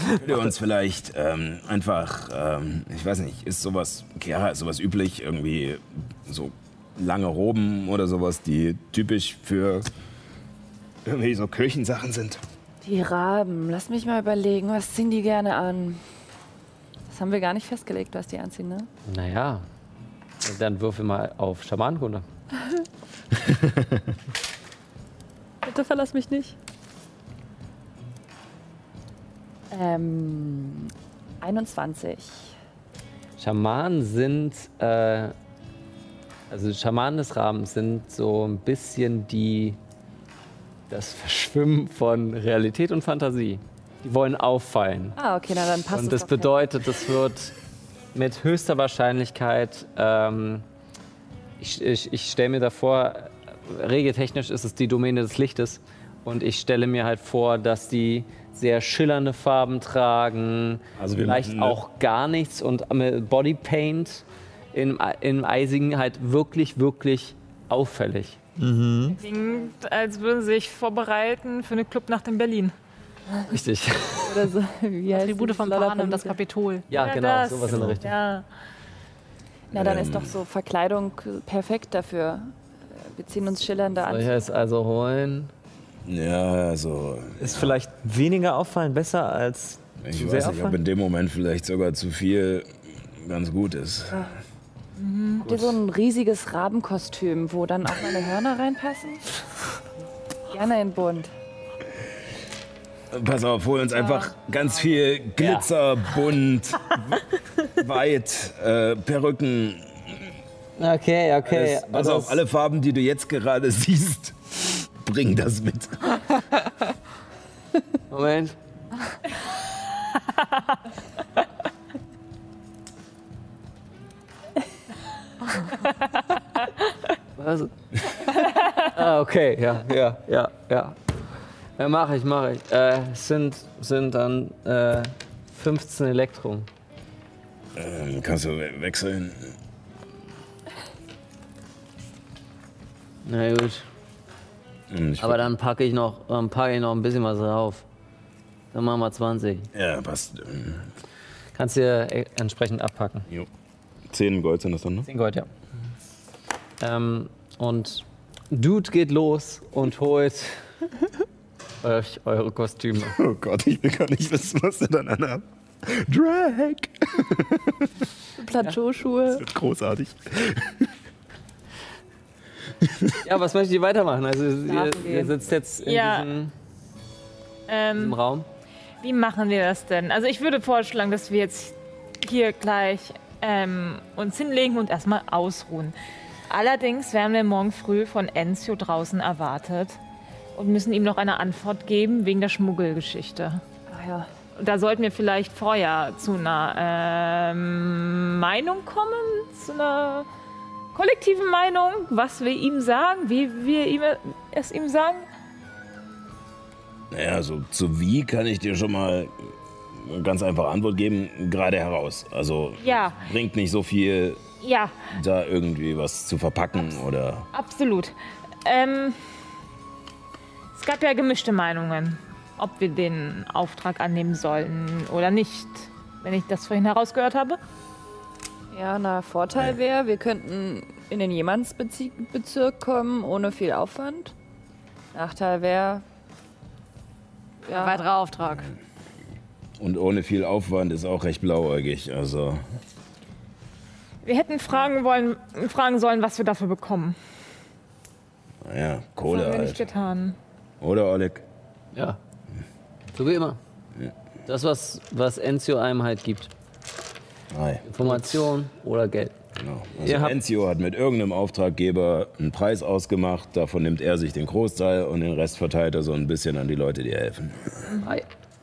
Speaker 4: Könnt ihr uns vielleicht ähm, einfach, ähm, ich weiß nicht, ist sowas, Chiara, ist sowas üblich, irgendwie so lange Roben oder sowas, die typisch für irgendwie so Kirchensachen sind?
Speaker 9: Die Raben. Lass mich mal überlegen, was ziehen die gerne an? Das haben wir gar nicht festgelegt, was die anziehen, ne?
Speaker 1: Naja. Dann würfel mal auf Schamankunde.
Speaker 21: Bitte verlass mich nicht.
Speaker 9: Ähm, 21.
Speaker 1: Schamanen sind, äh, also Schamanen des Rahmens sind so ein bisschen die, das Verschwimmen von Realität und Fantasie. Die wollen auffallen.
Speaker 9: Ah, okay, na dann passt
Speaker 1: und
Speaker 9: es
Speaker 1: das
Speaker 9: doch perfekt.
Speaker 1: bedeutet, es wird mit höchster Wahrscheinlichkeit, ähm, ich, ich, ich stelle mir da vor, äh, regeltechnisch ist es die Domäne des Lichtes. Und ich stelle mir halt vor, dass die sehr schillernde Farben tragen,
Speaker 22: Also wir
Speaker 1: vielleicht
Speaker 22: machen eine-
Speaker 1: auch gar nichts und mit Bodypaint im, E- im Eisigen halt wirklich, wirklich auffällig.
Speaker 7: Klingt, als würden sie sich vorbereiten für eine Clubnacht in Berlin.
Speaker 1: Richtig.
Speaker 21: Oder
Speaker 9: Also,
Speaker 21: so. Wie heißt
Speaker 5: Tribute
Speaker 21: dieses
Speaker 5: von
Speaker 21: Lala
Speaker 5: Panem, das Kapitol.
Speaker 1: Ja,
Speaker 7: Ja,
Speaker 1: genau,
Speaker 7: das.
Speaker 1: sowas in der Richtung.
Speaker 7: Ja.
Speaker 9: Na, dann
Speaker 4: Ähm.
Speaker 9: ist doch so Verkleidung perfekt dafür. Wir ziehen uns schillernde
Speaker 1: Soll
Speaker 9: an.
Speaker 1: ich jetzt also holen?
Speaker 4: Ja, also
Speaker 8: Ist vielleicht weniger auffallen besser als
Speaker 4: ich
Speaker 8: zu
Speaker 4: weiß
Speaker 8: sehr
Speaker 4: nicht, ob
Speaker 8: auffallen?
Speaker 4: in dem Moment vielleicht sogar zu viel ganz gut ist.
Speaker 9: Habt ihr so ein riesiges Rabenkostüm, wo dann auch meine Hörner reinpassen? Gerne in bunt.
Speaker 4: Pass auf, hol uns einfach ganz viel Glitzer, bunt, weit, äh, Perücken.
Speaker 1: Okay, Also okay.
Speaker 4: Alles, pass auf, alle Farben, die du jetzt gerade siehst, bring das mit.
Speaker 1: Moment. Was? Ah, okay, ja, ja, ja, ja. Ja, mach ich, mach ich. Äh, es sind, sind dann äh, 15 Elektrum.
Speaker 4: Ähm, kannst du we wechseln?
Speaker 1: Na gut.
Speaker 4: Hm, ich
Speaker 1: Aber
Speaker 4: ver-
Speaker 1: dann packe ich, noch, dann packe ich noch ein bisschen was drauf. Dann machen wir 20.
Speaker 4: Ja, passt. Ähm,
Speaker 1: Kannst dir äh, entsprechend abpacken.
Speaker 4: Jo. 10 Gold sind das dann, ne?
Speaker 1: 10 Gold, ja. Ähm, und Dude geht los und holt euch eure Kostüme.
Speaker 4: Oh Gott, ich will gar nicht wissen, was ihr dann anhabt. Drag!
Speaker 23: Plateauschuhe.
Speaker 4: Großartig.
Speaker 1: Ja, was möchtet ihr weitermachen? Also ihr,
Speaker 7: Schlafen
Speaker 1: ihr
Speaker 7: gehen.
Speaker 1: sitzt jetzt in
Speaker 7: Ja.
Speaker 1: diesem, diesem
Speaker 7: Ähm,
Speaker 1: Raum.
Speaker 7: wie machen wir das denn? Also ich würde vorschlagen, dass wir jetzt hier gleich ähm, uns hinlegen und erstmal ausruhen. Allerdings werden wir morgen früh von Enzio draußen erwartet und müssen ihm noch eine Antwort geben wegen der Schmuggelgeschichte.
Speaker 23: Ah ja.
Speaker 7: Und Da sollten wir vielleicht vorher zu einer ähm, Meinung kommen, zu einer kollektiven Meinung, was wir ihm sagen, wie wir ihm, es ihm sagen.
Speaker 4: Naja, so zu wie kann ich dir schon mal eine ganz einfache Antwort geben, gerade heraus. Also
Speaker 7: Ja,
Speaker 4: bringt nicht so viel,
Speaker 7: ja,
Speaker 4: da irgendwie was zu verpacken oder.
Speaker 7: absolut. Ähm, es gab ja gemischte Meinungen, ob wir den Auftrag annehmen sollten oder nicht, wenn ich das vorhin herausgehört habe.
Speaker 9: Ja, na, Vorteil wäre, wir könnten in den Jemandsbezirk kommen, ohne viel Aufwand. Nachteil wäre. Ja.
Speaker 5: Weiterer Auftrag.
Speaker 4: Und ohne viel Aufwand ist auch recht blauäugig. Also
Speaker 7: Wir hätten fragen, wollen, fragen sollen, was wir dafür bekommen.
Speaker 4: naja,
Speaker 7: Das
Speaker 4: Kohle
Speaker 7: haben wir
Speaker 4: halt.
Speaker 7: nicht getan.
Speaker 4: Oder Oleg?
Speaker 1: Ja. So wie immer. Das, was, was Enzio einem halt gibt.
Speaker 4: Nein.
Speaker 1: Information oder Geld.
Speaker 4: Genau.
Speaker 1: Ihr
Speaker 4: Also
Speaker 1: habt-
Speaker 4: Enzio hat mit irgendeinem Auftraggeber einen Preis ausgemacht, davon nimmt er sich den Großteil und den Rest verteilt er so ein bisschen an die Leute, die helfen.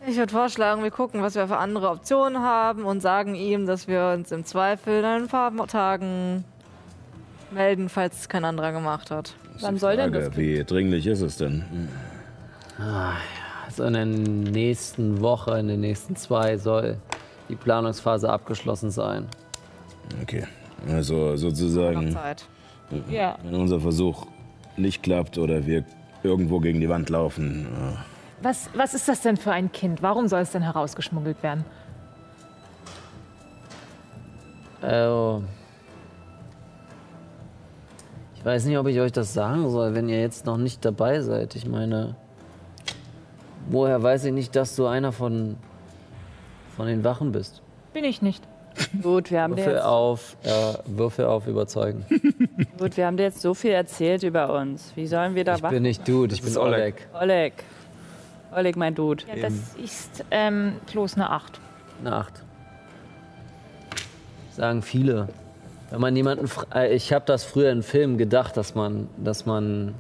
Speaker 5: Ich würde vorschlagen, wir gucken, was wir für andere Optionen haben und sagen ihm, dass wir uns im Zweifel in ein paar Tagen melden, falls es kein anderer gemacht hat.
Speaker 9: Wann soll denn das?
Speaker 4: Frage, wie dringlich ist es denn? Hm.
Speaker 1: Ah, ja. Also in der nächsten Woche, in den nächsten zwei soll die Planungsphase abgeschlossen sein.
Speaker 4: Okay. Also sozusagen,
Speaker 5: Zeit.
Speaker 7: Ja.
Speaker 4: wenn unser Versuch nicht klappt oder wir irgendwo gegen die Wand laufen, äh,
Speaker 7: Was, was ist das denn für ein Kind? Warum soll es denn herausgeschmuggelt werden?
Speaker 1: Also, ich weiß nicht, ob ich euch das sagen soll, wenn ihr jetzt noch nicht dabei seid. Ich meine, woher weiß ich nicht, dass du einer von, von den Wachen bist?
Speaker 7: Bin ich nicht.
Speaker 9: Gut, wir haben dir
Speaker 1: Würfel
Speaker 9: jetzt,
Speaker 1: auf, äh, Würfel auf überzeugen.
Speaker 9: gut, wir haben dir jetzt so viel erzählt über uns. Wie sollen wir da
Speaker 1: Ich bin nicht Dude, ich bin Oleg.
Speaker 9: Oleg. Oleg, mein Dude.
Speaker 7: Ja, das ist ähm, bloß eine Acht.
Speaker 1: Eine 8. Sagen viele. Wenn man jemanden. fra- äh, Ich habe das früher in Filmen gedacht, dass man, dass man.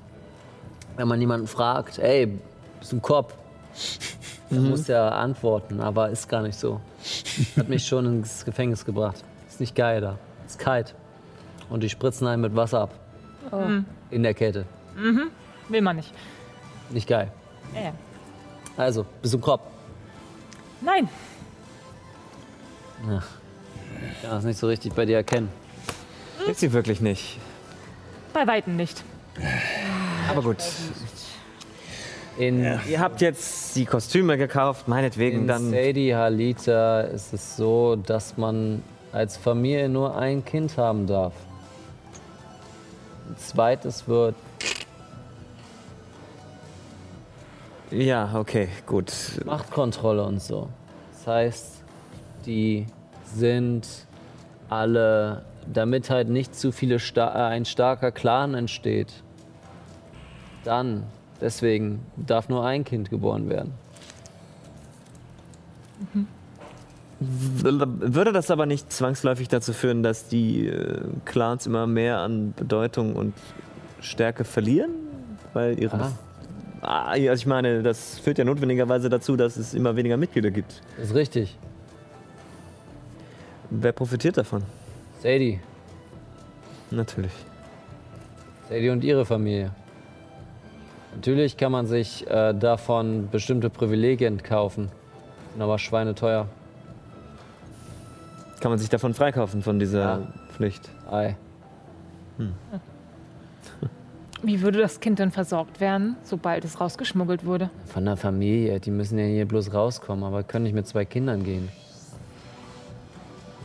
Speaker 1: Wenn man jemanden fragt, ey, bist du ein Kopf? Dann muss der antworten, aber ist gar nicht so. Hat mich schon ins Gefängnis gebracht. Ist nicht geil da. Ist kalt. Und die spritzen einen mit Wasser ab. In der Kälte.
Speaker 7: Will man nicht.
Speaker 1: Nicht geil.
Speaker 7: Ja, ja.
Speaker 1: Also, bist du ein Kopf?
Speaker 7: Nein,
Speaker 1: Ja. Ich kann das nicht so richtig bei dir erkennen.
Speaker 8: Ist sie wirklich nicht.
Speaker 7: bei Weitem nicht.
Speaker 8: Aber gut.
Speaker 1: In,
Speaker 8: Ihr habt jetzt die Kostüme gekauft, meinetwegen
Speaker 1: In
Speaker 8: dann.
Speaker 1: Sadie Halita ist es so, dass man als Familie nur ein Kind haben darf. Ein zweites wird.
Speaker 8: Ja, okay, gut.
Speaker 1: Machtkontrolle und so. Das heißt, die sind alle, damit halt nicht zu viele Sta äh, ein starker Clan entsteht. Dann, deswegen darf nur ein Kind geboren werden.
Speaker 8: Würde das aber nicht zwangsläufig dazu führen, dass die äh, Clans immer mehr an Bedeutung und Stärke verlieren? Weil ihre.
Speaker 1: Ah.
Speaker 8: Ah, ja, also ich meine, das führt ja notwendigerweise dazu, dass es immer weniger Mitglieder gibt.
Speaker 1: Ist richtig.
Speaker 8: Wer profitiert davon?
Speaker 1: Sadie.
Speaker 8: Natürlich.
Speaker 1: Sadie und ihre Familie. Natürlich kann man sich äh, davon bestimmte Privilegien kaufen, sind aber schweineteuer.
Speaker 8: Kann man sich davon freikaufen, von dieser
Speaker 1: Ah.
Speaker 8: Pflicht?
Speaker 1: Ei.
Speaker 8: Hm.
Speaker 7: Wie würde das Kind denn versorgt werden, sobald es rausgeschmuggelt wurde?
Speaker 1: Von der Familie, die müssen ja hier bloß rauskommen, aber können nicht mit zwei Kindern gehen.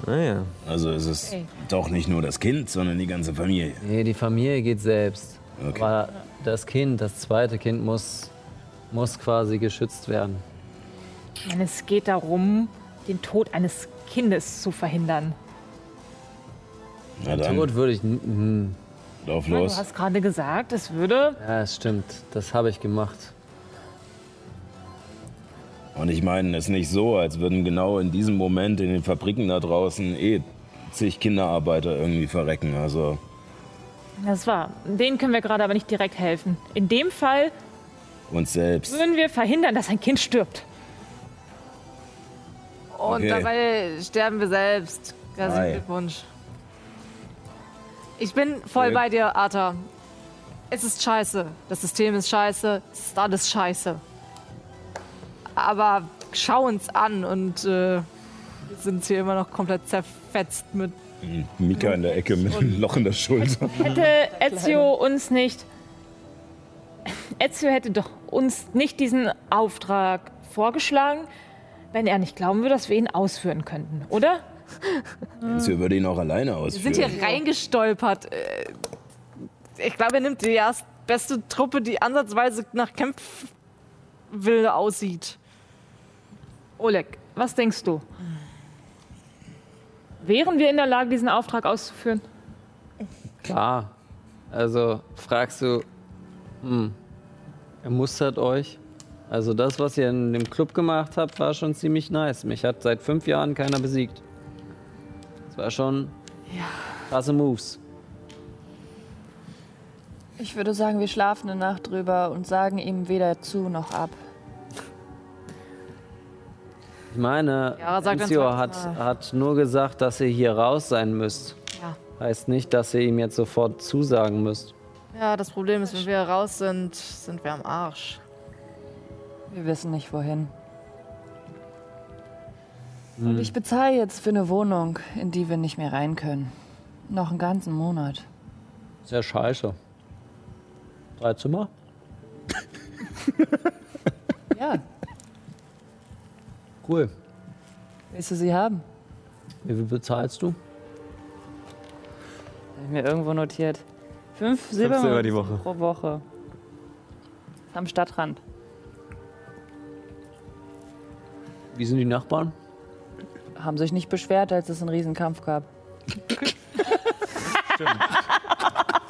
Speaker 8: Naja.
Speaker 4: Also es ist
Speaker 7: Okay.
Speaker 4: doch nicht nur das Kind, sondern die ganze Familie.
Speaker 1: Nee, die Familie geht selbst. Aber das Kind, das zweite Kind muss, muss quasi geschützt werden.
Speaker 7: Ich meine, es geht darum, den Tod eines Kindes zu verhindern.
Speaker 4: Na
Speaker 1: So
Speaker 4: dann.
Speaker 1: gut würde ich. n-
Speaker 4: Lauf
Speaker 7: Ich meine, Du hast gerade gesagt, es würde.
Speaker 1: n- Ja, es stimmt. Das habe ich gemacht.
Speaker 4: Und ich meine, es ist nicht so, als würden genau in diesem Moment in den Fabriken da draußen eh zig Kinderarbeiter irgendwie verrecken. Also
Speaker 7: Das war. Denen können wir gerade aber nicht direkt helfen. In dem Fall
Speaker 4: uns selbst.
Speaker 7: würden wir verhindern, dass ein Kind stirbt.
Speaker 5: Und
Speaker 4: Okay.
Speaker 5: dabei sterben wir selbst.
Speaker 4: Ei.
Speaker 5: Herzlichen Glückwunsch. Ich bin voll
Speaker 4: Okay.
Speaker 5: bei dir, Arthur. Es ist scheiße. Das System ist scheiße. Es ist alles scheiße. Aber schau uns an und äh, wir sind hier immer noch komplett zerfetzt mit.
Speaker 24: Mika in der Ecke mit einem Loch in der Schulter.
Speaker 7: Hätte Ezio uns nicht. Ezio hätte doch uns nicht diesen Auftrag vorgeschlagen, wenn er nicht glauben würde, dass wir ihn ausführen könnten, oder?
Speaker 4: Ezio würde Also ihn auch alleine
Speaker 5: Wir
Speaker 4: ausführen.
Speaker 5: sind hier reingestolpert. Äh, Ich glaube, er nimmt die erstbeste Truppe, die ansatzweise nach Kämpfwilde aussieht.
Speaker 7: Oleg, was denkst du? Wären wir in der Lage, diesen Auftrag auszuführen?
Speaker 1: Klar. Also fragst du, hm, er mustert euch. Also das, was ihr in dem Club gemacht habt, war schon ziemlich nice. Mich hat seit fünf Jahren keiner besiegt. Das war schon krasse Moves.
Speaker 9: Ich würde sagen, wir schlafen eine Nacht drüber und sagen ihm weder zu noch ab.
Speaker 1: Ich meine,
Speaker 9: Ja, sag dann
Speaker 1: Ezio hat,
Speaker 9: zweites Mal.
Speaker 1: hat nur gesagt, dass ihr hier raus sein müsst.
Speaker 5: Ja.
Speaker 1: Heißt nicht, dass ihr ihm jetzt sofort zusagen müsst.
Speaker 5: Ja, das Problem ist, wenn wir raus sind, sind wir am Arsch.
Speaker 9: Wir wissen nicht wohin.
Speaker 1: Hm.
Speaker 9: Und ich bezahle jetzt für eine Wohnung, in die wir nicht mehr rein können. Noch einen ganzen Monat.
Speaker 1: Ist ja scheiße. Drei Zimmer?
Speaker 9: Ja,
Speaker 1: Cool.
Speaker 9: willst du sie haben?
Speaker 1: Wie viel bezahlst du?
Speaker 25: Habe ich mir irgendwo notiert. Fünf
Speaker 8: Silber
Speaker 25: Silber,
Speaker 8: die Woche.
Speaker 25: pro Woche. Am Stadtrand.
Speaker 1: Wie sind die Nachbarn?
Speaker 9: Haben sich nicht beschwert, als es einen Riesenkampf gab.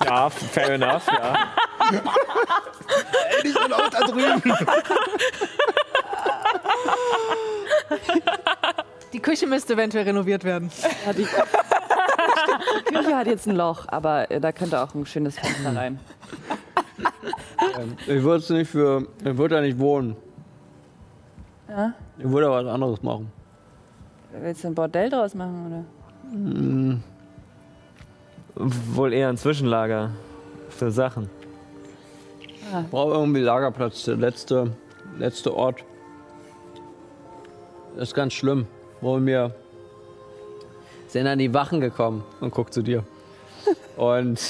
Speaker 8: Ja, fair enough, ja.
Speaker 4: Endlich auch da drüben.
Speaker 5: Die Küche müsste eventuell renoviert werden.
Speaker 25: Ja, die, die Küche hat jetzt ein Loch, aber äh, da könnte auch ein schönes Fenster rein.
Speaker 1: Ich würde es nicht für. Ich würde da nicht wohnen.
Speaker 9: Ja?
Speaker 1: Ich würde aber was anderes machen.
Speaker 9: Willst du ein Bordell draus machen, oder?
Speaker 8: Wohl eher ein Zwischenlager für Sachen.
Speaker 1: Ich brauche irgendwie Lagerplatz. Der letzte, letzte Ort. Das ist ganz schlimm. Wo mir. Sind dann die Wachen gekommen und guckt zu dir. Und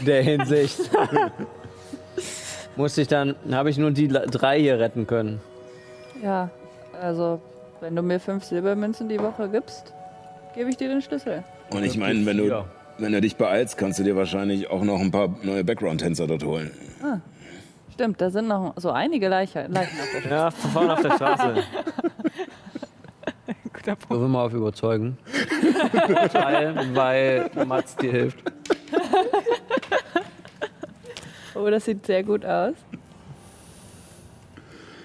Speaker 1: in der Hinsicht. musste ich dann. Habe ich nur die la- drei hier retten können.
Speaker 9: Ja, also, wenn du mir fünf Silbermünzen die Woche gibst, gebe ich dir den Schlüssel.
Speaker 4: Und ich meine, wenn du, wenn du dich beeilst, kannst du dir wahrscheinlich auch noch ein paar neue Background-Tänzer dort holen.
Speaker 9: Stimmt, da sind noch so einige Leiche, Leichen auf der Straße.
Speaker 8: Ja, von vorne auf der Straße.
Speaker 1: Ich will mal auf überzeugen. Teil, weil Mats dir hilft.
Speaker 9: Oh, das sieht sehr gut aus.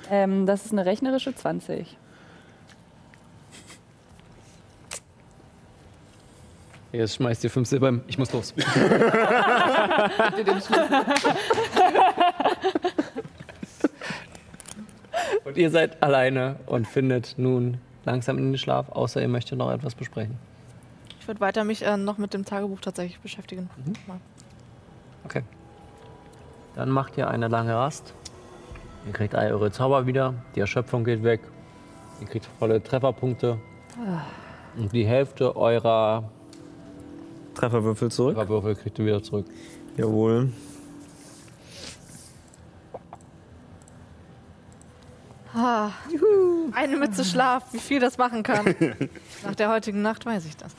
Speaker 9: Ähm, das ist eine rechnerische 20.
Speaker 1: Jetzt schmeißt dir fünf Silber. Ich muss los. und ihr seid alleine und findet nun langsam in den Schlaf, außer ihr möchtet noch etwas besprechen.
Speaker 5: Ich würde weiter mich äh, noch mit dem Tagebuch tatsächlich beschäftigen.
Speaker 1: Mhm.
Speaker 5: Mal.
Speaker 1: Okay. Dann macht ihr eine lange Rast. Ihr kriegt all eure Zauber wieder. Die Erschöpfung geht weg. Ihr kriegt volle Trefferpunkte. Und die Hälfte eurer
Speaker 8: Trefferwürfel zurück.
Speaker 1: Trefferwürfel kriegt ihr wieder zurück.
Speaker 8: Jawohl.
Speaker 5: Ah, eine Mütze Schlaf, wie viel das machen kann. Nach der heutigen Nacht weiß ich das.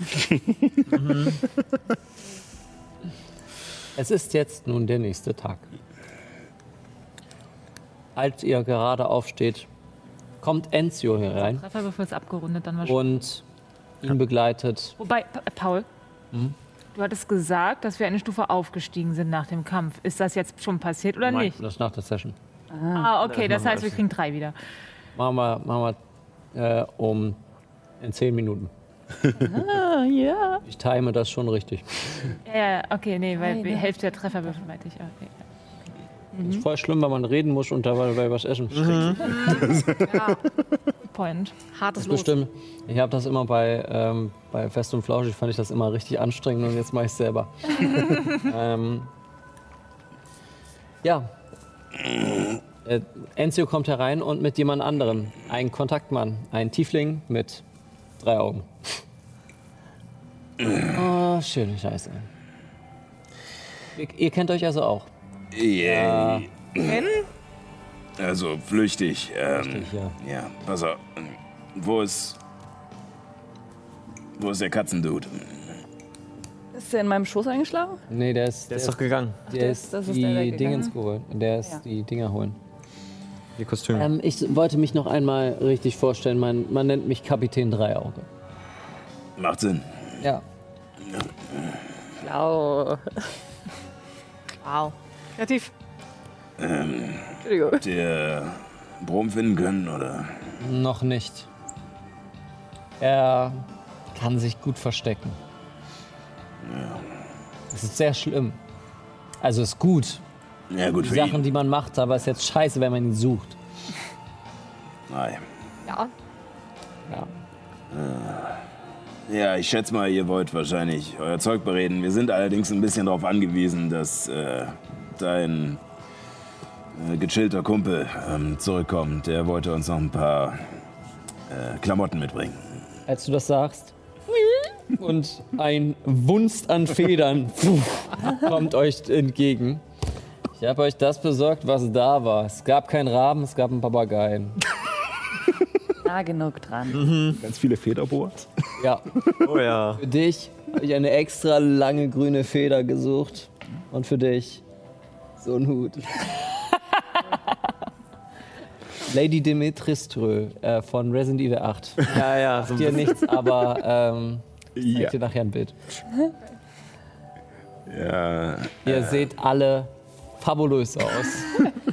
Speaker 1: Es ist jetzt nun der nächste Tag. Als ihr gerade aufsteht, kommt Enzio herein
Speaker 7: Trefferwürfel ist abgerundet dann wahrscheinlich.
Speaker 1: und ihn begleitet.
Speaker 7: Wobei, Pa- äh, Paul,
Speaker 1: Hm?
Speaker 7: du hattest gesagt, dass wir eine Stufe aufgestiegen sind nach dem Kampf. Ist das jetzt schon passiert oder
Speaker 1: Nein,
Speaker 7: nicht?
Speaker 1: Das ist nach der Session.
Speaker 7: Ah, okay, das
Speaker 1: machen wir
Speaker 7: heißt, wir
Speaker 1: das.
Speaker 7: kriegen drei wieder.
Speaker 1: Machen wir, machen wir äh, um in zehn Minuten.
Speaker 7: Ah, ja.
Speaker 1: Ich time das schon richtig.
Speaker 7: Ja, ja, okay, nee, weil die
Speaker 26: Eine.
Speaker 7: Hälfte der Trefferwürfel meinte ich. Okay.
Speaker 1: Ist voll schlimm, wenn man reden muss und dabei bei was essen steckt.
Speaker 7: Point.
Speaker 5: Hartes
Speaker 1: Das
Speaker 5: Los.
Speaker 1: bestimmt. Ich habe das immer bei, ähm, bei Fest und Flauschig, fand ich das immer richtig anstrengend und jetzt mache ich es selber. ähm, ja. Äh, Enzio kommt herein und mit jemand anderem. Ein Kontaktmann, ein Tiefling mit drei Augen. Oh, schöne Scheiße. Ihr, ihr kennt euch also auch.
Speaker 4: Yay. Also flüchtig. Ähm,
Speaker 1: ja.
Speaker 4: Ja, pass auf. Wo ist. Wo ist der Katzendude?
Speaker 9: Ist der in meinem Schoß eingeschlafen?
Speaker 1: Nee, der ist. Der,
Speaker 8: ist doch gegangen.
Speaker 1: Der,
Speaker 9: der
Speaker 1: ist,
Speaker 9: ist- das ist
Speaker 1: die
Speaker 9: der, der gegangen
Speaker 1: Dingens
Speaker 9: ist?
Speaker 1: geholt. Der ist
Speaker 9: Ja.
Speaker 1: die Dinger holen.
Speaker 8: Die Kostüme.
Speaker 1: Ähm, ich wollte mich noch einmal richtig vorstellen. Man, man nennt mich Kapitän Dreiauge.
Speaker 4: Macht Sinn.
Speaker 1: Ja.
Speaker 9: Blau.
Speaker 5: Wow. Kreativ.
Speaker 4: Ähm,
Speaker 9: Entschuldigung.
Speaker 4: habt ihr Brom finden können oder?
Speaker 1: Noch nicht. Er kann sich gut verstecken. Es ist sehr schlimm. Also ist gut.
Speaker 4: Ja, gut
Speaker 1: die
Speaker 4: für
Speaker 1: Sachen,
Speaker 4: ihn.
Speaker 1: die man macht, aber es ist jetzt scheiße, wenn man ihn sucht.
Speaker 4: Nein.
Speaker 5: Ja.
Speaker 1: Ja.
Speaker 4: Äh, Ja, ich schätze mal, ihr wollt wahrscheinlich euer Zeug bereden. Wir sind allerdings ein bisschen darauf angewiesen, dass äh, dein äh, gechillter Kumpel ähm, zurückkommt. Der wollte uns noch ein paar äh, Klamotten mitbringen.
Speaker 1: Als du das sagst. Und ein Wunst an Federn kommt euch entgegen. Ich habe euch das besorgt, was da war. Es gab keinen Raben, es gab einen Papageien.
Speaker 9: Nah genug dran.
Speaker 27: Ganz viele Federboards.
Speaker 1: Ja.
Speaker 8: Oh ja.
Speaker 1: Für dich habe ich eine extra lange grüne Feder gesucht. Und für dich so ein Hut. Lady Dimitriströ äh, von Resident Evil 8.
Speaker 8: Ja, ja. So ein
Speaker 1: Dir
Speaker 8: bisschen.
Speaker 1: nichts, aber ähm, ich
Speaker 27: Ja.
Speaker 1: dir nachher ein Bild.
Speaker 27: Ja.
Speaker 1: Ihr seht alle fabulös aus.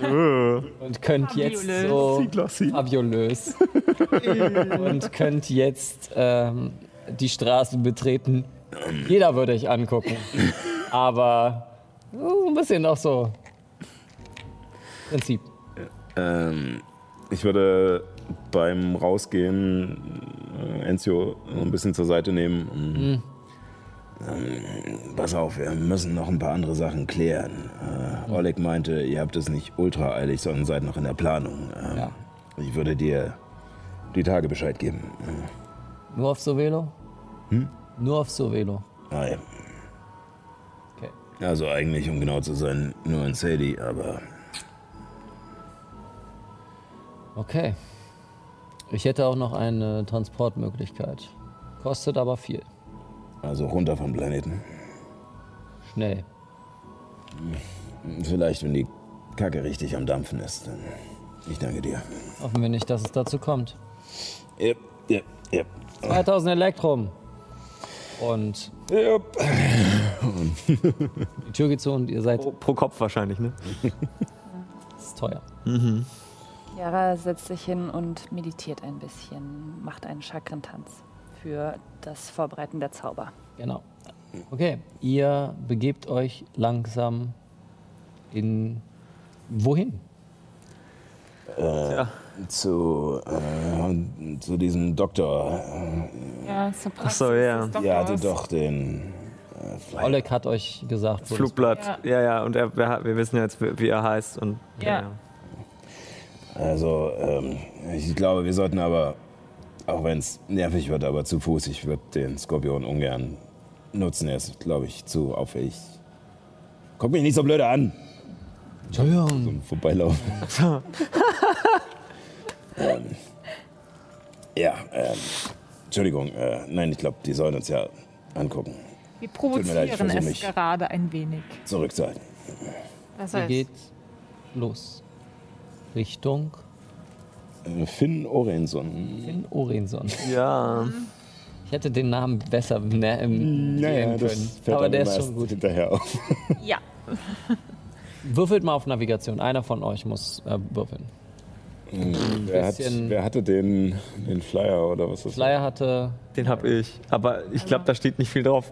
Speaker 1: und könnt jetzt so
Speaker 27: Klassi.
Speaker 1: fabulös. und könnt jetzt ähm, die Straßen betreten. Jeder würde euch angucken. Aber so ein bisschen auch so. Prinzip.
Speaker 27: Ähm, ich würde beim Rausgehen äh, Enzio so ein bisschen zur Seite nehmen. Und,
Speaker 1: Mhm.
Speaker 4: ähm, Pass auf, wir müssen noch ein paar andere Sachen klären. Äh,
Speaker 1: Mhm.
Speaker 4: Oleg meinte, ihr habt es nicht ultra eilig, sondern seid noch in der Planung. Ähm,
Speaker 1: Ja.
Speaker 4: Ich würde dir die Tage Bescheid geben.
Speaker 1: Nur auf Sovelo? Nur auf Sovelo.
Speaker 4: Nein.
Speaker 1: Okay.
Speaker 4: Also eigentlich, um genau zu sein, nur in Sadie, aber
Speaker 1: Okay. Ich hätte auch noch eine Transportmöglichkeit. Kostet aber viel.
Speaker 4: also runter vom Planeten.
Speaker 1: Schnell.
Speaker 4: Vielleicht, wenn die Kacke richtig am Dampfen ist. Dann ich danke dir.
Speaker 1: Hoffen wir nicht, dass es dazu kommt.
Speaker 4: Yep, yep, yep.
Speaker 1: 2000 Elektrum. Und
Speaker 4: Yep.
Speaker 1: die Tür geht zu und ihr seid
Speaker 8: Pro, pro Kopf wahrscheinlich, ne?
Speaker 1: das ist teuer.
Speaker 9: Yara setzt sich hin und meditiert ein bisschen, macht einen Chakrentanz für das Vorbereiten der Zauber.
Speaker 1: Genau. Okay, ihr begebt euch langsam in. Wohin?
Speaker 4: Zu, äh, zu diesem Doktor.
Speaker 7: Ja, Surprise.
Speaker 8: so, ja.
Speaker 4: Ihr hattet doch den. Äh, Flyer.
Speaker 1: Oleg hat euch gesagt, wo
Speaker 8: Flugblatt. Ja, ja. Und er, wir, wir wissen ja jetzt, wie wie er heißt. Und,
Speaker 7: Ja.
Speaker 4: Also, ähm, ich glaube, wir sollten aber Auch wenn es nervig wird, aber zu Fuß. Ich würde den Skorpion ungern nutzen. Er ist, glaube ich, zu auffällig. Guck mich nicht so blöde
Speaker 1: Hm.
Speaker 4: an! Entschuldigung. So ein Vorbeilaufen. ähm, ja, ähm, Entschuldigung. Äh, nein, ich glaube, die sollen uns ja angucken.
Speaker 7: Wir
Speaker 4: Tut mir leid, ich
Speaker 7: provozieren
Speaker 4: versuche
Speaker 7: es
Speaker 4: mich
Speaker 7: gerade ein wenig.
Speaker 4: zurückzuhalten.
Speaker 5: Das
Speaker 1: Ihr
Speaker 5: heißt,
Speaker 1: geht los. Richtung
Speaker 4: Äh, Finn Orenson.
Speaker 1: Finn Orenson.
Speaker 8: Ja.
Speaker 1: Ich hätte den Namen besser ne, ähm,
Speaker 4: Naja,
Speaker 1: wählen können.
Speaker 4: das fällt
Speaker 1: Aber
Speaker 4: dann
Speaker 1: der
Speaker 4: immer
Speaker 1: ist
Speaker 4: erst
Speaker 1: schon gut.
Speaker 4: hinterher auf.
Speaker 7: Ja.
Speaker 1: Würfelt mal auf Navigation. Einer von euch muss äh, würfeln.
Speaker 4: Mhm. Wer, hat,
Speaker 1: bisschen-
Speaker 4: wer hatte den, den Flyer oder was ist das?
Speaker 1: Flyer hatte.
Speaker 8: Den hab ich. Aber ich glaube, da steht nicht viel drauf.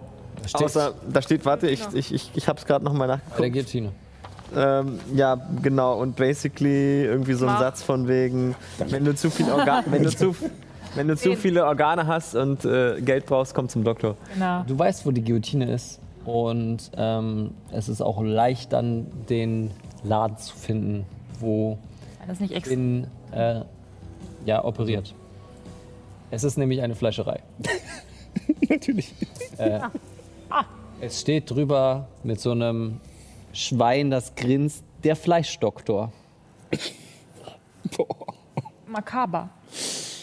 Speaker 8: Außer, da steht, warte, ich, ich, ich, ich hab's gerade nochmal
Speaker 1: Bei der
Speaker 8: nachgeguckt.
Speaker 1: Guillotine.
Speaker 8: Ähm, ja, genau. Und basically irgendwie so ein
Speaker 5: Mach.
Speaker 8: Satz von wegen, wenn du zu viel Orga wenn du zu, wenn du zu viele Organe hast und äh, Geld brauchst, komm zum Doktor.
Speaker 7: Genau.
Speaker 1: Du weißt, wo die Guillotine ist. Und ähm, es ist auch leicht, dann den Laden zu finden, wo
Speaker 7: War Das nicht extra.
Speaker 1: Finn äh, ja, operiert. Es ist nämlich eine Fleischerei.
Speaker 4: Natürlich.
Speaker 1: Äh, Es steht drüber mit so einem Schwein, das grinst, der Fleischdoktor.
Speaker 7: Makaber.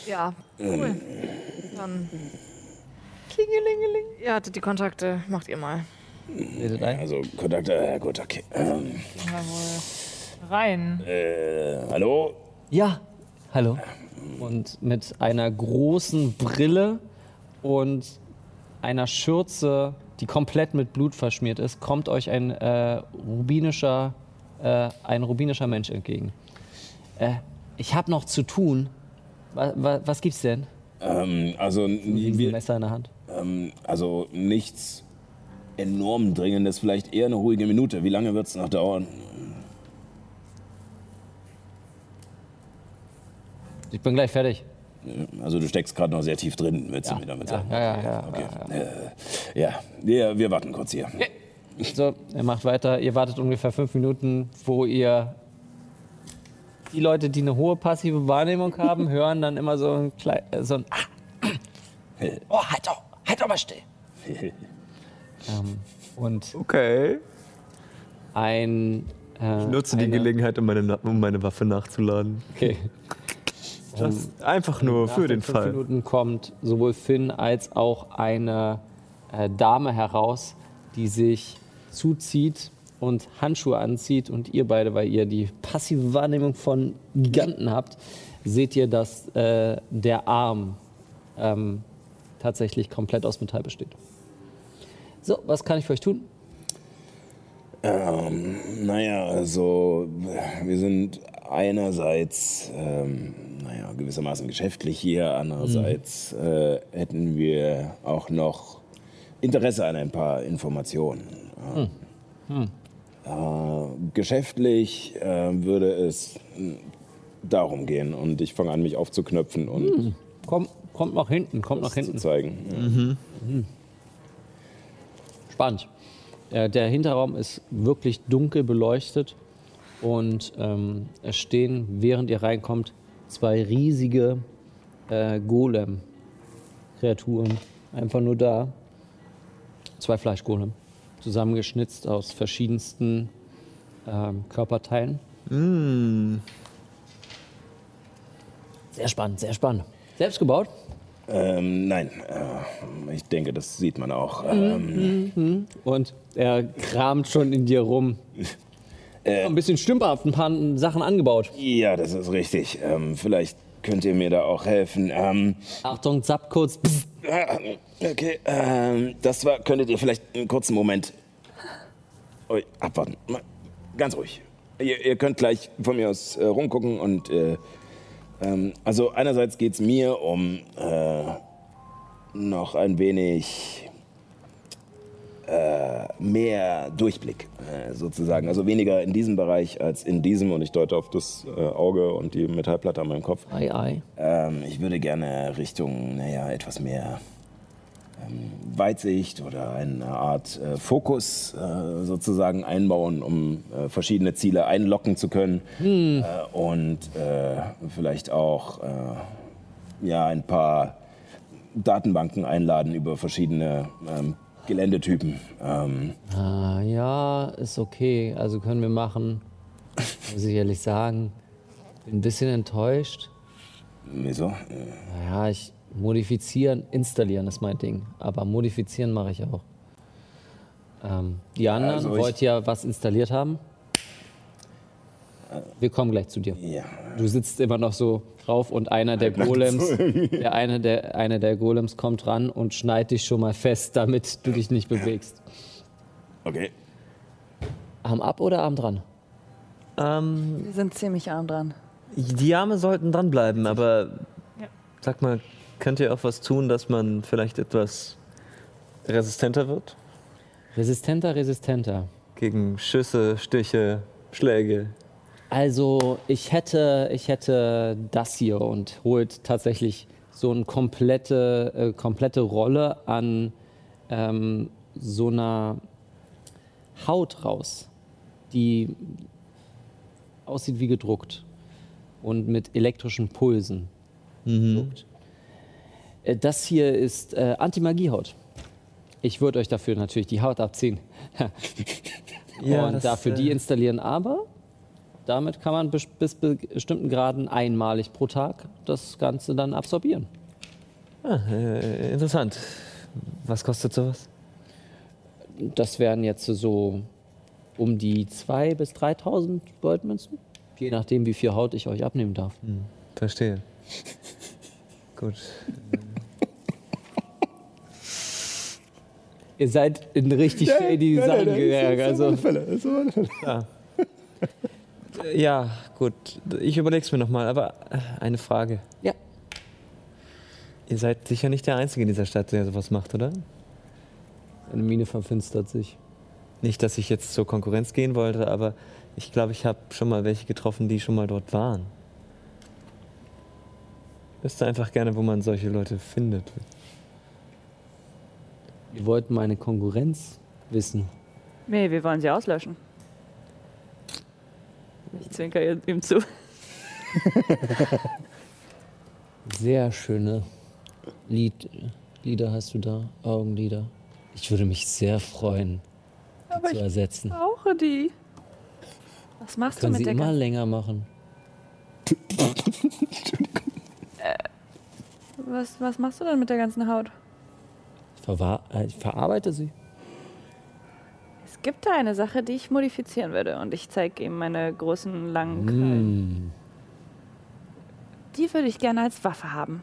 Speaker 5: ja, cool. Dann. Ihr hattet die Kontakte, macht ihr mal.
Speaker 1: Redet ein.
Speaker 4: Also Kontakte, ja gut, okay. Ähm,
Speaker 7: Gehen wir wohl rein.
Speaker 4: äh, hallo?
Speaker 1: Ja, hallo. Und mit einer großen Brille und einer Schürze, die komplett mit Blut verschmiert ist, kommt euch ein äh, rubinischer, äh, ein rubinischer Mensch entgegen. Äh, ich habe noch zu tun. Wa wa was gibt's denn?
Speaker 4: Ähm, also,
Speaker 1: Ein
Speaker 4: wir,
Speaker 1: Messer in der Hand.
Speaker 4: ähm, also nichts enorm Dringendes, vielleicht eher eine ruhige Minute. Wie lange wird es noch dauern?
Speaker 1: Ich bin gleich fertig.
Speaker 4: Also du steckst gerade noch sehr tief drin, willst
Speaker 1: Ja,
Speaker 4: du mir damit
Speaker 1: ja,
Speaker 4: sagen?
Speaker 1: ja, ja, ja,
Speaker 4: okay. Äh, ja. Wir, wir warten kurz hier.
Speaker 1: So, er macht weiter. Ihr wartet ungefähr fünf Minuten, wo ihr die Leute, die eine hohe passive Wahrnehmung haben, hören dann immer so ein klein, äh, so ein Oh, halt doch, halt doch mal still. ähm, und
Speaker 8: Okay.
Speaker 1: ein äh,
Speaker 8: Nutze die
Speaker 1: eine-
Speaker 8: Gelegenheit, um meine, Na- um meine Waffe nachzuladen.
Speaker 1: Okay.
Speaker 8: Das Um einfach nur
Speaker 1: Nach
Speaker 8: für
Speaker 1: den
Speaker 8: den
Speaker 1: fünf
Speaker 8: Fall.
Speaker 1: Minuten kommt sowohl Finn als auch eine äh, Dame heraus, die sich zuzieht und Handschuhe anzieht und ihr beide, weil ihr die passive Wahrnehmung von Giganten habt, seht ihr, dass äh, der Arm ähm, tatsächlich komplett aus Metall besteht. So, was kann ich für euch tun?
Speaker 4: Ähm, naja, also wir sind einerseits, ähm, naja, gewissermaßen geschäftlich hier, andererseits
Speaker 1: Mhm.
Speaker 4: äh, hätten wir auch noch Interesse an ein paar Informationen.
Speaker 1: Hm.
Speaker 4: Ähm, Äh, geschäftlich äh, würde es mh, darum gehen und ich fange an, mich aufzuknöpfen und
Speaker 1: Komm, kommt nach hinten, kommt Hm, nach
Speaker 4: das zu
Speaker 1: hinten. Mhm.
Speaker 4: zeigen. Ja.
Speaker 1: Spannend. Äh, Der Hinterraum ist wirklich dunkel beleuchtet und ähm, es stehen, während ihr reinkommt, zwei riesige äh, Golem-Kreaturen. Einfach nur da. Zwei Fleischgolem. Zusammengeschnitzt aus verschiedensten ähm, Körperteilen. Sehr spannend, sehr spannend. Selbst gebaut?
Speaker 4: Ähm, nein, äh, ich denke, das sieht man auch. Ähm,
Speaker 1: Und er kramt schon in dir rum.
Speaker 4: Äh.
Speaker 1: ein bisschen stümperhaft, ein paar Sachen angebaut.
Speaker 4: Ja, das ist richtig. Ähm, vielleicht könnt ihr mir da auch helfen. Ähm,
Speaker 1: Achtung, zapp kurz. Psst.
Speaker 4: äh, okay, ähm, das war, könntet ihr vielleicht einen kurzen Moment Ui, abwarten. Mal Ganz ruhig. Ihr, ihr könnt gleich von mir aus äh, rumgucken und äh, ähm, also einerseits geht es mir um äh, noch ein wenig äh, mehr Durchblick äh, sozusagen. Also weniger in diesem Bereich als in diesem. Und ich deute auf das äh, Auge und die Metallplatte an meinem Kopf.
Speaker 1: Ei, ei.
Speaker 4: Ähm, ich würde gerne Richtung, naja, etwas mehr ähm, Weitsicht oder eine Art äh, Fokus äh, sozusagen einbauen, um äh, verschiedene Ziele einlocken zu können. Äh, und äh, vielleicht auch äh, ja ein paar Datenbanken einladen über verschiedene ähm, Geländetypen. Ähm,
Speaker 1: Ah, ja, ist okay. Also können wir machen. Muss ich ehrlich sagen. Bin ein bisschen enttäuscht.
Speaker 4: wieso?
Speaker 1: Naja, ich modifizieren, installieren ist mein Ding. Aber modifizieren mache ich auch. Ähm, die anderen
Speaker 4: also ich-
Speaker 1: wollt ja was installiert haben. Wir kommen gleich zu dir. Du sitzt immer noch so drauf und einer der
Speaker 4: Halbnackt
Speaker 1: Golems,
Speaker 4: so irgendwie.
Speaker 1: der eine der, einer der Golems kommt ran und schneidet dich schon mal fest, damit du dich nicht bewegst.
Speaker 4: Okay.
Speaker 1: Arm ab oder Arm dran?
Speaker 8: Ähm,
Speaker 9: Wir sind ziemlich arm dran.
Speaker 8: die Arme sollten dranbleiben, aber
Speaker 7: Ja.
Speaker 8: sag mal, könnt ihr auch was tun, dass man vielleicht etwas resistenter wird?
Speaker 1: Resistenter, resistenter.
Speaker 8: Gegen Schüsse, Stiche, Schläge.
Speaker 1: Also ich hätte, ich hätte das hier und holt tatsächlich so eine komplette, äh, komplette Rolle an ähm, so einer Haut raus, die aussieht wie gedruckt und mit elektrischen Pulsen
Speaker 8: Mhm.
Speaker 1: gedruckt. Äh, Das hier ist äh, Antimagiehaut. Ich würde euch dafür natürlich die Haut abziehen.
Speaker 8: Ja,
Speaker 1: und
Speaker 8: das,
Speaker 1: dafür die
Speaker 8: äh,
Speaker 1: installieren, aber damit kann man bis, bis be- bestimmten Graden einmalig pro Tag das Ganze dann absorbieren.
Speaker 8: Ah, äh, interessant. Was kostet sowas?
Speaker 1: Das wären jetzt so um die 2.000 bis 3.000 Goldmünzen, je nachdem, wie viel Haut ich euch abnehmen darf.
Speaker 8: Verstehe. Gut.
Speaker 1: Ihr seid in richtig shady Sachen gegangen. Also,
Speaker 8: Ja. ja, gut. Ich überleg's mir nochmal, aber äh, eine Frage.
Speaker 1: Ja.
Speaker 8: Ihr seid sicher nicht der Einzige in dieser Stadt, der sowas macht, oder?
Speaker 1: Eine Mine verfinstert sich.
Speaker 8: Nicht, dass ich jetzt zur Konkurrenz gehen wollte, aber ich glaube, ich habe schon mal welche getroffen, die schon mal dort waren. Ich wüsste einfach gerne, wo man solche Leute findet.
Speaker 1: wir wollten meine Konkurrenz wissen.
Speaker 9: Nee, wir wollen sie auslöschen. Ich zwinker ihr- ihm zu.
Speaker 1: Sehr schöne Lied, Lieder hast du da, Augenlider. Ich würde mich sehr freuen, die zu ersetzen.
Speaker 9: Brauche die. Was machst
Speaker 1: Können
Speaker 9: du
Speaker 1: sie
Speaker 9: mit der
Speaker 1: immer
Speaker 9: ganzen-
Speaker 1: länger machen.
Speaker 9: Was, was machst du denn mit der ganzen Haut?
Speaker 1: Ich, verwahr, äh, ich verarbeite sie.
Speaker 9: Es gibt da eine Sache, die ich modifizieren würde. Und ich zeige ihm meine großen, langen Krallen.
Speaker 1: Mm.
Speaker 9: Die würde ich gerne als Waffe haben.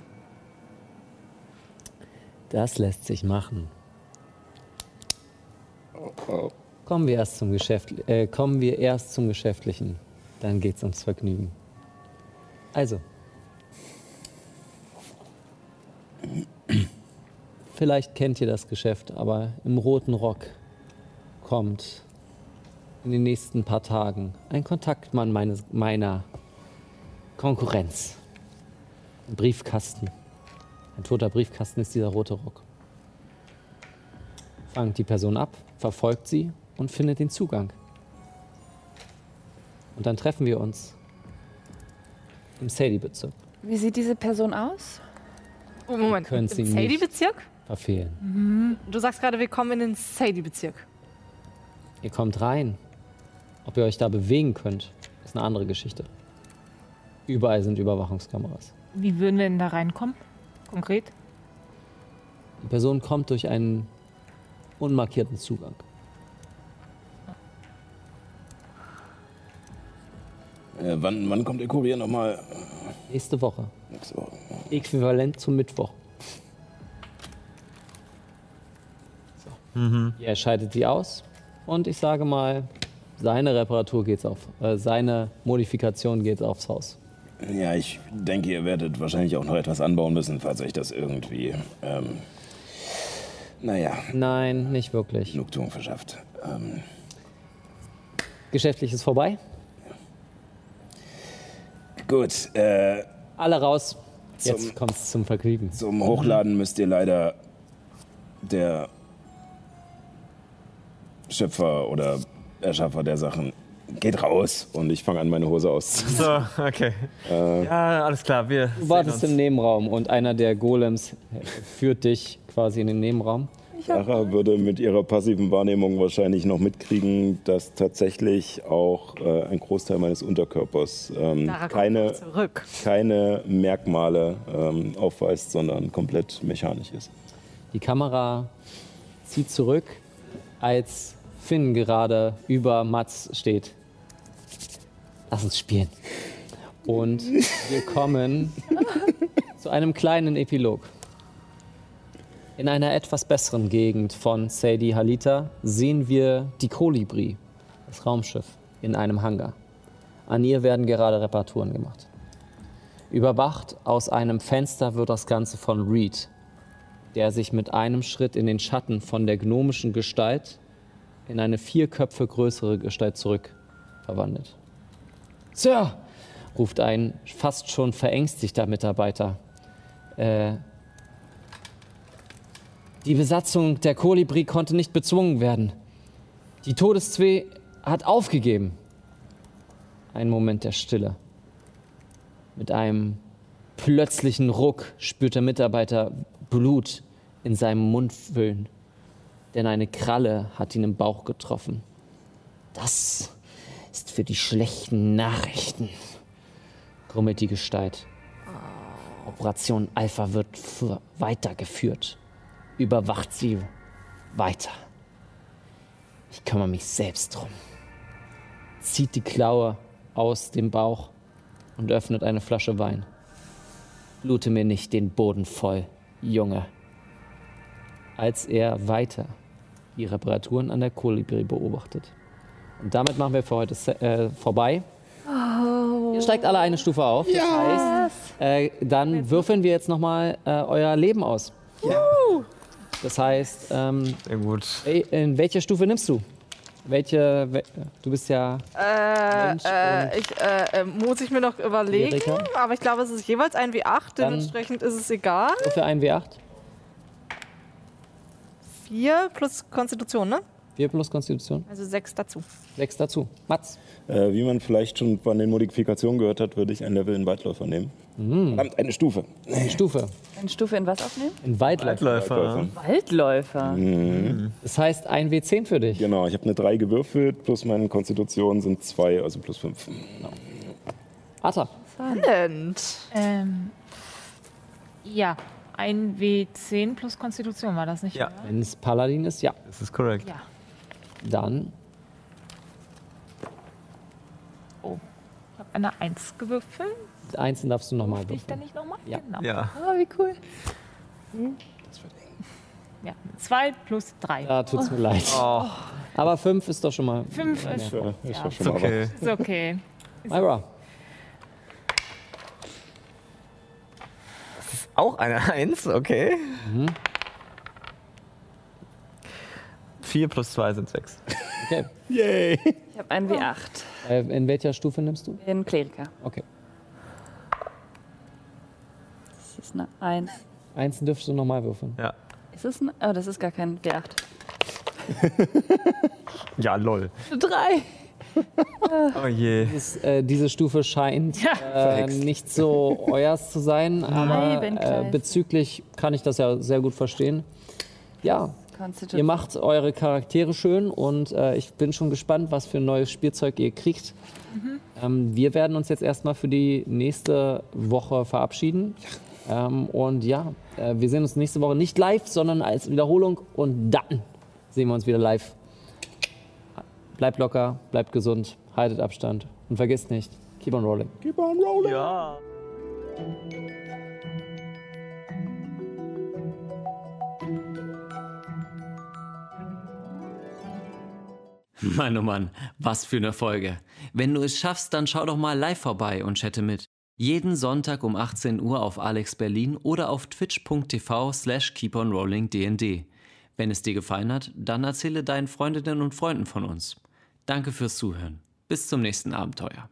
Speaker 1: Das lässt sich machen. Kommen wir erst zum Geschäft, äh, kommen wir erst zum Geschäftlichen. Dann geht's ums Vergnügen. Also. Vielleicht kennt ihr das Geschäft, aber im roten Rock kommt in den nächsten paar Tagen ein Kontaktmann meines, meiner Konkurrenz. Ein Briefkasten. Ein toter Briefkasten ist dieser rote Rock. Fangt die Person ab, verfolgt sie und findet den Zugang. Und dann treffen wir uns im Sadie-Bezirk.
Speaker 28: Wie sieht diese Person aus?
Speaker 5: Oh, Moment,
Speaker 1: Können sie
Speaker 5: im
Speaker 1: nicht
Speaker 5: Sadie-Bezirk?
Speaker 1: verfehlen.
Speaker 5: Du sagst gerade, wir kommen in den Sadie-Bezirk.
Speaker 1: Ihr kommt rein. Ob ihr euch da bewegen könnt, ist eine andere Geschichte. Überall sind Überwachungskameras.
Speaker 7: Wie würden wir denn da reinkommen? Konkret?
Speaker 1: Die Person kommt durch einen unmarkierten Zugang.
Speaker 4: Äh, wann, wann kommt der Kurier nochmal?
Speaker 1: Nächste Woche.
Speaker 4: Nächste Woche.
Speaker 1: Äquivalent zum Mittwoch. Ihr scheidet sie aus und ich sage mal, seine Reparatur geht's auf, äh, seine Modifikation geht aufs Haus.
Speaker 4: Ja, ich denke, ihr werdet wahrscheinlich auch noch etwas anbauen müssen, falls euch das irgendwie, ähm, naja,
Speaker 1: Nein, nicht wirklich.
Speaker 4: Genugtuung verschafft. Ähm,
Speaker 1: Geschäftlich ist vorbei.
Speaker 4: gut, äh,
Speaker 1: Alle raus. Jetzt
Speaker 4: Zum-
Speaker 1: kommt's zum Vergnügen.
Speaker 4: zum Hochladen müsst ihr leider der Schöpfer oder Erschaffer der Sachen geht raus. Und ich fange an, meine Hose auszuziehen.
Speaker 8: So, okay.
Speaker 4: Äh,
Speaker 8: Ja, alles klar, wir.
Speaker 1: Du
Speaker 8: sehen
Speaker 1: wartest
Speaker 8: uns.
Speaker 1: im Nebenraum und einer der Golems führt dich quasi in den Nebenraum.
Speaker 4: Sarah würde mit ihrer passiven Wahrnehmung wahrscheinlich noch mitkriegen, dass tatsächlich auch äh, ein Großteil meines Unterkörpers ähm,
Speaker 29: Sarah kommt
Speaker 4: keine,
Speaker 29: noch zurück.
Speaker 4: keine Merkmale ähm, aufweist, sondern komplett mechanisch ist.
Speaker 1: Die Kamera zieht zurück, als Finn gerade über Mats steht. Lass uns spielen. Und wir kommen zu einem kleinen Epilog. In einer etwas besseren Gegend von Sadie Halita sehen wir die Kolibri, das Raumschiff, in einem Hangar. An ihr werden gerade Reparaturen gemacht. Überwacht aus einem Fenster wird das Ganze von Reed, der sich mit einem Schritt in den Schatten von der gnomischen Gestalt in eine vier Köpfe größere Gestalt zurück verwandelt. Sir, ruft ein fast schon verängstigter Mitarbeiter. Äh, die Besatzung der Kolibri konnte nicht bezwungen werden. Die Todeszwee hat aufgegeben. Ein Moment der Stille. Mit einem plötzlichen Ruck spürt der Mitarbeiter Blut in seinem Mund füllen, denn eine Kralle hat ihn im Bauch getroffen. Das ist für die schlechten Nachrichten, grummelt die Gestalt. Operation Alpha wird f- weitergeführt. Überwacht sie weiter. Ich kümmere mich selbst drum. Zieht die Klaue aus dem Bauch und öffnet eine Flasche Wein. Blute mir nicht den Boden voll, Junge. Als er weiter die Reparaturen an der Kolibri beobachtet. Und damit machen wir für heute se- äh, vorbei.
Speaker 5: Oh.
Speaker 1: Ihr steigt alle eine Stufe auf. Das heißt, äh, dann würfeln wir jetzt nochmal äh, euer Leben aus. Das heißt, ähm, wel- in welche Stufe nimmst du? Welche, wel- du bist ja
Speaker 5: Äh, äh, ich, äh, äh, muss ich mir noch überlegen,
Speaker 1: Erika?
Speaker 5: aber ich glaube, es ist jeweils ein W8,
Speaker 1: Dann-
Speaker 5: dementsprechend ist es egal.
Speaker 1: für ein W8.
Speaker 5: 4 plus Konstitution, ne?
Speaker 1: 4 plus Konstitution.
Speaker 5: Also 6 dazu.
Speaker 1: Sechs dazu. Mats.
Speaker 4: Äh, wie man vielleicht schon von den Modifikationen gehört hat, würde ich ein Level in Weitläufer nehmen. Verdammt, eine Stufe.
Speaker 1: Eine Stufe.
Speaker 9: Eine Stufe in was aufnehmen?
Speaker 1: Ein Weitläufer.
Speaker 8: Ah.
Speaker 4: Weitläufer.
Speaker 9: Waldläufer.
Speaker 4: Mhm.
Speaker 1: Das heißt ein W10 für dich.
Speaker 4: Genau, ich habe eine 3 gewürfelt, plus meine Konstitution sind 2, also plus 5.
Speaker 1: Atta.
Speaker 5: Spannend.
Speaker 7: Ähm, ja, ein W10 plus Konstitution war das nicht? oder?
Speaker 1: Wenn es Paladin ist, ja.
Speaker 8: Das ist korrekt.
Speaker 7: Ja.
Speaker 1: Dann
Speaker 7: Oh, ich habe eine 1 gewürfelt.
Speaker 1: einzeln darfst du nochmal
Speaker 7: Ich dann
Speaker 1: würfeln.
Speaker 7: nicht nochmal?
Speaker 1: Ja.
Speaker 7: Genau.
Speaker 1: Ja.
Speaker 7: Ah, wie cool. Ja, 2 plus 3.
Speaker 1: Da tut's mir leid. Aber fünf ist doch schon mal.
Speaker 7: Fünf ist- Ja, ist doch schon mal
Speaker 1: okay.
Speaker 7: Ist okay.
Speaker 1: Myra.
Speaker 8: Auch eine Eins, okay. Vier plus zwei sind sechs.
Speaker 1: Okay.
Speaker 8: Yay.
Speaker 9: Ich habe ein W8.
Speaker 1: Äh, in welcher Stufe nimmst du?
Speaker 9: In Kleriker.
Speaker 1: Okay.
Speaker 9: Das ist eine 1.
Speaker 1: Einzeln dürfst du nochmal würfeln.
Speaker 8: Ja.
Speaker 9: Ist es ein. Oh, das ist gar kein W8.
Speaker 8: Ja, lol.
Speaker 9: Eine 3.
Speaker 8: Oh je.
Speaker 1: Dieses, äh, diese Stufe scheint äh, nicht so euers zu sein, aber äh,
Speaker 9: Ravenclaw.
Speaker 1: bezüglich kann ich das ja sehr gut verstehen. Ja,
Speaker 9: Constitution.
Speaker 1: ihr macht eure Charaktere schön und äh, ich bin schon gespannt, was für ein neues Spielzeug ihr kriegt. Ähm, wir werden uns jetzt erstmal für die nächste Woche verabschieden. Ähm, und ja, äh, wir sehen uns nächste Woche nicht live, sondern als Wiederholung und dann sehen wir uns wieder live. Bleibt locker, bleibt gesund, haltet Abstand und vergesst nicht, keep on rolling.
Speaker 4: Keep on rolling.
Speaker 8: Ja.
Speaker 30: Mann, oh Mann, was für eine Folge. Wenn du es schaffst, dann schau doch mal live vorbei und chatte mit. Jeden Sonntag um 18 Uhr auf Alex Berlin oder auf twitch.tv slash keeponrollingdnd. Wenn es dir gefallen hat, dann erzähle deinen Freundinnen und Freunden von uns. Danke fürs Zuhören. Bis zum nächsten Abenteuer.